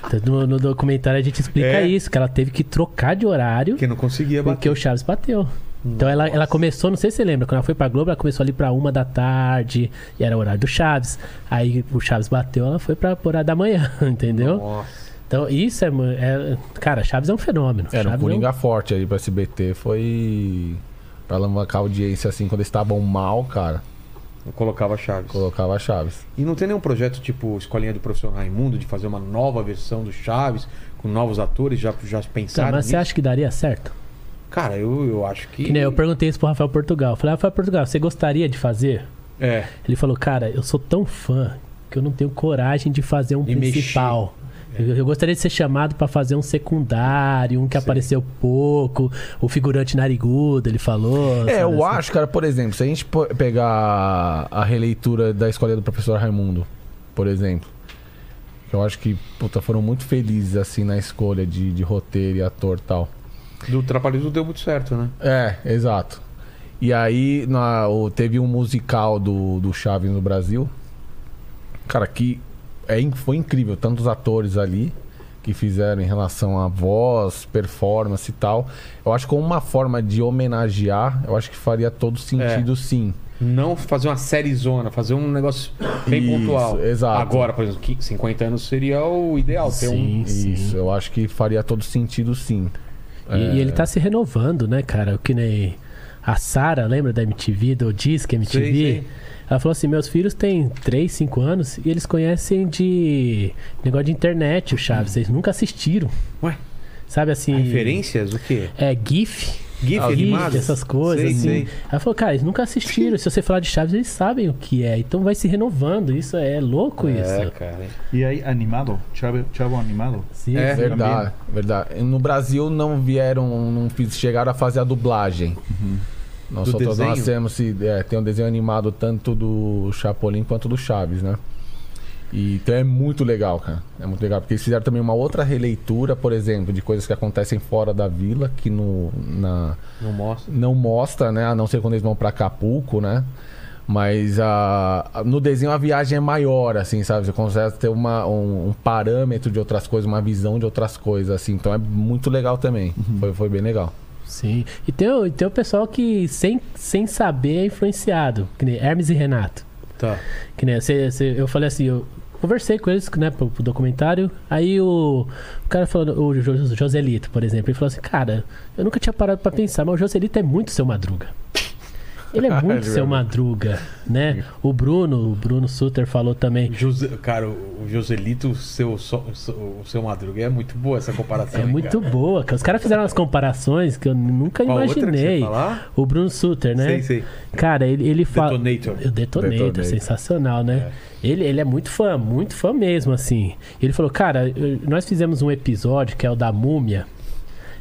Então, no, no documentário a gente explica
É.
isso, que ela teve que trocar de horário
Porque não conseguia
porque
bater.
o Chaves bateu. Então ela, ela começou, não sei se você lembra, quando ela foi pra Globo, ela começou ali pra uma da tarde, e era o horário do Chaves. Aí o Chaves bateu, ela foi pra pro horário da manhã, <laughs> entendeu?
Nossa.
Então isso é, mu- é- Cara, Chaves é um fenômeno.
Era um
Chaves
Coringa forte aí pro SBT. Foi. Pra alavancar a audiência, assim, quando eles estavam mal, cara,
Eu colocava Chaves.
colocava Chaves.
E não tem nenhum projeto tipo Escolinha do Professor Raimundo de fazer uma nova versão do Chaves com novos atores? Já, já
Tá,
pensaram
mas você
nisso?
acha que daria certo?
Cara, eu, eu acho que...
Que nem eu perguntei isso pro Rafael Portugal. Falei, Rafael Portugal, você gostaria de fazer?
É.
Ele falou, cara, eu sou tão fã que eu não tenho coragem de fazer um
De
principal. Eu, eu gostaria de ser chamado pra fazer um secundário, um que apareceu pouco, o figurante narigudo, ele falou.
É,
sabe
eu
assim?
acho, cara, por exemplo, se a gente po- pegar a releitura da escolha do professor Raimundo, por exemplo. Eu acho que, puta, foram muito felizes, assim, na escolha de, de roteiro e ator e tal.
Do Trapalhões não deu muito certo, né?
É, exato. E aí na- o- teve um musical do, do Chaves no Brasil. Cara, que é, in- foi incrível. Tantos atores ali que fizeram em relação à voz, performance e tal. Eu acho que como uma forma de homenagear, eu acho que faria todo sentido sim.
Não fazer uma série zona, fazer um negócio bem
Isso,
pontual.
exato.
Agora, por exemplo, que 50 anos seria o ideal. Ter um...
Sim, sim.
Isso, eu acho que faria todo sentido sim.
E,
É.
e ele tá se renovando, né, cara? Que nem a Sara, lembra da MTV, do Disque MTV?
Sei, sei.
Ela falou assim: meus filhos têm 3, 5 anos e eles conhecem de negócio de internet o
Uhum.
Chaves, eles nunca assistiram.
Ué?
Sabe assim.
Referências? O quê?
É GIF.
GIF
GIF,
animado?
essas coisas,
Sei,
assim.
sei.
Ela falou, cara, eles nunca assistiram. Se você falar de Chaves, eles sabem o que é. Então vai se renovando. Isso é louco,
É,
isso.
cara.
Y ahí animado, Chavo, Chavo animado.
Sim,
É.
sim.
Verdade, verdade. No Brasil não vieram, não fiz- chegaram a fazer a dublagem.
Uhum.
Nós
Do
só to- nós
desenho?
temos esse- é, tem um desenho animado tanto do Chapolin quanto do Chaves, né? E, então é muito legal, cara. É muito legal. Porque eles fizeram também uma outra releitura, por exemplo, de coisas que acontecem fora da vila, que no, na,
Não mostra.
não mostra, né? A não ser quando eles vão pra Acapulco, né? Mas a, a- no desenho a viagem é maior, assim, sabe? Você consegue ter uma, um, um parâmetro de outras coisas, uma visão de outras coisas, assim. Então é muito legal também. Foi, foi bem legal.
Sim. E tem, o- e tem o pessoal que, sem, sem saber, é influenciado. Que nem Hermes e Renato.
Tá.
Que nem você, você- eu falei assim, eu conversei com eles, né, pro, pro documentário. Aí o, o cara falando, o Jo- Joselito, por exemplo, ele falou assim, cara, eu nunca tinha parado pra pensar, mas o Joselito é muito
<laughs>
seu madruga. Ele é muito seu madruga, né? O Bruno, o Bruno Suter falou também.
José- cara, o o Joselito, o seu, so- so- o seu Madruga, é muito boa essa comparação.
É
hein,
muito
cara?
boa, cara. Os caras fizeram umas comparações que eu nunca
Qual outra que você ia
imaginei.
falar?
O Bruno Suter, né?
Sei, sei.
Cara, ele, ele fala.
Detonator.
O Detonator, tá
Detonator.
sensacional, né? Ele, ele é muito fã, muito fã mesmo, assim. Ele falou, cara, eu- nós fizemos um episódio que é o da múmia.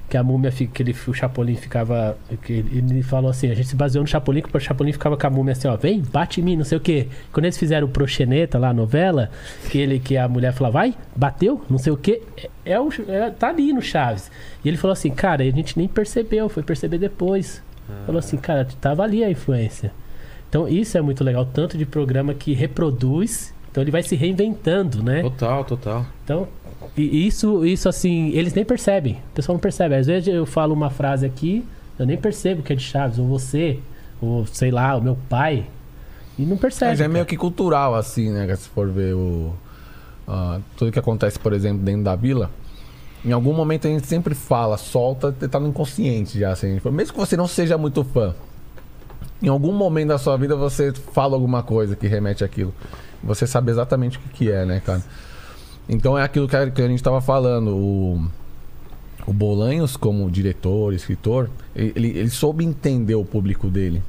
Que a múmia, fi- que ele, o Chapolin ficava. que ele, ele falou assim: a gente se baseou no Chapolin, que o Chapolin ficava com a múmia assim, ó, vem, bate em mim, não sei o quê. Quando eles fizeram o Proxeneta lá, a novela, que, ele, que a mulher falava, vai, bateu, não sei o quê, é, é o, é- tá ali no Chaves. E ele falou assim: cara, a gente nem percebeu, foi perceber depois. Falou assim, cara, tava ali a influência. Então isso é muito legal, tanto de programa que reproduz, então ele vai se reinventando, né?
Total, total.
Então, e isso, isso assim, eles nem percebem. O pessoal não percebe. Às vezes eu falo uma frase aqui, eu nem percebo que é de Chaves, ou você, ou sei lá, o meu pai, e não percebe.
Mas é
cara.
meio que cultural, assim, né? Se for ver o. ah, tudo que acontece, por exemplo, dentro da vila. Em algum momento a gente sempre fala, solta, tá no inconsciente já, assim. Mesmo que você não seja muito fã. Em algum momento da sua vida você fala alguma coisa que remete àquilo. Você sabe exatamente o que, que é, né, cara? Então é aquilo que a que a gente tava falando. O, o Bolanhos, como diretor, escritor, ele, ele soube entender o público dele.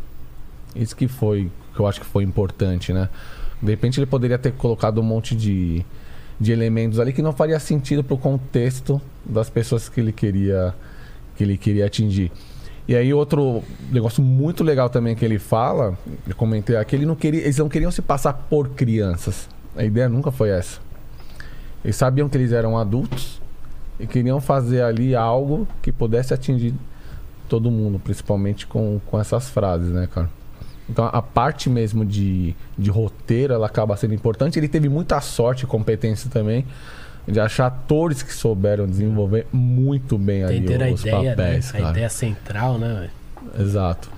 Isso que foi, que eu acho que foi importante, né? De repente ele poderia ter colocado um monte de, de elementos ali que não faria sentido pro contexto das pessoas que ele queria que ele queria atingir. E aí outro negócio muito legal também que ele fala, eu comentei aqui, ele não queria, eles não queriam se passar por crianças. A ideia nunca foi essa. Eles sabiam que eles eram adultos e queriam fazer ali algo que pudesse atingir todo mundo, principalmente com, com essas frases, né, cara? Então a parte mesmo de, de roteiro ela acaba sendo importante. Ele teve muita sorte e competência também de achar atores que souberam desenvolver muito bem ali
Entenderam a
os
ideia,
papéis,
né? A
cara.
ideia central, né? velho?
Exato.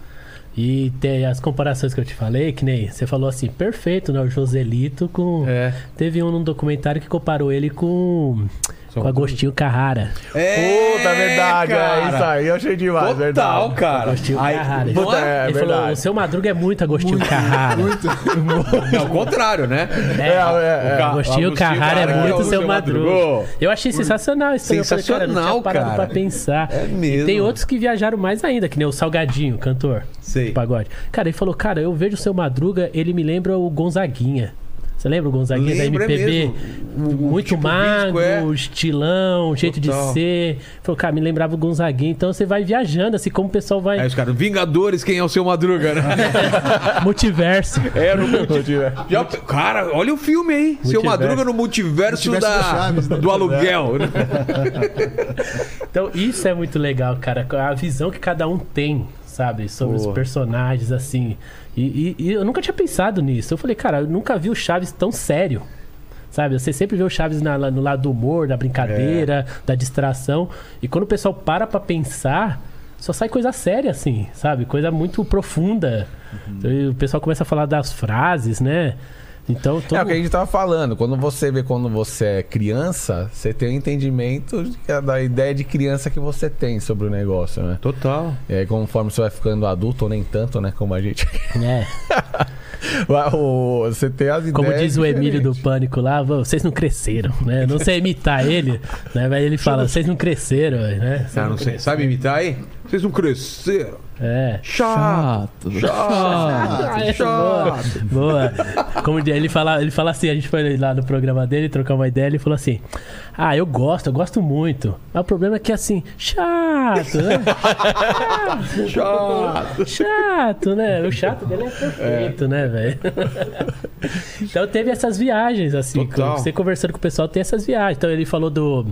E tem as comparações que eu te falei, que nem você falou assim, perfeito, né? O Joselito com.
É.
Teve um num documentário que comparou ele com. com Agostinho Carrara.
Puta, verdade, é isso aí, eu achei demais,
É, Total,
verdade.
cara.
Agostinho Carrara.
puta, é
ele falou:
verdade.
o seu Madruga é muito Agostinho Carrara.
É o contrário, né?
É, é, é.
Agostinho Carrara é muito seu madruga. Eu achei sensacional isso também. Eu falei, cara, eu não tinha
Sensacional,
parado
cara.
pra pensar.
É
E
mesmo.
tem outros que viajaram mais ainda, que nem o Salgadinho, cantor
Sei.
do pagode. Cara, ele falou, cara, eu vejo o seu Madruga, ele me lembra o Gonzaguinha. Você lembra o Gonzaguinha
Lembra, é
da MPB?
mesmo. O- o
Muito
tipo
magro,
físico,
né?
é.
estilão, jeito
Total.
de ser. Falou, cara, me lembrava o Gonzaguinha. Então você vai viajando, assim, como o pessoal vai...
Aí os caras, Vingadores, quem é o seu Madruga, né?
Multiverso.
É, no multiverso. Já- cara, olha o filme aí. Seu Madruga no multiverso,
Multiverso
da,
do Chaves, né?
do aluguel. né?
Então, isso é muito legal, cara. A visão que cada um tem, sabe? Sobre os personagens, assim. E, e- e eu nunca tinha pensado nisso. Eu falei, cara, eu nunca vi o Chaves tão sério. Sabe? Você sempre vê o Chaves na- lá no lado do humor, da brincadeira,
É.
da distração. E quando o pessoal para pra pensar. Só sai coisa séria, assim, sabe? Coisa muito profunda.
Uhum.
E O pessoal começa a falar das frases, né? Então, todo...
É o que a gente tava falando. Quando você vê quando você é criança, você tem um entendimento de- é da ideia de criança que você tem sobre o negócio, né?
Total.
E aí, conforme você vai ficando adulto, ou nem tanto, né? Como a gente. <laughs>
É.
o- Você tem as ideias.
Como diz o Emílio do
diferentes.
Pânico lá, "Vô, vocês não cresceram, né? Eu Não sei imitar ele, né? Mas ele fala, vocês não cresceram, né?
Ah, não sei. Sabe imitar aí? Vocês não cresceram.
É.
Chato.
Chato.
Ah, essa é boa. Boa. Como diz- ele fala, ele fala assim, a gente foi lá no programa dele trocar uma ideia, ele falou assim: "Ah, eu gosto, eu gosto muito. Mas o problema é que assim, chato,
<laughs>
né?
Chato.
Chato, né? O chato dele é perfeito, né,
<laughs>
velho? então teve essas viagens, assim.
Total.
com- Você conversando com o pessoal, tem essas viagens. Então ele falou do,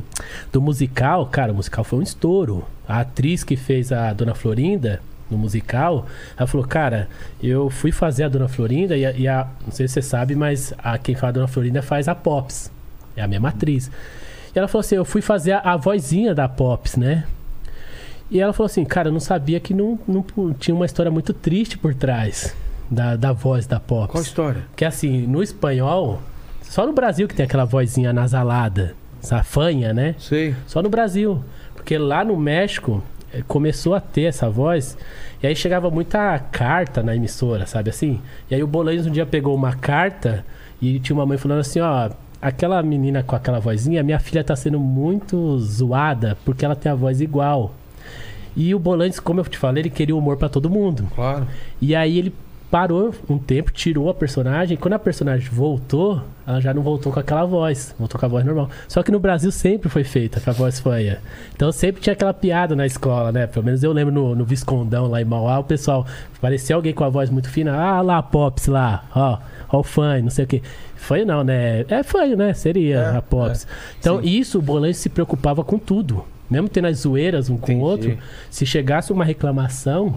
do musical. Cara, o musical foi um estouro. A atriz que fez a Dona Florinda no musical, ela falou, cara, eu fui fazer a Dona Florinda e a, e a- não sei se você sabe, mas a, quem faz a Dona Florinda faz a Pops. É a mesma atriz. E ela falou assim, eu fui fazer a, a vozinha da Pops, né? E ela falou assim, cara, eu não sabia que não, não pu- tinha uma história muito triste por trás da, da voz da Pops.
Qual a história?
Porque assim, no espanhol, só no Brasil que tem aquela vozinha nasalada, safanha, né?
Sei.
Só no Brasil. Porque lá no México eh, começou a ter essa voz. E aí chegava muita carta na emissora, sabe assim? E aí o Bolanhos um dia pegou uma carta e tinha uma mãe falando assim, ó. Aquela menina com aquela vozinha, minha filha tá sendo muito zoada porque ela tem a voz igual. E o Bolanhos, como eu te falei, ele queria humor pra todo mundo.
Claro.
E aí ele parou um tempo, tirou a personagem. Quando a personagem voltou, ela já não voltou com aquela voz. Voltou com a voz normal. Só que no Brasil sempre foi feita com a voz fanha. Então sempre tinha aquela piada na escola, né? Pelo menos eu lembro no, no Viscondão lá em Mauá, o pessoal parecia alguém com a voz muito fina. Ah lá, Pops lá, ó, ó o fanho, não sei o quê. Fanho não, né? É fanho, né? Seria
É,
a Pops. então isso, o Bolanho se preocupava com tudo. Mesmo tendo as zoeiras um com o outro, se chegasse uma reclamação,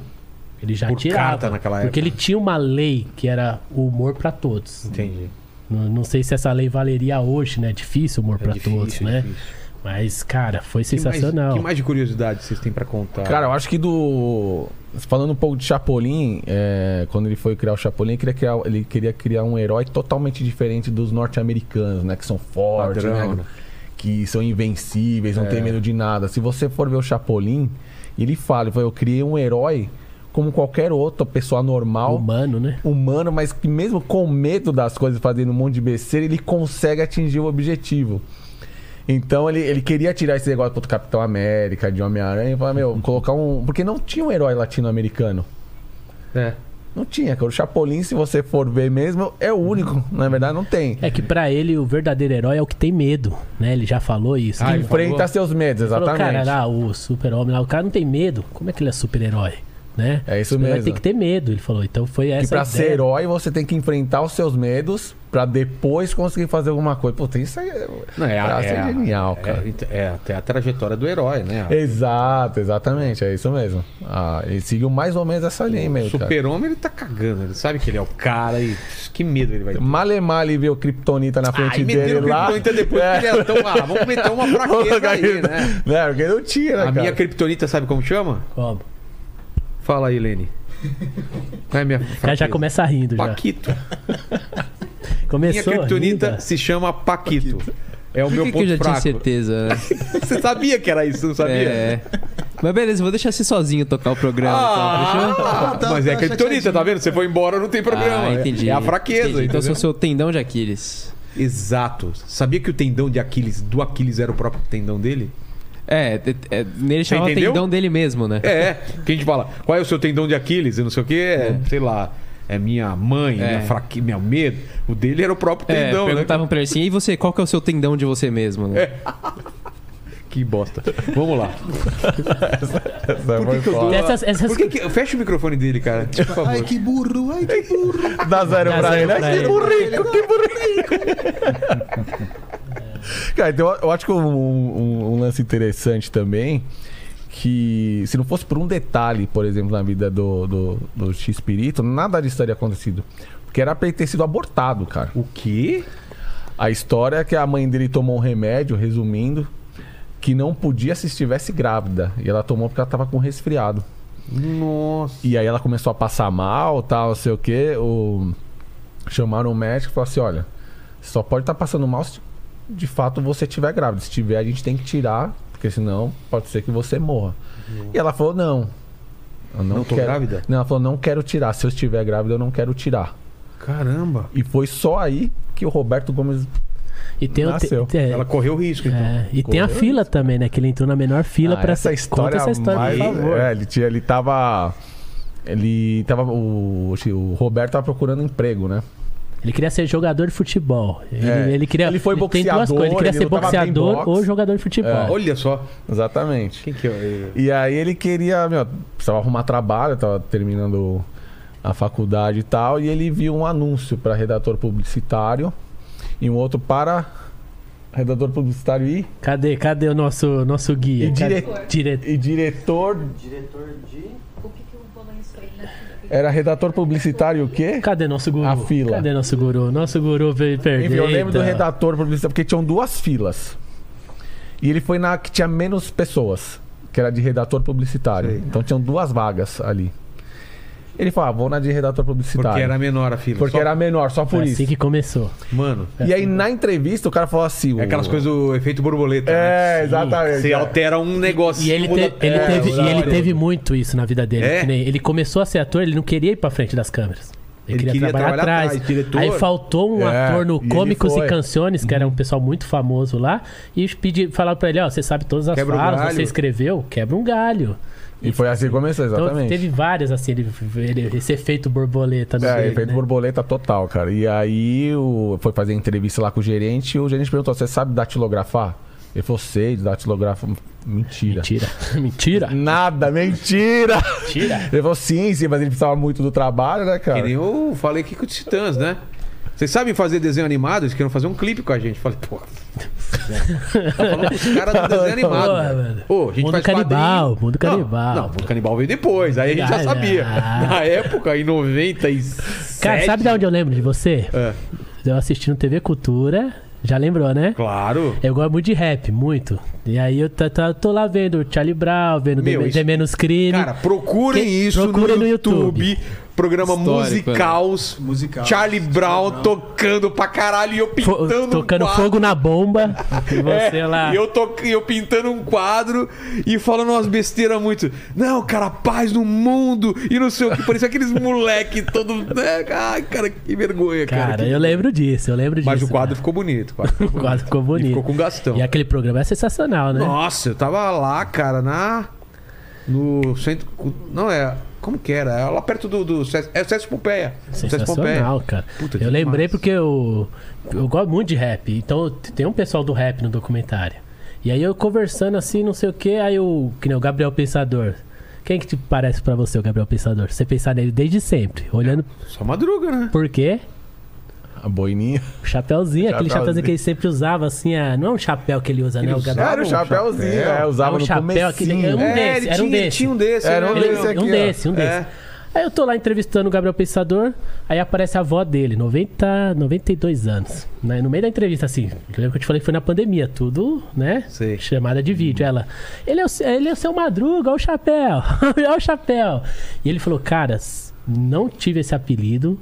ele já
Por
tirava.
carta né? naquela época.
Porque ele tinha uma lei que era o humor pra todos.
Entendi.
Não, não sei se essa lei valeria hoje, né? Difícil o humor pra
difícil,
todos,
é
né?
difícil.
Mas, cara, foi
Que mais-
sensacional.
que mais de curiosidade vocês têm pra contar?
Cara, eu acho que do. Falando um pouco de Chapolin, é, quando ele foi criar o Chapolin, ele queria criar, ele queria criar um herói totalmente diferente dos norte-americanos, né? Que são fortes,
Padrão,
né?
né?
Que são invencíveis, não tem medo de nada. Se você for ver o Chapolin, ele fala, ele fala, eu criei um herói como qualquer outra pessoa normal
Humano, né?
humano, mas que mesmo com medo das coisas, fazendo um monte de besteira, ele consegue atingir o objetivo. Então ele, ele queria tirar esse negócio pro Capitão América, de Homem-Aranha, e
<laughs>
falar, meu, colocar um. Porque não tinha um herói latino-americano.
É.
Não tinha, cara. O Chapolin, se você for ver mesmo, é o único. Na verdade, não tem.
É que pra ele o verdadeiro herói é o que tem medo, né? Ele já falou isso.
Ah, é
Que
Ele
enfrenta seus medos,
falou,
exatamente.
cara, lá, o super-homem lá, o cara não tem medo. Como é que ele é super-herói? Né?
É isso
Ele vai
mesmo.
ter que ter medo, ele falou. Então foi essa
que pra
a
ser
ideia.
herói você tem que enfrentar os seus medos pra depois conseguir fazer alguma coisa. Pô, tem isso aí. é-
Não, é, a-
Essa
é,
é
a-
genial,
é-
cara.
É, até a trajetória do herói, né?
Exato, exatamente, é isso mesmo. Ah, ele seguiu mais ou menos essa linha
O
mesmo. cara.
super-homem, ele tá cagando. Ele sabe que ele é o cara e pss, que medo ele vai ter.
Malemar ele vê o Kryptonita na frente
Ai,
dele
meteram o
lá.
Kryptonita depois.
É.
porque ele é tão- ah, <laughs> vamos meter uma
<laughs>
fraqueza aí, né?
É, porque não tira,
A
cara.
minha Kryptonita sabe como chama?
Como?
Fala aí, Lene. Qual é a
<laughs>
minha
O cara já
fraqueza?
começa rindo já.
Paquito.
É
Minha
Começou
Kryptonita
rindo.
se chama Paquito. É o
Por
meu
que, que
ponto
eu já
fraco.
tinha certeza, né?
Você sabia que era isso, não <laughs> sabia?
É. Mas beleza, eu vou deixar você sozinho tocar o programa. então, fechou?
Ah,
Tá,
mas
tá
é Kryptonita,
chateadinho.
tá vendo? Você foi embora, não tem programa.
Ah, entendi.
É a fraqueza.
Entendi. Então eu
entendeu?
sou seu tendão de Aquiles.
Exato. Sabia que o tendão de Aquiles, do Aquiles, era o próprio tendão dele?
É, é, é nele
Você
chamava
entendeu?
tendão dele mesmo, né?
É, que a gente fala, qual é o seu tendão de Aquiles? Eu não sei o que, é, sei lá, é minha mãe,
É.
minha fraque, meu medo. O dele era o próprio
É,
tendão, né?
perguntavam pra ele assim, e você, qual que é o seu tendão de você mesmo? Né?
Que bosta. Vamos lá.
<laughs>
Por
Essa
que,
foi
que eu dou.
foda.
Essas- essas-
Por que que- Fecha o microfone dele, cara. Por favor.
Ai, que burro, ai, que burro.
Dá zero
Dá
pra
zero
ele.
pra
Ai, Que
ele.
burrico, que burrico. <laughs> Cara, então, eu acho que um, um- um lance interessante também, que se não fosse por um detalhe, por exemplo, na vida do, do, do X-Pirito, nada disso teria acontecido. Porque era pra ele ter sido abortado, cara.
O quê?
A história é que a mãe dele tomou um remédio, resumindo, que não podia se estivesse grávida. E ela tomou porque ela tava com resfriado.
Nossa.
E aí ela começou a passar mal, tal, não sei o quê. O... Chamaram o médico e falaram assim: olha, você só pode estar passando mal se de fato você estiver grávida. Se tiver, a gente tem que tirar, porque senão pode ser que você morra. E ela falou: não. Eu não,
Uhum. Não tô
quero...
grávida?
Não, ela falou: não quero tirar. Se eu estiver grávida, eu não quero tirar.
Caramba.
E foi só aí que o Roberto Gomes.
E tem, o te-
Nasceu.
é,
Ela correu risco, então.
é, e tem a fila também, né? Que ele entrou na menor fila
Ah,
pra Conta essa história,
mais-
por favor.
É, ele, tinha, ele tava. Ele tava. O, o Roberto tava procurando emprego, né?
Ele queria ser jogador de futebol. Ele,
É.
ele queria.
Ele foi
tem duas
boxeador,
coisas. Ele queria
ele
ser
lutava bem
boxeador
boxe.
ou jogador de futebol.
É.
Olha só.
Exatamente.
Quem que é?
E aí ele queria, meu, precisava arrumar trabalho, tava terminando a faculdade e tal, e ele viu um anúncio para redator publicitário e um outro para redator publicitário e,
Cadê, cadê o nosso, nosso guia?
É. E
Cadê-
dire-
Dire...
e diretor,
Diretor de.
O que que eu vou isso aí na
era redator publicitário o quê?
Cadê nosso guru?
A fila.
Cadê nosso guru? Nosso guru veio
Enfim,
perder.
eu lembro do
então.
redator publicitário porque tinham duas filas. E ele foi na que tinha menos pessoas, que era de redator publicitário. Então tinham duas vagas ali. Ele falou, ah, vou na de redator publicitário.
Porque era menor a fila.
Porque
Só- É,
era menor, só É por
Foi
isso.
assim que começou.
Mano,
E aí, na entrevista, o cara falou assim: o-
é aquelas coisas do efeito borboleta. né?
É, exatamente.
Você
é.
altera um negócio.
E ele,
muda-
te- ele
É,
teve,
muda
e ele
a-
teve muito isso na vida dele.
É?
que nem- ele começou a ser ator, ele não queria ir pra frente das câmeras. Ele,
Ele
queria,
queria
trabalhar,
trabalhar
atrás.
atrás, diretor.
Aí faltou um
É,
ator
e
no
ele
Cômicos e
foi.
Canções, que era
Uhum.
um pessoal muito famoso lá, e pedi, falaram pra ele: Ó, você sabe todas as
Quebra o
falas,
galho.
você escreveu, quebra um galho.
E foi assim que começou,
Então
exatamente.
teve várias, assim, ele, ele- esse efeito borboleta no
É,
dele,
efeito
né?
borboleta total, cara. E aí o... foi fazer entrevista lá com o gerente e o gerente perguntou: você sabe datilografar? Ele falou, sei, datilografo. Mentira.
Mentira, mentira,
Nada, mentira!
mentira.
Ele falou, sim, sim, mas ele precisava muito do trabalho, né, cara?
Que nem eu falei aqui com os Titãs, né? Vocês sabem fazer desenho animado? Eles queriam fazer um clipe com a gente. Falei, pô. tá falando com os caras do desenho animado.
Porra,
velho.
velho.
Ô, né? a gente
Mundo
faz
Canibal,
quadrinho.
Mundo
Não,
Canibal.
Não, Mundo Canibal veio depois. Aí a gente já
Ah,
sabia.
ah.
Na época, em 97.
Cara, sabe de onde eu lembro de você?
É.
Eu assistindo TV Cultura, já lembrou, né?
Claro.
Eu gosto muito de rap, muito. E aí eu tá- tá- tô lá vendo o Charlie Brown, vendo
Meu,
Meu,
isso-
Menos Crime.
Cara, procurem
Quem-
isso
procurem
no
no
YouTube.
YouTube. né?
programa
Histórico,
musical.
Musical.
Charlie Brown tocando pra caralho e eu
Fo-
pintando um
tocando
quadro.
fogo na bomba. E você
É,
lá.
E eu, to... e eu pintando um quadro e falando umas besteiras muito. Não, cara, paz no mundo e não sei o que. Parecia aqueles moleque todo. né? Ai, cara, que vergonha, cara.
Cara,
Que-
eu lembro disso, eu lembro
Mas
disso.
o quadro
cara.
ficou bonito. o
<laughs>
quadro ficou
O quadro ficou
bonito. E
bonito.
ficou com Gastão.
E aquele programa é sensacional, né?
Nossa, eu tava lá, cara, na. No centro. cu- Não, é. Como que era? É lá perto do. do César, é o César Pompeia. César
Sensacional, cara.
Puta,
eu
demais.
lembrei porque eu, eu gosto muito de rap. Então t- tem um pessoal do rap no documentário. E aí eu conversando assim, não sei o que, aí o. Que nem o Gabriel Pensador. Quem que te parece pra você, o Gabriel Pensador? Você pensar nele desde sempre. Olhando
Só madruga, né?
por quê?
A boininha.
O chapéuzinho, aquele
Chapéuzinho.
chapéuzinho que ele sempre usava, assim, a- não é um chapéu que ele usa, né? O Gabriel.
um
Era o chapéuzinho. É,
É
usava
um
no
chapéu, aquele-
comecinho.
é um- desse,
ele
era um
tinha,
desse.
tinha um desse.
Era um
né?
Ele-
desse aqui,
um
ó.
desse, um desse.
É.
Aí eu tô lá entrevistando o Gabriel Pensador, aí aparece a avó dele, 90, 92 anos. né? No meio da entrevista, assim, lembra que eu te falei que foi na pandemia, tudo, né?
Sei.
Chamada de vídeo. Ela, ele é o, se- ele é o seu madruga, olha o chapéu, <laughs> olha o chapéu. E ele falou, cara, não tive esse apelido,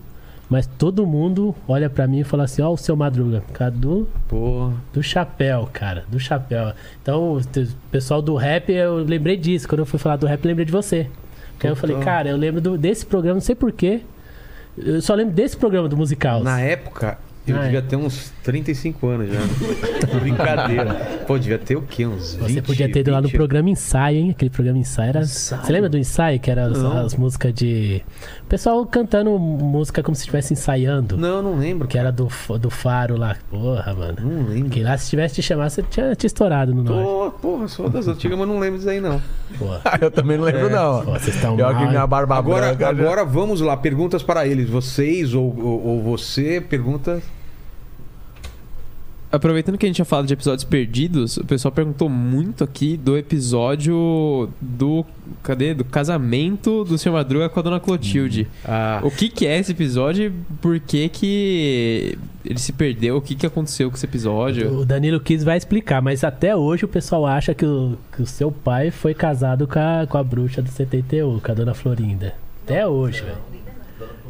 mas todo mundo olha pra mim e fala assim, ó o seu madruga, Cadu
Porra.
do chapéu, cara, do chapéu. Então, o te- pessoal do rap, eu lembrei disso. Quando eu fui falar do rap, eu lembrei de você. Porque aí eu falei, cara, eu lembro do- desse programa, não sei porquê. Eu só lembro desse programa do musical.
Na época, eu
Ah, é.
devia ter uns 35 anos já. né? Brincadeira. Pô, devia ter o quê? Uns 20?
Você podia ter ido lá no
20?
programa ensaio, hein? Aquele programa ensaio era. Você lembra do ensaio que era as, as músicas de. O pessoal cantando música como se estivesse ensaiando.
Não, não lembro.
Que era do, fa- do faro lá. Porra, mano.
Não lembro.
Que lá se tivesse te chamado, você tinha te estourado no norte.
Pô, porra, sou das antigas, mas não lembro disso aí, não.
<laughs>
Porra.
Ah, Eu também não lembro, não.
Pô, vocês estão
Pior que
mal.
minha barba
É. Agora,
branca. né? já-
agora vamos lá, perguntas para eles. Vocês ou, ou, ou você, perguntas.
Aproveitando que a gente tinha falado de episódios perdidos, o pessoal perguntou muito aqui do episódio do. Cadê? Do casamento do seu Madruga com a dona Clotilde.
Ah,
O que, que é esse episódio? e Por que, que ele se perdeu? O que, que aconteceu com esse episódio?
O Danilo Kiss vai explicar, mas até hoje o pessoal acha que o, que o seu pai foi casado com a, com a bruxa do 71, com a dona Florinda. Até hoje, velho.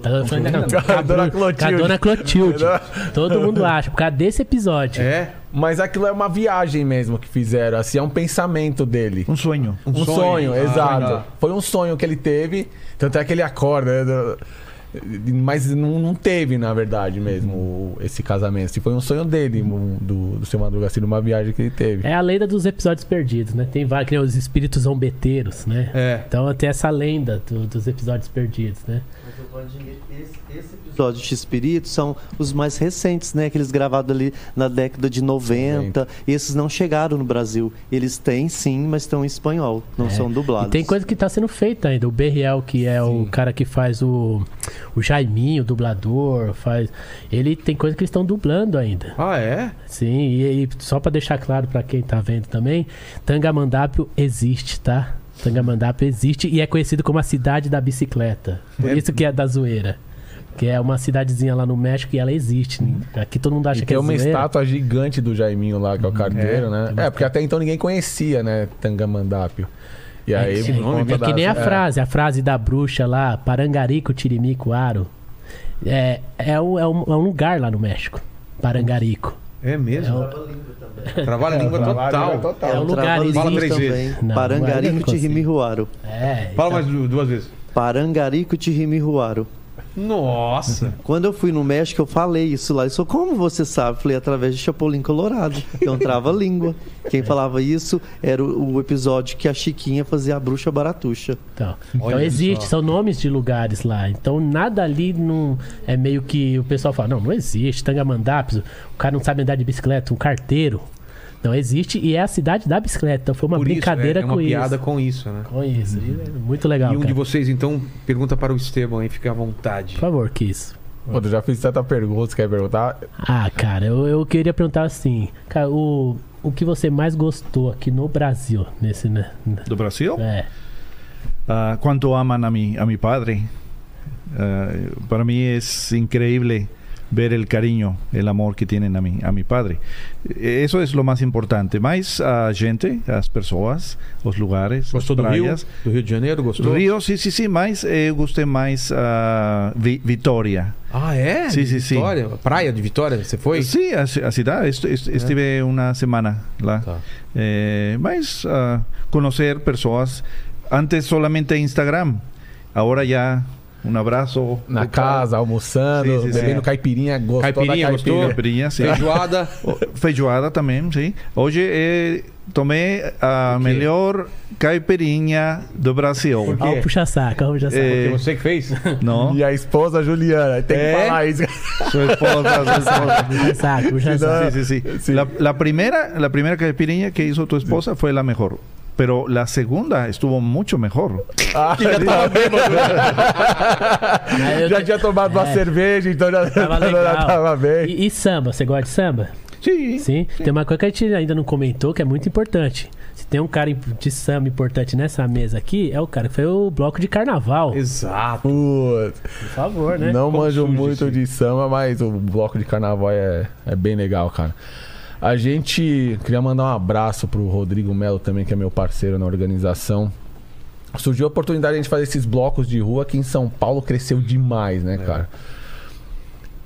A dona Florinda não. Com a
Dona
Bru- com a dona Clotilde. Todo mundo acha, por causa desse episódio.
é?
Mas aquilo é uma viagem mesmo que fizeram. Assim, é um pensamento dele.
Um sonho.
Um, sonho,
Ah,
exato.
sonho.
Foi um sonho que ele teve. Tanto é que ele acorda. né, do- Mas não, não teve, na verdade, mesmo, o- esse casamento. Assim, foi um sonho dele, um- do, do seu Madruga, assim, numa viagem que ele teve.
É a lenda dos episódios perdidos, né? Tem vários, que nem os espíritos zombeteiros, né?
É.
Então tem essa lenda do- dos episódios perdidos, né?
Mas eu gosto de- Esse, esse episódio de Espírito são os mais recentes, né? Aqueles gravados ali na década de 90. Esses não chegaram no Brasil. Eles têm sim, mas estão em espanhol, não são
É.
dublados.
E tem coisa que tá sendo feita ainda. O Berriel, que é o cara que faz o, o Jaiminho, o dublador, faz. Ele tem coisa que eles estão dublando ainda.
Ah, é?
Sim, e, e só pra deixar claro pra quem tá vendo também, Tangamandápio existe, tá? Tangamandápio existe e é conhecido como a cidade da bicicleta. Por isso que é da zoeira. Que é uma cidadezinha lá no México e ela existe. Aqui todo mundo acha
E
que
tem
é
uma
zoeira. Uhum.
estátua gigante do Jaiminho lá, que é o carteiro, né? É, porque até então ninguém conhecia, né? Tangamandápio. E aí,
sim.
por conta
É que nem a
das- é.
frase, a frase da bruxa lá, Parangarico, Tirimico, Aro. É, é, um, é, um, é um lugar lá no México, Parangarico.
É mesmo? Trabalha a língua total.
É, um lugar,
Trava-língua
Fala três
existe.
também.
vezes.
Não, não
Parangarico
consigo.
Tirimihuaro.
É,
Fala mais du- duas vezes.
Parangarico Tirimihuaro.
Nossa.
Quando eu fui no México, eu falei isso lá. Eu sou como você sabe? Falei através de Chapolin Colorado. Então trava
<laughs>
a língua. Quem falava isso era o, o episódio que a Chiquinha fazia a bruxa baratuxa.
Então, então existe, são nomes de lugares lá. Então nada ali não é meio que o pessoal fala, não, não existe. Tangamandápis, o cara não sabe andar de bicicleta, um carteiro. Não existe e é a cidade da bicicleta. Então foi uma
Por isso,
brincadeira
né? É uma
com
piada
isso.
com isso, né?
Com isso. E é muito legal.
e um
cara.
de vocês, então, pergunta para o Esteban aí, fica à vontade.
Por favor, Kiss.
Pô, É. eu já fiz tanta pergunta, você quer perguntar?
Ah, cara, eu, eu queria perguntar assim, cara, o, o que você mais gostou aqui no Brasil, nesse, né?
Do Brasil?
É,
Ah, cuánto aman a mi, a mi padre. Ah, para mí es increíble ver el cariño, el amor que tienen a mi, a mi padre. Eh, Eso es lo más importante. Mais a gente, as pessoas, os lugares,
Gostou
as
do
praias.
Rio? Do Rio de Janeiro, gostou?
Rio, sim, sim, sim, mas eh, eu gostei mais a Vi- Vitória.
Ah, é?
Sim, sim, sim.
Vitória? Praia de Vitória, você foi?
Pues
Sí, a, ci- a ciudad. Est- est- Estuve este, una semana lá.
Tá.
Eh, mas ah, conocer personas. Antes solamente Instagram. Ahora ya un abrazo.
Na casa, almoçando,
Sim, sim, sim.
bebendo caipirinha, gostou
Caipirinha,
da caipirinha.
gostou?
Caipirinha, sí.
Feijoada.
O- Feijoada también, sí. Hoy eh, tomé a mejor caipirinha do Brasil.
é?
Olha o puxa-saco, olha o puxa-saco.
Foi
Eh,
você que fez?
no,
<laughs> E a esposa Juliana, tem
É?
que falar
<laughs>
isso.
su esposa, su esposa.
Puxa-saco, puxa-saco.
Sí,
<laughs>
sí, sí. La, la primera, la primera caipirinha que hizo tu esposa fue la mejor. Pero la segunda estuvo mucho mejor.
Que já tava
Aí eu
bêbado. Ah, <laughs> já tinha tomado uma
É.
cerveja, então já
Tava
<laughs> já
legal.
tava bem.
E, e samba, você gosta de samba?
Sí.
Sim. Tem uma coisa que a gente ainda não comentou que é muito importante. Se tem um cara imp- de samba importante nessa mesa aqui, é o cara que foi o bloco de carnaval.
Exato.
Putz,
Por favor, né?
não
Como
manjo
surge
muito
isso?
de samba, mas o bloco de carnaval é, é bem legal, cara. A gente queria mandar um abraço pro Rodrigo Melo também, que é meu parceiro na organização. Surgiu a oportunidade de a gente fazer esses blocos de rua que em São Paulo cresceu demais,
É.
né, cara?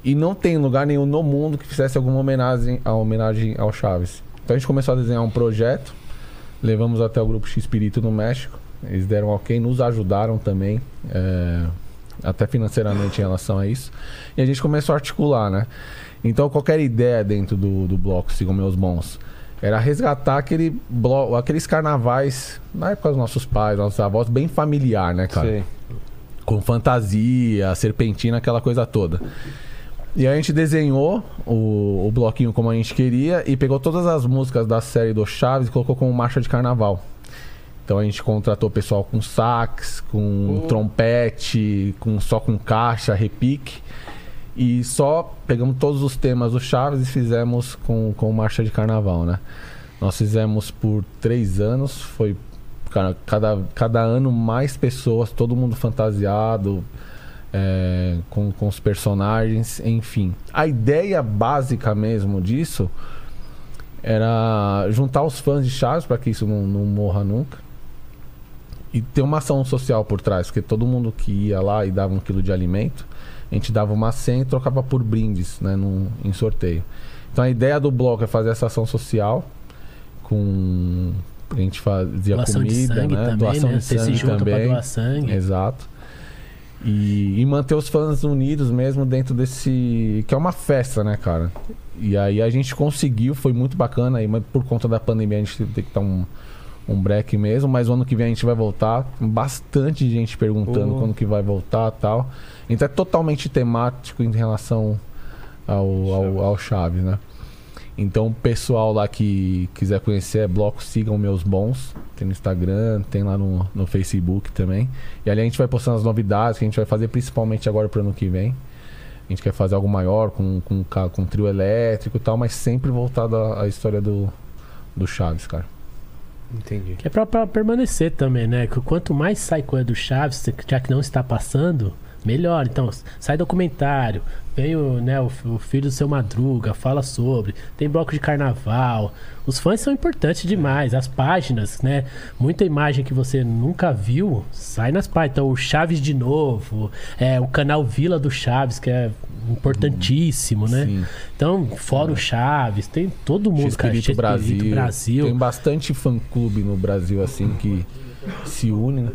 E não tem lugar nenhum no mundo que fizesse alguma homenagem, a homenagem ao Chaves. Então a gente começou a desenhar um projeto, levamos até o grupo X Espírito no México. Eles deram ok, nos ajudaram também, é, até financeiramente em relação a isso. E a gente começou a articular, né? Então qualquer ideia dentro do, do bloco, sigam meus bons, era resgatar aquele bloco, aqueles carnavais na época dos nossos pais, nossos avós, bem familiar, né, cara?
Sei.
com fantasia, serpentina, aquela coisa toda. E aí a gente desenhou o, o bloquinho como a gente queria e pegou todas as músicas da série do Chaves e colocou como marcha de carnaval. Então a gente contratou pessoal com sax, com trompete, com só com caixa, repique. E só pegamos todos os temas do Chaves e fizemos com, com marcha de carnaval, né? Nós fizemos por três anos, foi cara, cada, cada ano mais pessoas, todo mundo fantasiado, é, com, com os personagens, enfim. A ideia básica mesmo disso era juntar os fãs de Chaves para que isso não, não morra nunca. E ter uma ação social por trás, porque todo mundo que ia lá e dava um quilo de alimento, a gente dava uma senha e trocava por brindes né, num, em sorteio. Então a ideia do bloco é fazer essa ação social com. A gente fazia
Doação
comida,
de sangue
né?
também,
doação
né?
de
Você se
sangue
junta pra
também.
doar sangue.
Exato. E, e manter os fãs unidos mesmo dentro desse. que é uma festa, né, cara? E aí a gente conseguiu, foi muito bacana aí, mas por conta da pandemia a gente tem que dar um, um break mesmo, mas o ano que vem a gente vai voltar. Bastante gente perguntando
Oh.
quando que vai voltar e tal. Então é totalmente temático em relação ao, ao, ao Chaves, né? Então, o pessoal lá que quiser conhecer é bloco, sigam meus bons. Tem no Instagram, tem lá no, no Facebook também. E ali a gente vai postando as novidades que a gente vai fazer principalmente agora pro ano que vem. A gente quer fazer algo maior, com, com, ca- com trio elétrico e tal, mas sempre voltado à, à história do, do Chaves, cara.
Entendi.
Que é pra, pra permanecer também, né? Que quanto mais sai coisa do Chaves, já que não está passando, melhor. Então, sai documentário, vem o, né, o, o filho do seu Madruga, fala sobre, tem bloco de carnaval. Os fãs são importantes demais, as páginas, né? Muita imagem que você nunca viu, sai nas páginas. Então, o Chaves de novo, é, o canal Vila do Chaves, que é importantíssimo, né?
Hum, Sim. É.
Então, fora o Chaves, tem todo mundo, cara.
Espírito Brasil.
Chespirito Brasil.
Tem bastante fã-clube no Brasil, assim, que se une, né?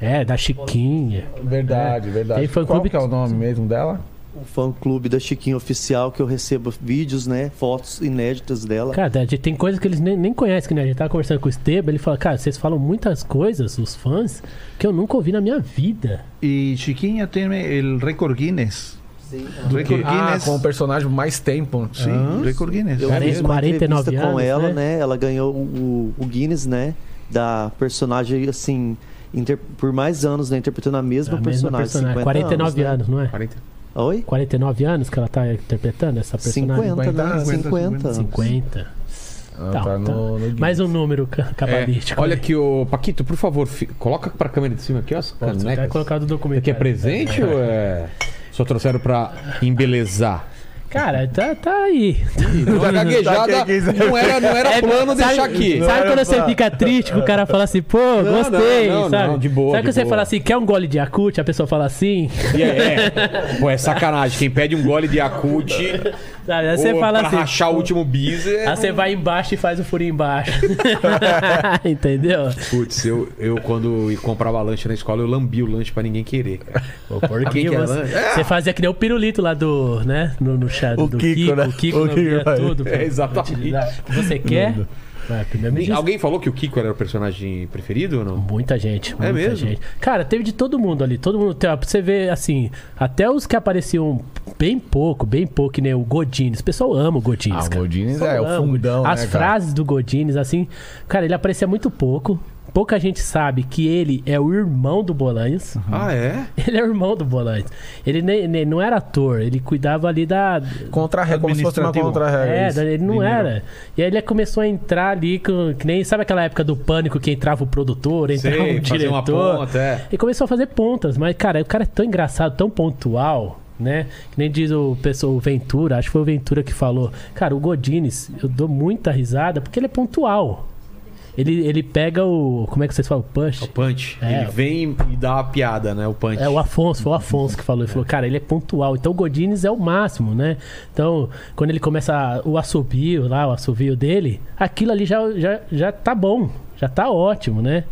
É, da Chiquinha.
Verdade, verdade.
Tem
Qual
fã-clube
que é o nome mesmo dela?
O fã clube um da Chiquinha Oficial, que eu recebo vídeos, né? Fotos inéditas dela.
Cara, a gente tem coisas que eles nem, nem conhecem, que né? A gente tava conversando com o Esteban, ele fala, cara, vocês falam muitas coisas, os fãs, que eu nunca ouvi na minha vida.
Y Chiquinha tiene el récord Guinness. Récord
Ah,
Guinness.
com o personagem mais tempo. né?
Sí, récord Guinness.
<laughs>
Eu
Cara,
fiz
isso,
uma
49
entrevista com
anos,
ela,
né?
né? Ela ganhou o, o Guinness, né? Da personagem, assim, inter- por mais anos, né? Interpretando a mesma
É a mesma
personagem.
personagem.
50
49 anos, não é?
40.
Né? Oi?
49 anos que ela tá interpretando essa personagem?
50, né?
50,
50 anos.
50.
Ah,
Tá, tá. Mais um número ca-
É,
cabalístico.
olha
né?
aqui, ô, Paquito, por favor, fi- coloca pra câmera de cima aqui, ó, as
Você tá
canecas.
colocado o documento.
Aqui é presente ou é... Só trouxeram pra embelezar.
Cara, tá, tá aí.
Então, a gaguejada não era, não era
É,
plano
sabe-
deixar aqui.
Sabe quando você fica triste que o cara fala assim, pô, gostei,
não, não,
sabe?
não, de boa,
sabe
de
que você
boa.
fala assim, quer um gole de acute? A pessoa fala assim.
E aí, é. Pô, é sacanagem. Quem pede um gole de Yakut
Sabe? Aí
ou
você fala
pra
assim.
rachar o último bis é...
Aí você vai embaixo e faz o
<laughs>
furinho embaixo. Entendeu?
Putz, eu, eu quando comprava lanche na escola, eu lambi o lanche pra ninguém querer. cara. Alguém
Porque
quer
você,
lanche?
você fazia que nem o pirulito lá do, né? No, no chá
O
do
Kiko, né?
O Kiko
O
lambia
Kiko,
tudo.
é, exatamente.
O que você quer? Vai, primeiro me diz.
Alguém falou que o Kiko era o personagem preferido ou não?
Muita gente. muita
É mesmo?
Gente. Cara, teve de todo mundo ali. Todo mundo. Pra você ver, assim, até os que apareciam bem pouco, bem pouco, que nem o Godines. O pessoal ama o Godines.
Ah, o
cara.
Godinez é, é o
Ama
fundão,
As
né, cara?
frases do Godines, assim. Cara, ele aparecia muito pouco. Pouca gente sabe que ele é o irmão do Bolanhos.
Ah, é?
Ele é o irmão do Bolanhos. Ele nem, nem- não era ator, ele cuidava ali da.
Contra-regra, como se fosse uma
Administrativo.
contra-regra.
É,
isso,
ele não
menino.
era. E aí ele começou a entrar ali, com, que nem. Sabe aquela época do pânico que entrava o produtor, entrava
Sei, fazer
o Então, diretor?
uma ponta, é.
E começou a fazer pontas, mas, cara, o cara é tão engraçado, tão pontual, né? Que nem diz o pessoal o Ventura, acho que foi o Ventura que falou. Cara, o Godines, eu dou muita risada porque ele é pontual. Ele, ele pega o. Como é que vocês falam? O Push?
O punch.
É.
Ele vem e dá uma piada, né? O punch.
É o Afonso, foi o Afonso que falou. Ele falou, cara, ele é pontual. Então o Godines é o máximo, né? Então, quando ele começa a- o assobio lá, o assobio dele, aquilo ali já, já, já tá bom, já tá ótimo, né?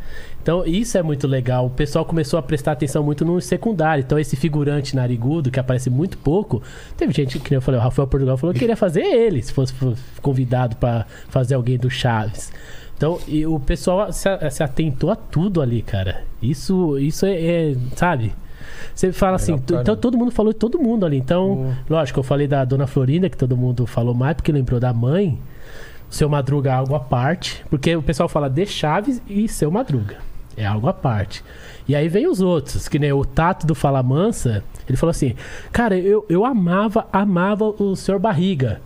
Então, isso é muito legal. O pessoal começou a prestar atenção muito no secundário. Então, esse figurante narigudo, que aparece muito pouco, teve gente que nem eu falei, o Rafael Portugal falou que queria fazer ele, se fosse convidado pra fazer alguém do Chaves. Então, e o pessoal se, a- se atentou a tudo ali, cara. Isso, isso é, é, sabe? Você fala assim, tu-
cara.
então todo mundo falou de todo mundo ali. Então, lógico, eu falei da Dona Florinda, que todo mundo falou mais, porque lembrou da mãe. Seu Madruga é algo à parte, porque o pessoal fala de Chaves e Seu Madruga. É algo à parte. E aí vem os outros, que nem o Tato do Fala Mansa, ele falou assim: Cara, eu, eu amava, amava o Senhor Barriga.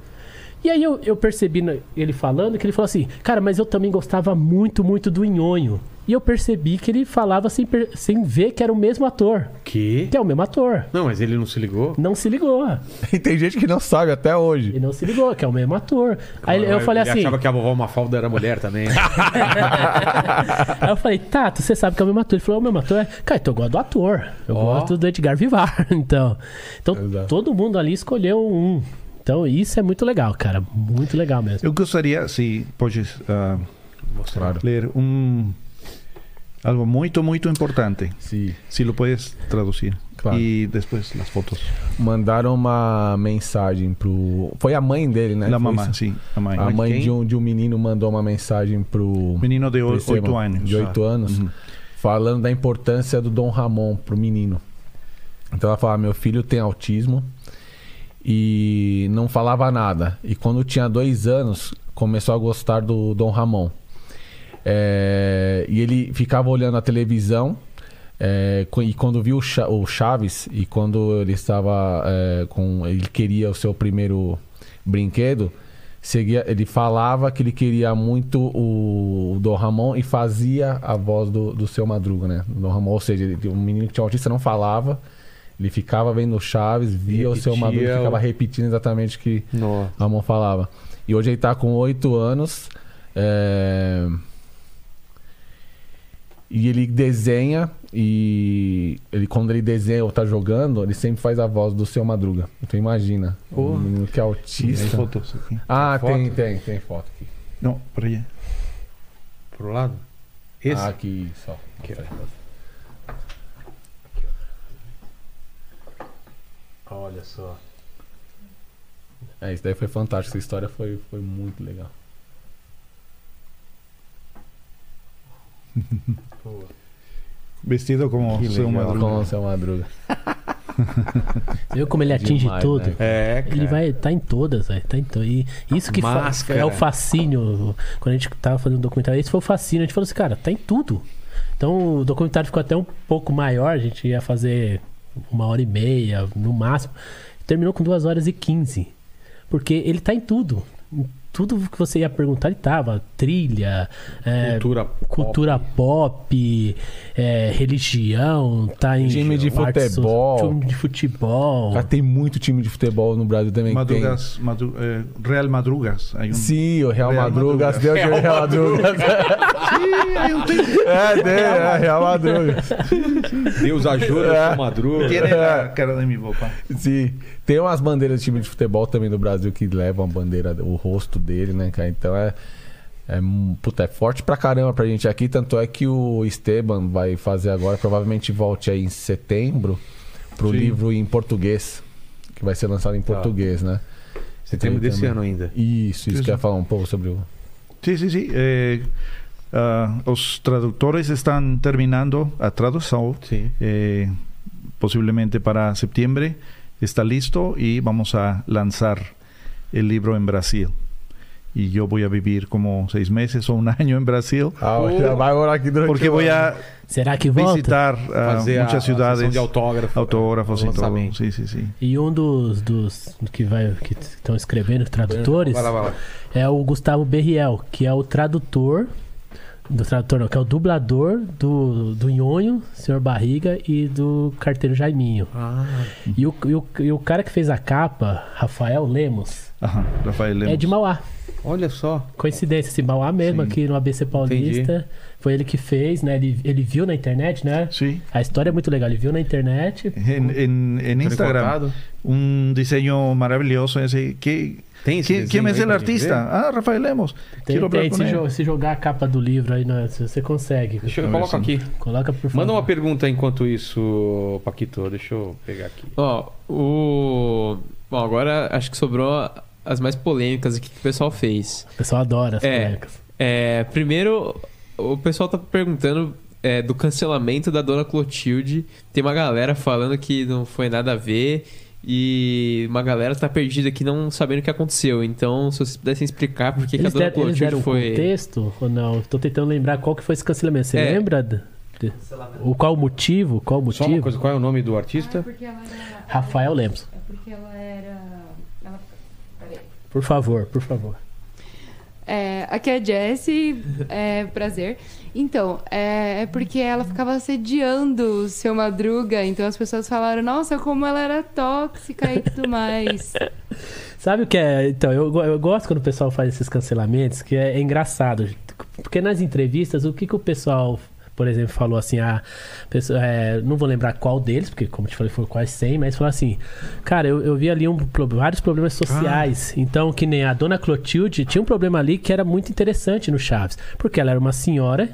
E aí eu, eu percebi na- ele falando que ele falou assim, cara, mas eu também gostava muito, muito do Nhonho. E eu percebi que ele falava sem, per- sem ver que era o mesmo ator.
Que?
Que é o mesmo ator.
Não, mas ele não se ligou.
Não se ligou.
E tem gente que não sabe até hoje.
Ele não se ligou, que é o mesmo ator. Aí eu falei
ele
assim.
achava que a vovó Mafalda era mulher também.
Aí eu falei, Tato, você sabe que é o mesmo ator. Ele falou, é o mesmo ator? é? Cara, então eu gosto do ator. Eu gosto do Edgar Vivar, <laughs> então. Então,
Exato.
todo mundo ali escolheu um. Então, isso é muito legal, cara. Muito legal mesmo.
Eu gostaria, se podes ah,
Claro.
ler um algo muito, muito importante.
Sim.
Se lo puedes traducir.
Claro.
E depois as fotos.
Mandaram uma mensagem pro. Foi a mãe dele, né?
da
Foi
mamá,
isso?
sim. A mãe.
A mãe
quem?
de um, de um menino mandou uma mensagem pro.
Menino de
pro
8
Esteban,
anos. Ah. Uhum.
De 8 anos. Falando da importância do Dom Ramon pro menino. Então ela falava: meu filho tem autismo e não falava nada. E quando tinha dois anos, começou a gostar do Dom Ramon. É, e ele ficava olhando a televisão. é, co- e quando viu o Cha- o Chaves e quando ele estava é, com ele queria o seu primeiro brinquedo seguia ele falava que ele queria muito o, o Dom Ramon e fazia a voz do, do seu Madruga né do Dom Ramon ou seja ele, o menino que tinha autista não falava ele ficava vendo o Chaves via o seu
Repetia
Madruga e ficava
o-
repetindo exatamente o que
Nossa.
o Ramon falava e hoje ele tá com oito anos é, e ele desenha e ele quando ele desenha ou tá jogando, ele sempre faz a voz do seu Madruga. Então imagina. Um menino que
Tem
é autista.
fotos aqui.
Ah,
Tem
tem,
foto?
tem, tem foto aqui.
Não, por aí.
Pro lado? Esse?
Ah, aqui só.
Olha só.
É, isso daí foi fantástico. Essa história foi, foi muito legal.
Vestido como seu
Com
madruga.
o seu Madruga.
Você viu como ele atinge
Demais,
tudo?
né?
É, cara.
Ele vai tá em todas, velho. Tá em to... e isso que fa-
Máscara.
é o fascínio. Quando a gente tava fazendo o documentário, esse foi o fascínio. A gente falou assim, cara, tá em tudo. Então o documentário ficou até um pouco maior, a gente ia fazer uma hora e meia, no máximo. Terminou com duas horas e quinze. Porque ele tá em tudo. Em tu- tudo que você ia perguntar ele tava. Trilha, é,
Cultura pop.
cultura pop, é, religião, tá em
Time de
artes sociais,
futebol.
time de futebol.
Cara, tem muito time de futebol no Brasil também. que
Madrugas, madru- eh, Real Madrugas. Hay
tem.
un,
Sim, o Real,
Real
Madrugas. Deu de Real Madrugas.
Sí, hay un tipo-
<laughs> é, deu, é, Real Madrugas.
Deus ajuda, eu sou madruga.
Tiene la cara de mi papá.
Sim. Tem umas bandeiras de time de futebol também no Brasil que levam a bandeira, o rosto dele, né, cara? Então é. É, um- puta, é forte pra caramba pra gente aqui. Tanto é que o Esteban vai fazer agora, provavelmente volte aí em setembro, pro livro em português. Que vai ser lançado em português, né?
Setembro desse
Também.
ano ainda.
Isso, isso.
Isso.
Quer falar um pouco sobre o.
Sí, sí, sí. eh, ah, los traductores están terminando a traducción.
Sim.
eh, posiblemente para septiembre. Está listo y vamos a lanzar el libro en Brasil. Y yo voy a vivir como seis meses o un <laughs> año en Brasil.
Ah, já <laughs> vai morar aqui durante
Porque
o
voy a
ano.
Será que volta?
visitar ah,
Fazer a-
muchas
a sessão
ciudades,
de autógrafo,
autógrafos
é,
y todo.
lançamento.
Sí, sí, sí.
E um dos, dos que vai que estão escrevendo, os tradutores,
Vai lá, vai lá.
é o Gustavo Berriel, que é o tradutor. Do tradutor não, que é o dublador do, do Nhonho, Senhor Barriga e do Carteiro Jaiminho. E, o, e, o, e o cara que fez a capa, Rafael Lemos,
Ajá, Rafael Lemos.
é de Mauá.
Olha só.
Coincidência, esse Mauá mesmo,
Sim.
aqui no ABC Paulista. Foi ele que fez, né? Ele, ele viu na internet, né?
Sí.
A história é muito legal, ele viu na internet.
En, en- en Instagram.
Encontrado.
Un diseño maravilloso. Ese, ¿qué,
Tem esse
¿Qui-
desenho
¿Quién es
aí
el
pra gente
artista?
ver?
Ah, Rafael Lemos.
Tem,
Quiero hablar
tem,
con
se,
él.
jo- se jogar a capa do livro aí, né, se você consegue.
né? Deixa eu
Olha
coloco
só.
aqui.
Coloca por favor.
Manda uma pergunta enquanto isso, Paquito. Deixa eu pegar aqui.
Ó, o. Bom, agora acho que sobrou as mais polêmicas aqui que o pessoal fez.
O pessoal adora as
É.
cuecas.
É, primeiro, o pessoal tá perguntando é, do cancelamento da Dona Clotilde. Tem uma galera falando que não foi nada a ver. E uma galera tá perdida aqui não sabendo o que aconteceu. Então, se vocês pudessem explicar por que, que a
Eles,
Dona
deram, eles deram
Clotilde
o
foi.
contexto ou não? Eu Tô tentando lembrar qual que foi esse cancelamento. Você
É.
lembra? de- de- o qual o motivo? Qual o
Só uma
motivo?
coisa, qual é o nome do
Ah, é
artista?
porque ela era.
Rafael Lemos.
É porque ela era. ela- peraí.
Por favor, por favor.
É, aqui é a Jessie, é, prazer. Então, é, é porque ela ficava assediando o seu Madruga, então as pessoas falaram, nossa, como ela era tóxica e tudo mais.
Sabe o que é? Então, eu, go- eu gosto quando o pessoal faz esses cancelamentos, que é, é engraçado. Porque nas entrevistas, o que, que o pessoal, por exemplo, falou assim, ah, pessoa- é, não vou lembrar qual deles, porque como eu te falei, foram quase 100, mas falou assim, cara, eu, eu vi ali um pro- vários problemas sociais. Então, que nem a dona Clotilde, tinha um problema ali que era muito interessante no Chaves. Porque ela era uma senhora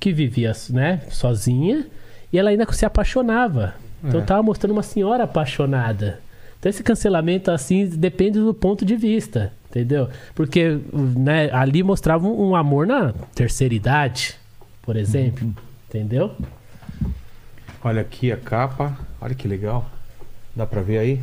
que vivia né, sozinha e ela ainda se apaixonava. Então, tava mostrando uma senhora apaixonada. Então esse cancelamento assim depende do ponto de vista, entendeu? Porque né, ali mostrava um, um amor na terceira idade, por exemplo, entendeu?
Olha aqui a capa. Olha que legal. Dá pra ver aí?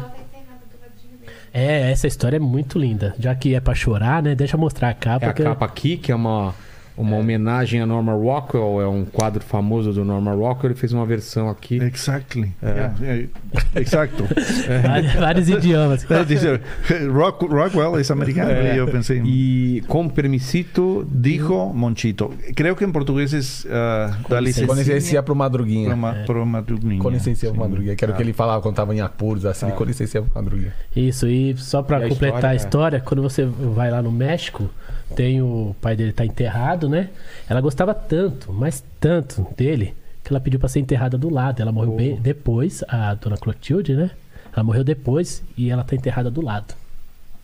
É, essa história é muito linda. Já que é pra chorar, né? Deixa eu mostrar a capa.
É a
que-
capa aqui, que é uma, uma homenagem a Norman Rockwell. É um quadro famoso do Norman Rockwell. Ele fez uma versão aqui.
É Exactly. Yeah, eh, Exacto.
<laughs> Vários, vários idiomas.
Eh, Dice, eh, Rock- Rockwell es americano. y Yo pensé,
E com permissito
dijo Monchito. Creo que en portugués es ah, da licencia.
Com licencia pro Madruguinha.
pro ma- pro madruguinha.
Com licença
Sí.
pro Madruguinha, que era o que ele falava quando tava em apuros, assim,
É.
com licença pro Madruguinha.
Isso, e só pra
E a
completar
história, é.
a história, quando você vai lá no México, tem o pai dele tá enterrado, né? Ela gostava tanto, mas tanto dele, que ela pediu pra ser enterrada do lado. Ela morreu bem depois, a dona Clotilde, né? Ela morreu depois e ela tá enterrada do lado.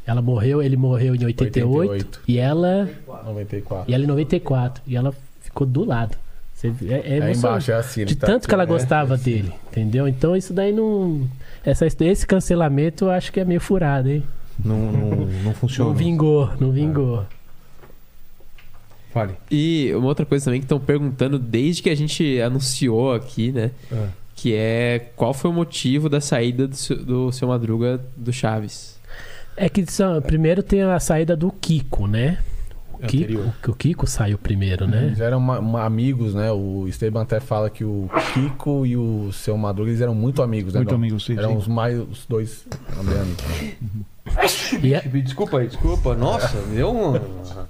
Ela morreu, ele morreu em 88,
88.
e ela
94.
e ela em 94, e ela ficou do lado. Você, vê- é, é
Aí
emocionante.
embaixo é assim, ele
De
tá
tanto que
aqui,
ela
né?
gostava dele, entendeu? Então isso daí não. Essa, esse cancelamento eu acho que é meio furado, hein?
não, não, não funciona.
<laughs> Não vingou, não vingou.
Fale.
E uma outra coisa também que estão perguntando desde que a gente anunciou aqui, né?
É.
Que é qual foi o motivo da saída do seu, do seu Madruga do Chaves.
É que são- primeiro tem a saída do Kiko, né? O O Kiko,
anterior.
o- o Kiko saiu primeiro,
<laughs>
né?
Eles eram ma- ma- amigos, né? O Esteban até fala que o Kiko e o seu Madruga eles eram muito amigos, né?
Muito
Dom?
amigos, sim,
Eram
sim.
os mais os dois também amigos.
E é-
Desculpa aí, desculpa. Nossa, me deu um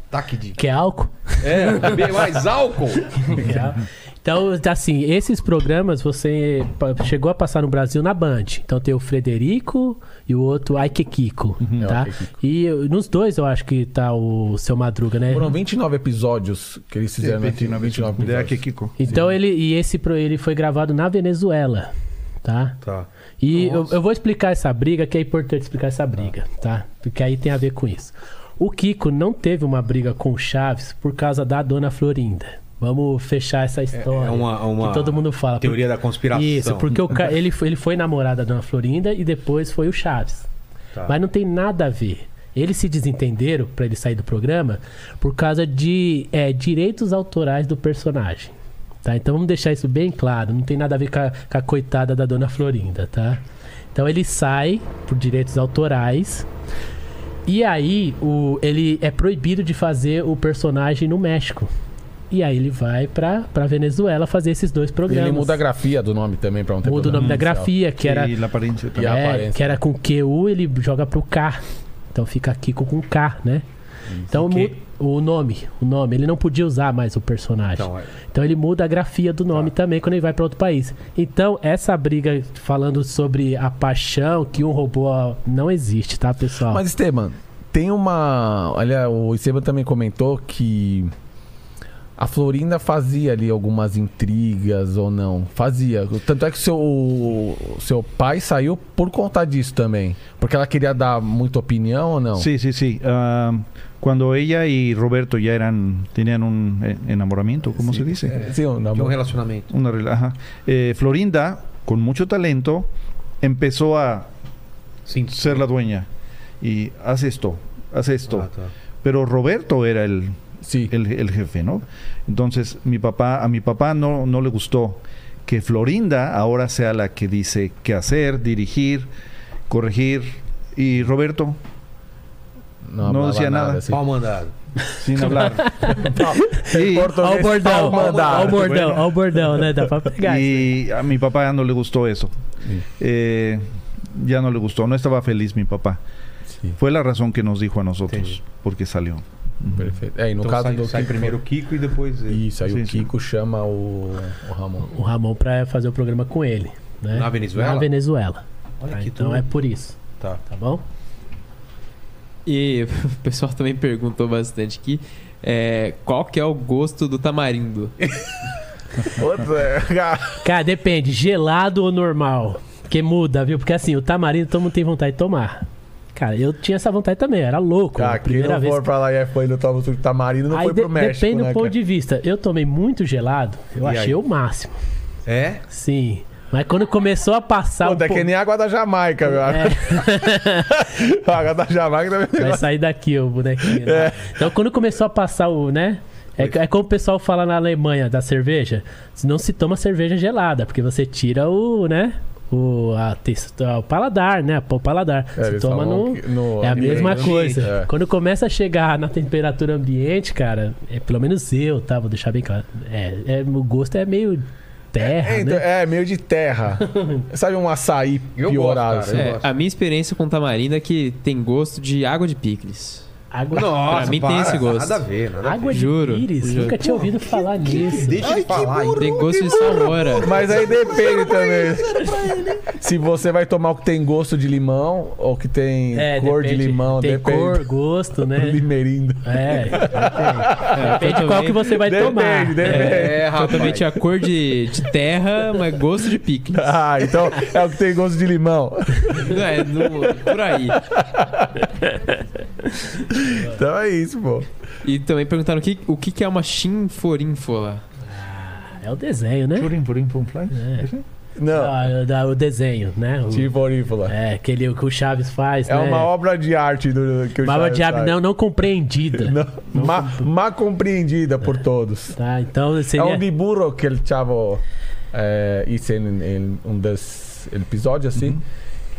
ataque de.
Quer álcool?
É, bem mais álcool.
Legal. Então, assim, esses programas você pa- chegou a passar no Brasil na Band. Então tem o Frederico e o outro Aike Kiko, tá?
Aike Kiko.
E eu- nos dois eu acho que tá o seu Madruga, né?
Foram 29 episódios que eles fizeram. né?
29, 29
episódios.
aqui, Kiko.
Então ele e esse pro- ele foi gravado na Venezuela, tá?
Tá.
E eu, eu vou explicar essa briga, que é importante explicar essa briga, tá? Porque aí tem a ver com isso. O Kiko não teve uma briga com o Chaves por causa da dona Florinda. Vamos fechar essa história.
É uma- uma
que todo mundo fala.
teoria da conspiração.
Isso, porque o
<laughs>
ca- ele, foi, ele foi namorado da dona Florinda e depois foi o Chaves.
Tá.
Mas não tem nada a ver. Eles se desentenderam pra ele sair do programa por causa de é, direitos autorais do personagem. Tá? Então vamos deixar isso bem claro. Não tem nada a ver com a, com a coitada da dona Florinda, tá? Então ele sai por direitos autorais. E aí o, ele é proibido de fazer o personagem no México. E aí ele vai pra, pra Venezuela fazer esses dois
É
E
programas.
Ele muda a grafia do nome também pra um não ter
Muda o
problema
nome
Hum,
da
inicial.
grafia, que era,
E La Aparência
E
também.
a
é,
aparência.
que era com QU, ele joga pro K. Então fica Kiko com K, né? Então mu- o nome, o nome, ele não podia usar mais o personagem. Então,
Então, é. Tá.
ele muda a grafia do nome também quando ele vai pra outro país. Então essa briga falando sobre a paixão que um roubou a- não existe, tá, pessoal?
Mas, Esteban, tem uma. Olha, o Esteban também comentou que a Florinda fazia ali algumas intrigas ou não. Fazia. Tanto é que seu, o seu pai saiu por conta disso também. Porque ela queria dar muita opinião ou não?
Sí, sí, sí. Ah, cuando ella y Roberto ya eran, tenían un eh, enamoramiento, ¿cómo se dice?
É, Sim, ou não.
Tinha um relacionamento.
Una rela- ajá. Eh, Florinda, con mucho talento, empezó a
Sim.
ser la dueña. Y haz esto, haz esto.
Ah, tá.
Pero Roberto era el,
Sim.
el, el jefe, ¿no? Entonces, mi papá, a mi papá no, no le gustó que Florinda ahora sea la que dice qué hacer, dirigir, corregir. Y Roberto, Não
hablava
dizia nada.
assim.
Pau mandado.
sin hablar. Y-
Olha o bordão,
Palma da-
olha o bordão, olha o bordão, né? Dá pra pegar isso.
Y a mi papá no le gustó eso. Eh, ya no le gustó, no estaba feliz mi papá.
Sim,
Fue la razón que nos dijo a nosotros
Entendi.
porque saiu.
perfeito. É, e no
então
caso
sai,
do
sai
Kiko-
primeiro o Kiko e depois ele.
Isso, aí
Sim,
o
sim.
Kiko chama o, o Ramon.
O Ramon pra fazer o programa com ele, né?
Na Venezuela?
Na Venezuela.
Olha
tá?
que
Então
tudo.
é por isso,
Tá.
tá bom?
E <laughs> o pessoal também perguntou bastante aqui é, qual que é o gosto do tamarindo.
Cara, depende, gelado ou normal. Porque muda, viu? Porque assim, o tamarindo todo mundo tem vontade de tomar. Cara, eu tinha essa vontade também, eu era louco.
Cara,
a
Tá, quem
primeira
Ah, não
vez.
for pra lá e é, foi no Tava Sul de Tamarindo não
Aí
foi pro
de-
México.
depende
né,
do ponto
cara?
de vista. Eu tomei muito gelado, eu
E
achei
aí?
o máximo.
É?
Sim. Mas quando começou a passar
Pô,
um
é
pouco-
que nem água da Jamaica, meu.
É.
A <laughs> água da Jamaica também.
Vai sair daqui o bonequinho. né?
É.
Então, quando começou a passar o, né? É, é como o pessoal fala na Alemanha da cerveja. Não se toma cerveja gelada, porque você tira o, né? O, a textura, o paladar, né? O paladar. você
É, eles
toma
falam
no.
que- no
É a
ambiente.
mesma coisa.
É.
Quando começa a chegar na temperatura ambiente, cara, é pelo menos eu, tá? Vou deixar bem claro. É, é- o gosto é meio terra,
É, então,
né?
é, meio
<laughs>
de terra. Sabe um açaí
Eu
piorado?
gosto,
assim?
cara, eu
É, a minha experiência com tamarindo é que tem gosto de água de picles.
Água,
Nossa,
Pra mim tem
para,
esse gosto.
Nada a ver, nada a ver.
água de
Juro,
pires?
juro.
Nunca tinha ouvido falar nisso.
Deixa ele falar aí.
Tem gosto de salmoura.
Mas aí depende também. <laughs> Se você vai tomar o que tem gosto de limão ou que tem
É,
cor
depende.
de limão,
tem
depende.
cor, gosto, né?
Limerindo. <laughs>
É,
é,
eu
depende de qual
tomei-
que você vai
Depende, né?
tomar.
depende.
É,
eu também
rapaz.
tinha cor de, de terra, mas gosto
<laughs>
de picles.
Ah, então é o que tem gosto de limão. <laughs>
Não, é no- por aí.
Então é isso, pô.
E também perguntaram o que, o que que é uma chinforínfola.
É, o desenho, né?
Churin, purin, pum, fly.
Não.
Ah, da- o desenho, né? O-
Tiforífula.
é, aquele que o Chaves faz,
Tipo. É
né?
uma obra de arte do, que eu
Uma obra de arte
sabe?
não, não compreendida.
Não, má, má compreendida por todos.
Tá, então
É
seria...
um de burro que el chavo eh, hizo en, en un dos episódios assim,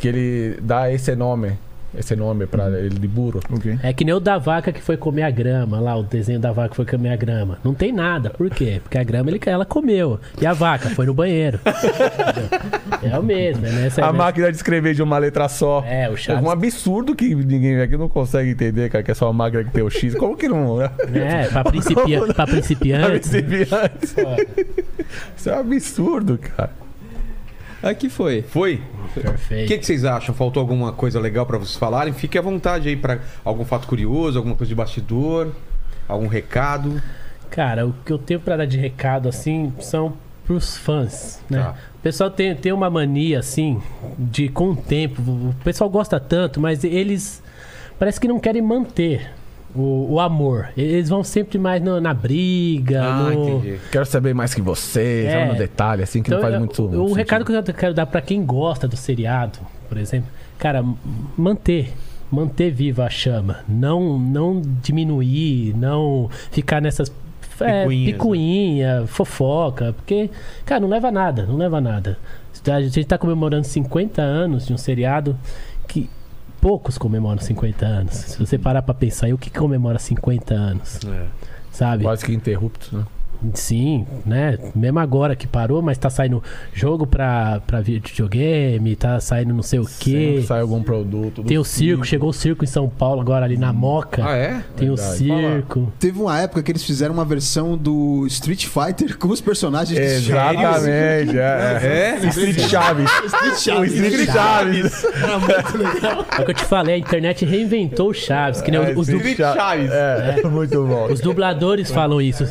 que ele dá esse nome esse nome para ele de burro.
É que nem o da vaca que foi comer a grama, lá o desenho da vaca que foi comer a grama. Não tem nada. Por quê? Porque a grama ele, ela comeu. E a vaca foi no banheiro. é o mesmo, é nessa
a máquina de escrever de uma letra só.
É, o
É
Chaves.
um absurdo que ninguém aqui não consegue entender, cara, que é só uma máquina que tem o X. Como que não? <laughs>
É, pra, principia... pra principiantes.
Principiantes. Isso é um absurdo, cara.
Aqui foi.
Foi? O
Perfeito.
que, que vocês acham? Faltou alguma coisa legal pra vocês falarem? Fique à vontade aí pra algum fato curioso, alguma coisa de bastidor, algum recado.
Cara, o que eu tenho pra dar de recado, assim, são pros fãs, né?
Tá.
O pessoal tem, tem uma mania, assim, de com o tempo. O pessoal gosta tanto, mas eles parece que não querem manter o, o amor. Eles vão sempre mais no- na briga.
Ah,
Ah,
no-
Quero saber mais que vocês,
<laughs> É. então,
é. um detalhe, assim, que não faz
eu-
muito.
O
muito
recado
sentido.
que eu quero dar pra quem gosta do seriado, por exemplo, cara, m- manter. Manter viva a chama. Não, não diminuir, não ficar nessas. É,
Picuinhas,
picuinha, fofoca, porque, cara, não leva a nada, não leva a nada. A gente tá comemorando 50 anos de um seriado que poucos comemoram 50 anos. Se você parar pra pensar aí, o que comemora 50 anos? Sabe?
Quase que interrupto, né?
Sim, né? Mesmo agora que parou, mas tá saindo jogo pra, pra videogame, tá saindo não sei o
Sempre
quê.
Sai algum produto. do Hum.
Tem o circo, chegou o circo em São Paulo agora ali na Moca.
Ah, é?
Tem o
verdade.
circo.
Teve uma época que eles fizeram uma versão do Street Fighter <laughs> com os personagens do
Exatamente, é. é. Street Chaves.
Street
O
Chaves.
Street Chaves.
É o que eu te falei, a internet reinventou o Chaves, que nem
É,
os, du-
Street Chaves. É, <laughs> muito bom.
os dubladores falam isso.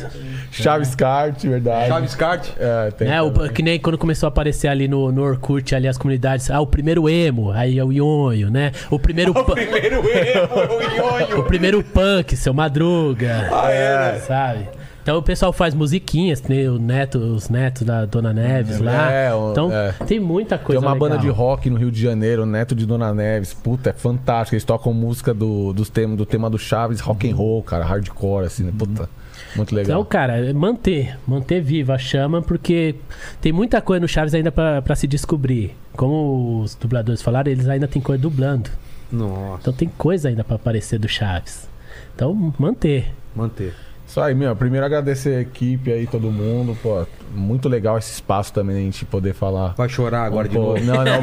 Chaves Kart, verdade.
Chaves Card?
É, tem.
Né? O-
também.
que nem quando começou a aparecer ali no, no Orkut, ali as comunidades. Ah, o primeiro emo, aí é o Ionho, né? O
<laughs>
primeiro, pu-
Primeiro erro, o
o primeiro punk, seu Madruga.
Ah, é, né?
sabe? Então o pessoal faz musiquinhas, tem o neto, os netos da Dona Neves lá.
é, o-
então
é.
tem muita
Tem
coisa
uma
legal.
banda de rock no Rio de Janeiro, Neto de Dona Neves. Puta, é fantástico. Eles tocam música do, dos temas, do tema do Chaves, rock and roll, cara, hardcore, assim, né? Puta, muito
Então,
legal.
cara, é manter, manter viva a chama, porque tem muita coisa no Chaves ainda pra pra se descobrir. Como os dubladores falaram, eles ainda tem coisa dublando.
Nossa,
Então tem coisa ainda pra aparecer do Chaves. Então, manter.
manter.
Isso aí, meu. Primeiro agradecer a equipe aí, todo mundo. Pô, muito legal esse espaço também, a gente poder falar.
Vai chorar agora de
Pô,
novo.
Não,
<laughs>
não,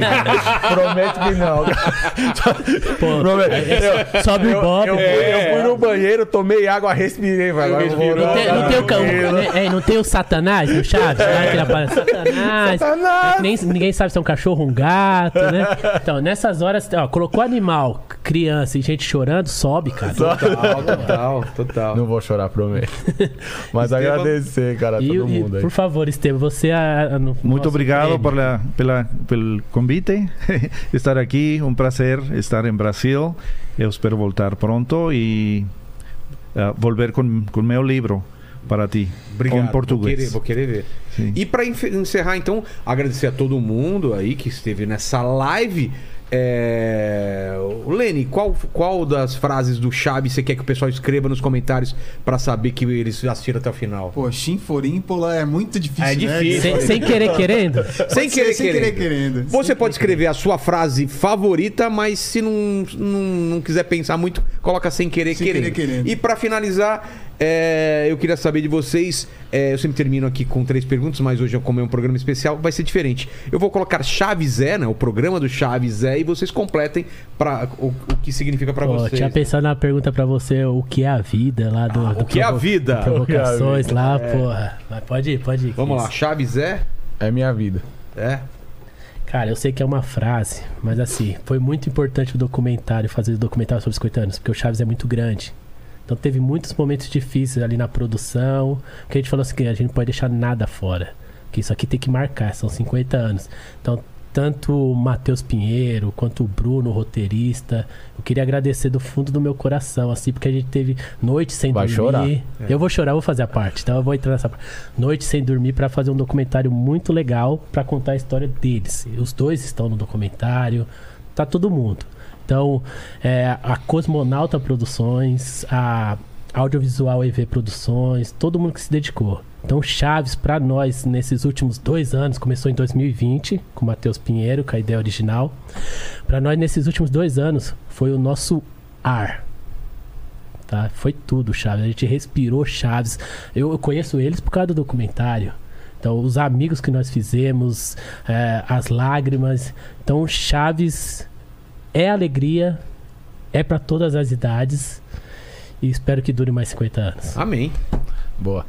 prometo que não. <laughs>
Pô, é,
Prometo.
sobe o Bob.
Eu, fui-
É.
eu fui no banheiro, tomei água, respirei, vai. Agora eu vou-
Não tem, não tem o cão, né? É, não tem o Satanás no Chaves? Né? Que ele aparece, Satanás.
Satanás.
É que nem- ninguém sabe se é um cachorro ou um gato, né? Então, nessas horas, ó, colocou animal, criança e gente chorando, sobe, cara.
Total, total, total.
Não vou
<laughs>
chorar, prometo. Mas
Estevam-
agradecer, cara, a
E,
todo
e,
mundo aí.
por favor, Estevam, você. é A, a, no-
Muito
nosso
obrigado
prêmio.
por la- pela, pelo convite, <laughs> estar aqui, um prazer estar em Brasil. Eu espero voltar pronto e ah, volver com com meu livro para ti,
Obrigado.
em português.
Vou querer, vou querer ver.
Sim.
E para encerrar, então, agradecer a todo mundo aí que esteve nessa live. É... o Lene, qual, qual das frases do Chaves você quer que o pessoal escreva nos comentários pra saber que eles assistiram até o final?
Pô, Chinforímpola é muito difícil,
É
né?
difícil.
Sem, sem querer, querendo.
Sem
Pode
querer,
ser, sem querer,
querendo.
querendo.
Você pode escrever a sua frase favorita, mas se não, não, não quiser pensar muito, coloca sem querer,
Sem
querendo.
querer, querendo.
E pra finalizar, é, eu queria saber de vocês. é, eu sempre termino aqui com três perguntas, mas hoje, como é um programa especial, vai ser diferente. Eu vou colocar Chaves é, né? O programa do Chaves é, e vocês completem pra, o, o que significa <laughs> pra
Pô,
vocês.
tinha pensado na pergunta pra você, o que é a vida lá do.
<laughs>
do
o que é a
provo-
vida? É.
Provocações lá, porra. Mas pode ir, pode ir.
Vamos lá,
Cris.
Chaves é?
É minha vida.
É.
Cara, eu sei que é uma frase, mas assim, foi muito importante o documentário, fazer o documentário sobre os 50 anos, porque o Chaves é muito grande. Então teve muitos momentos difíceis ali na produção, porque a gente falou assim, a gente não pode deixar nada fora. Que isso aqui tem que marcar, são 50 anos. Então, tanto o Matheus Pinheiro quanto o Bruno, o roteirista, eu queria agradecer do fundo do meu coração, assim, porque a gente teve noite sem
Vai
dormir.
chorar.
Eu vou chorar, eu vou fazer a parte, então eu vou entrar nessa parte. Noite sem dormir pra fazer um documentário muito legal pra contar a história deles. Os dois estão no documentário, tá todo mundo. Então, é, a Cosmonauta Produções, a Audiovisual EV Produções, todo mundo que se dedicou. Então, Chaves, para nós, nesses últimos dois anos, começou em 2020, com o Matheus Pinheiro, com a ideia original. Para nós, nesses últimos dois anos, foi o nosso ar. Tá? Foi tudo, Chaves. A gente respirou Chaves. Eu, eu conheço eles por causa do documentário. Então, os amigos que nós fizemos, é, as lágrimas. Então, Chaves é alegria, é para todas as idades. E espero que dure mais 50 anos.
Amém.
Boa.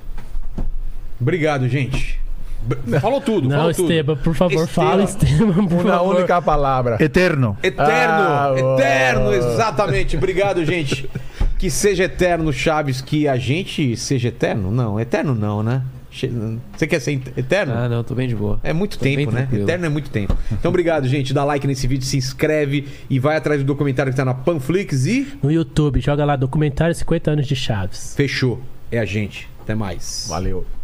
Obrigado, gente. B- Falou tudo,
Não,
falou tudo.
Esteban, por favor,
Esteban.
fala, Esteban, por
Uma
favor.
única palavra.
Eterno.
Eterno,
Ah, boa.
eterno, exatamente. Obrigado, gente. Que seja eterno, Chaves, que a gente seja eterno? Não, eterno não, né? Che- Você quer ser eterno?
Ah, não, tô bem de boa.
É muito
Tô bem
tempo, né?
tranquilo.
Eterno é muito tempo. Então, obrigado, gente. Dá like nesse vídeo, se inscreve e vai atrás do documentário que tá na Panflix e
No YouTube, joga lá documentário 50 anos de Chaves.
fechou. É a gente. Até mais.
Valeu.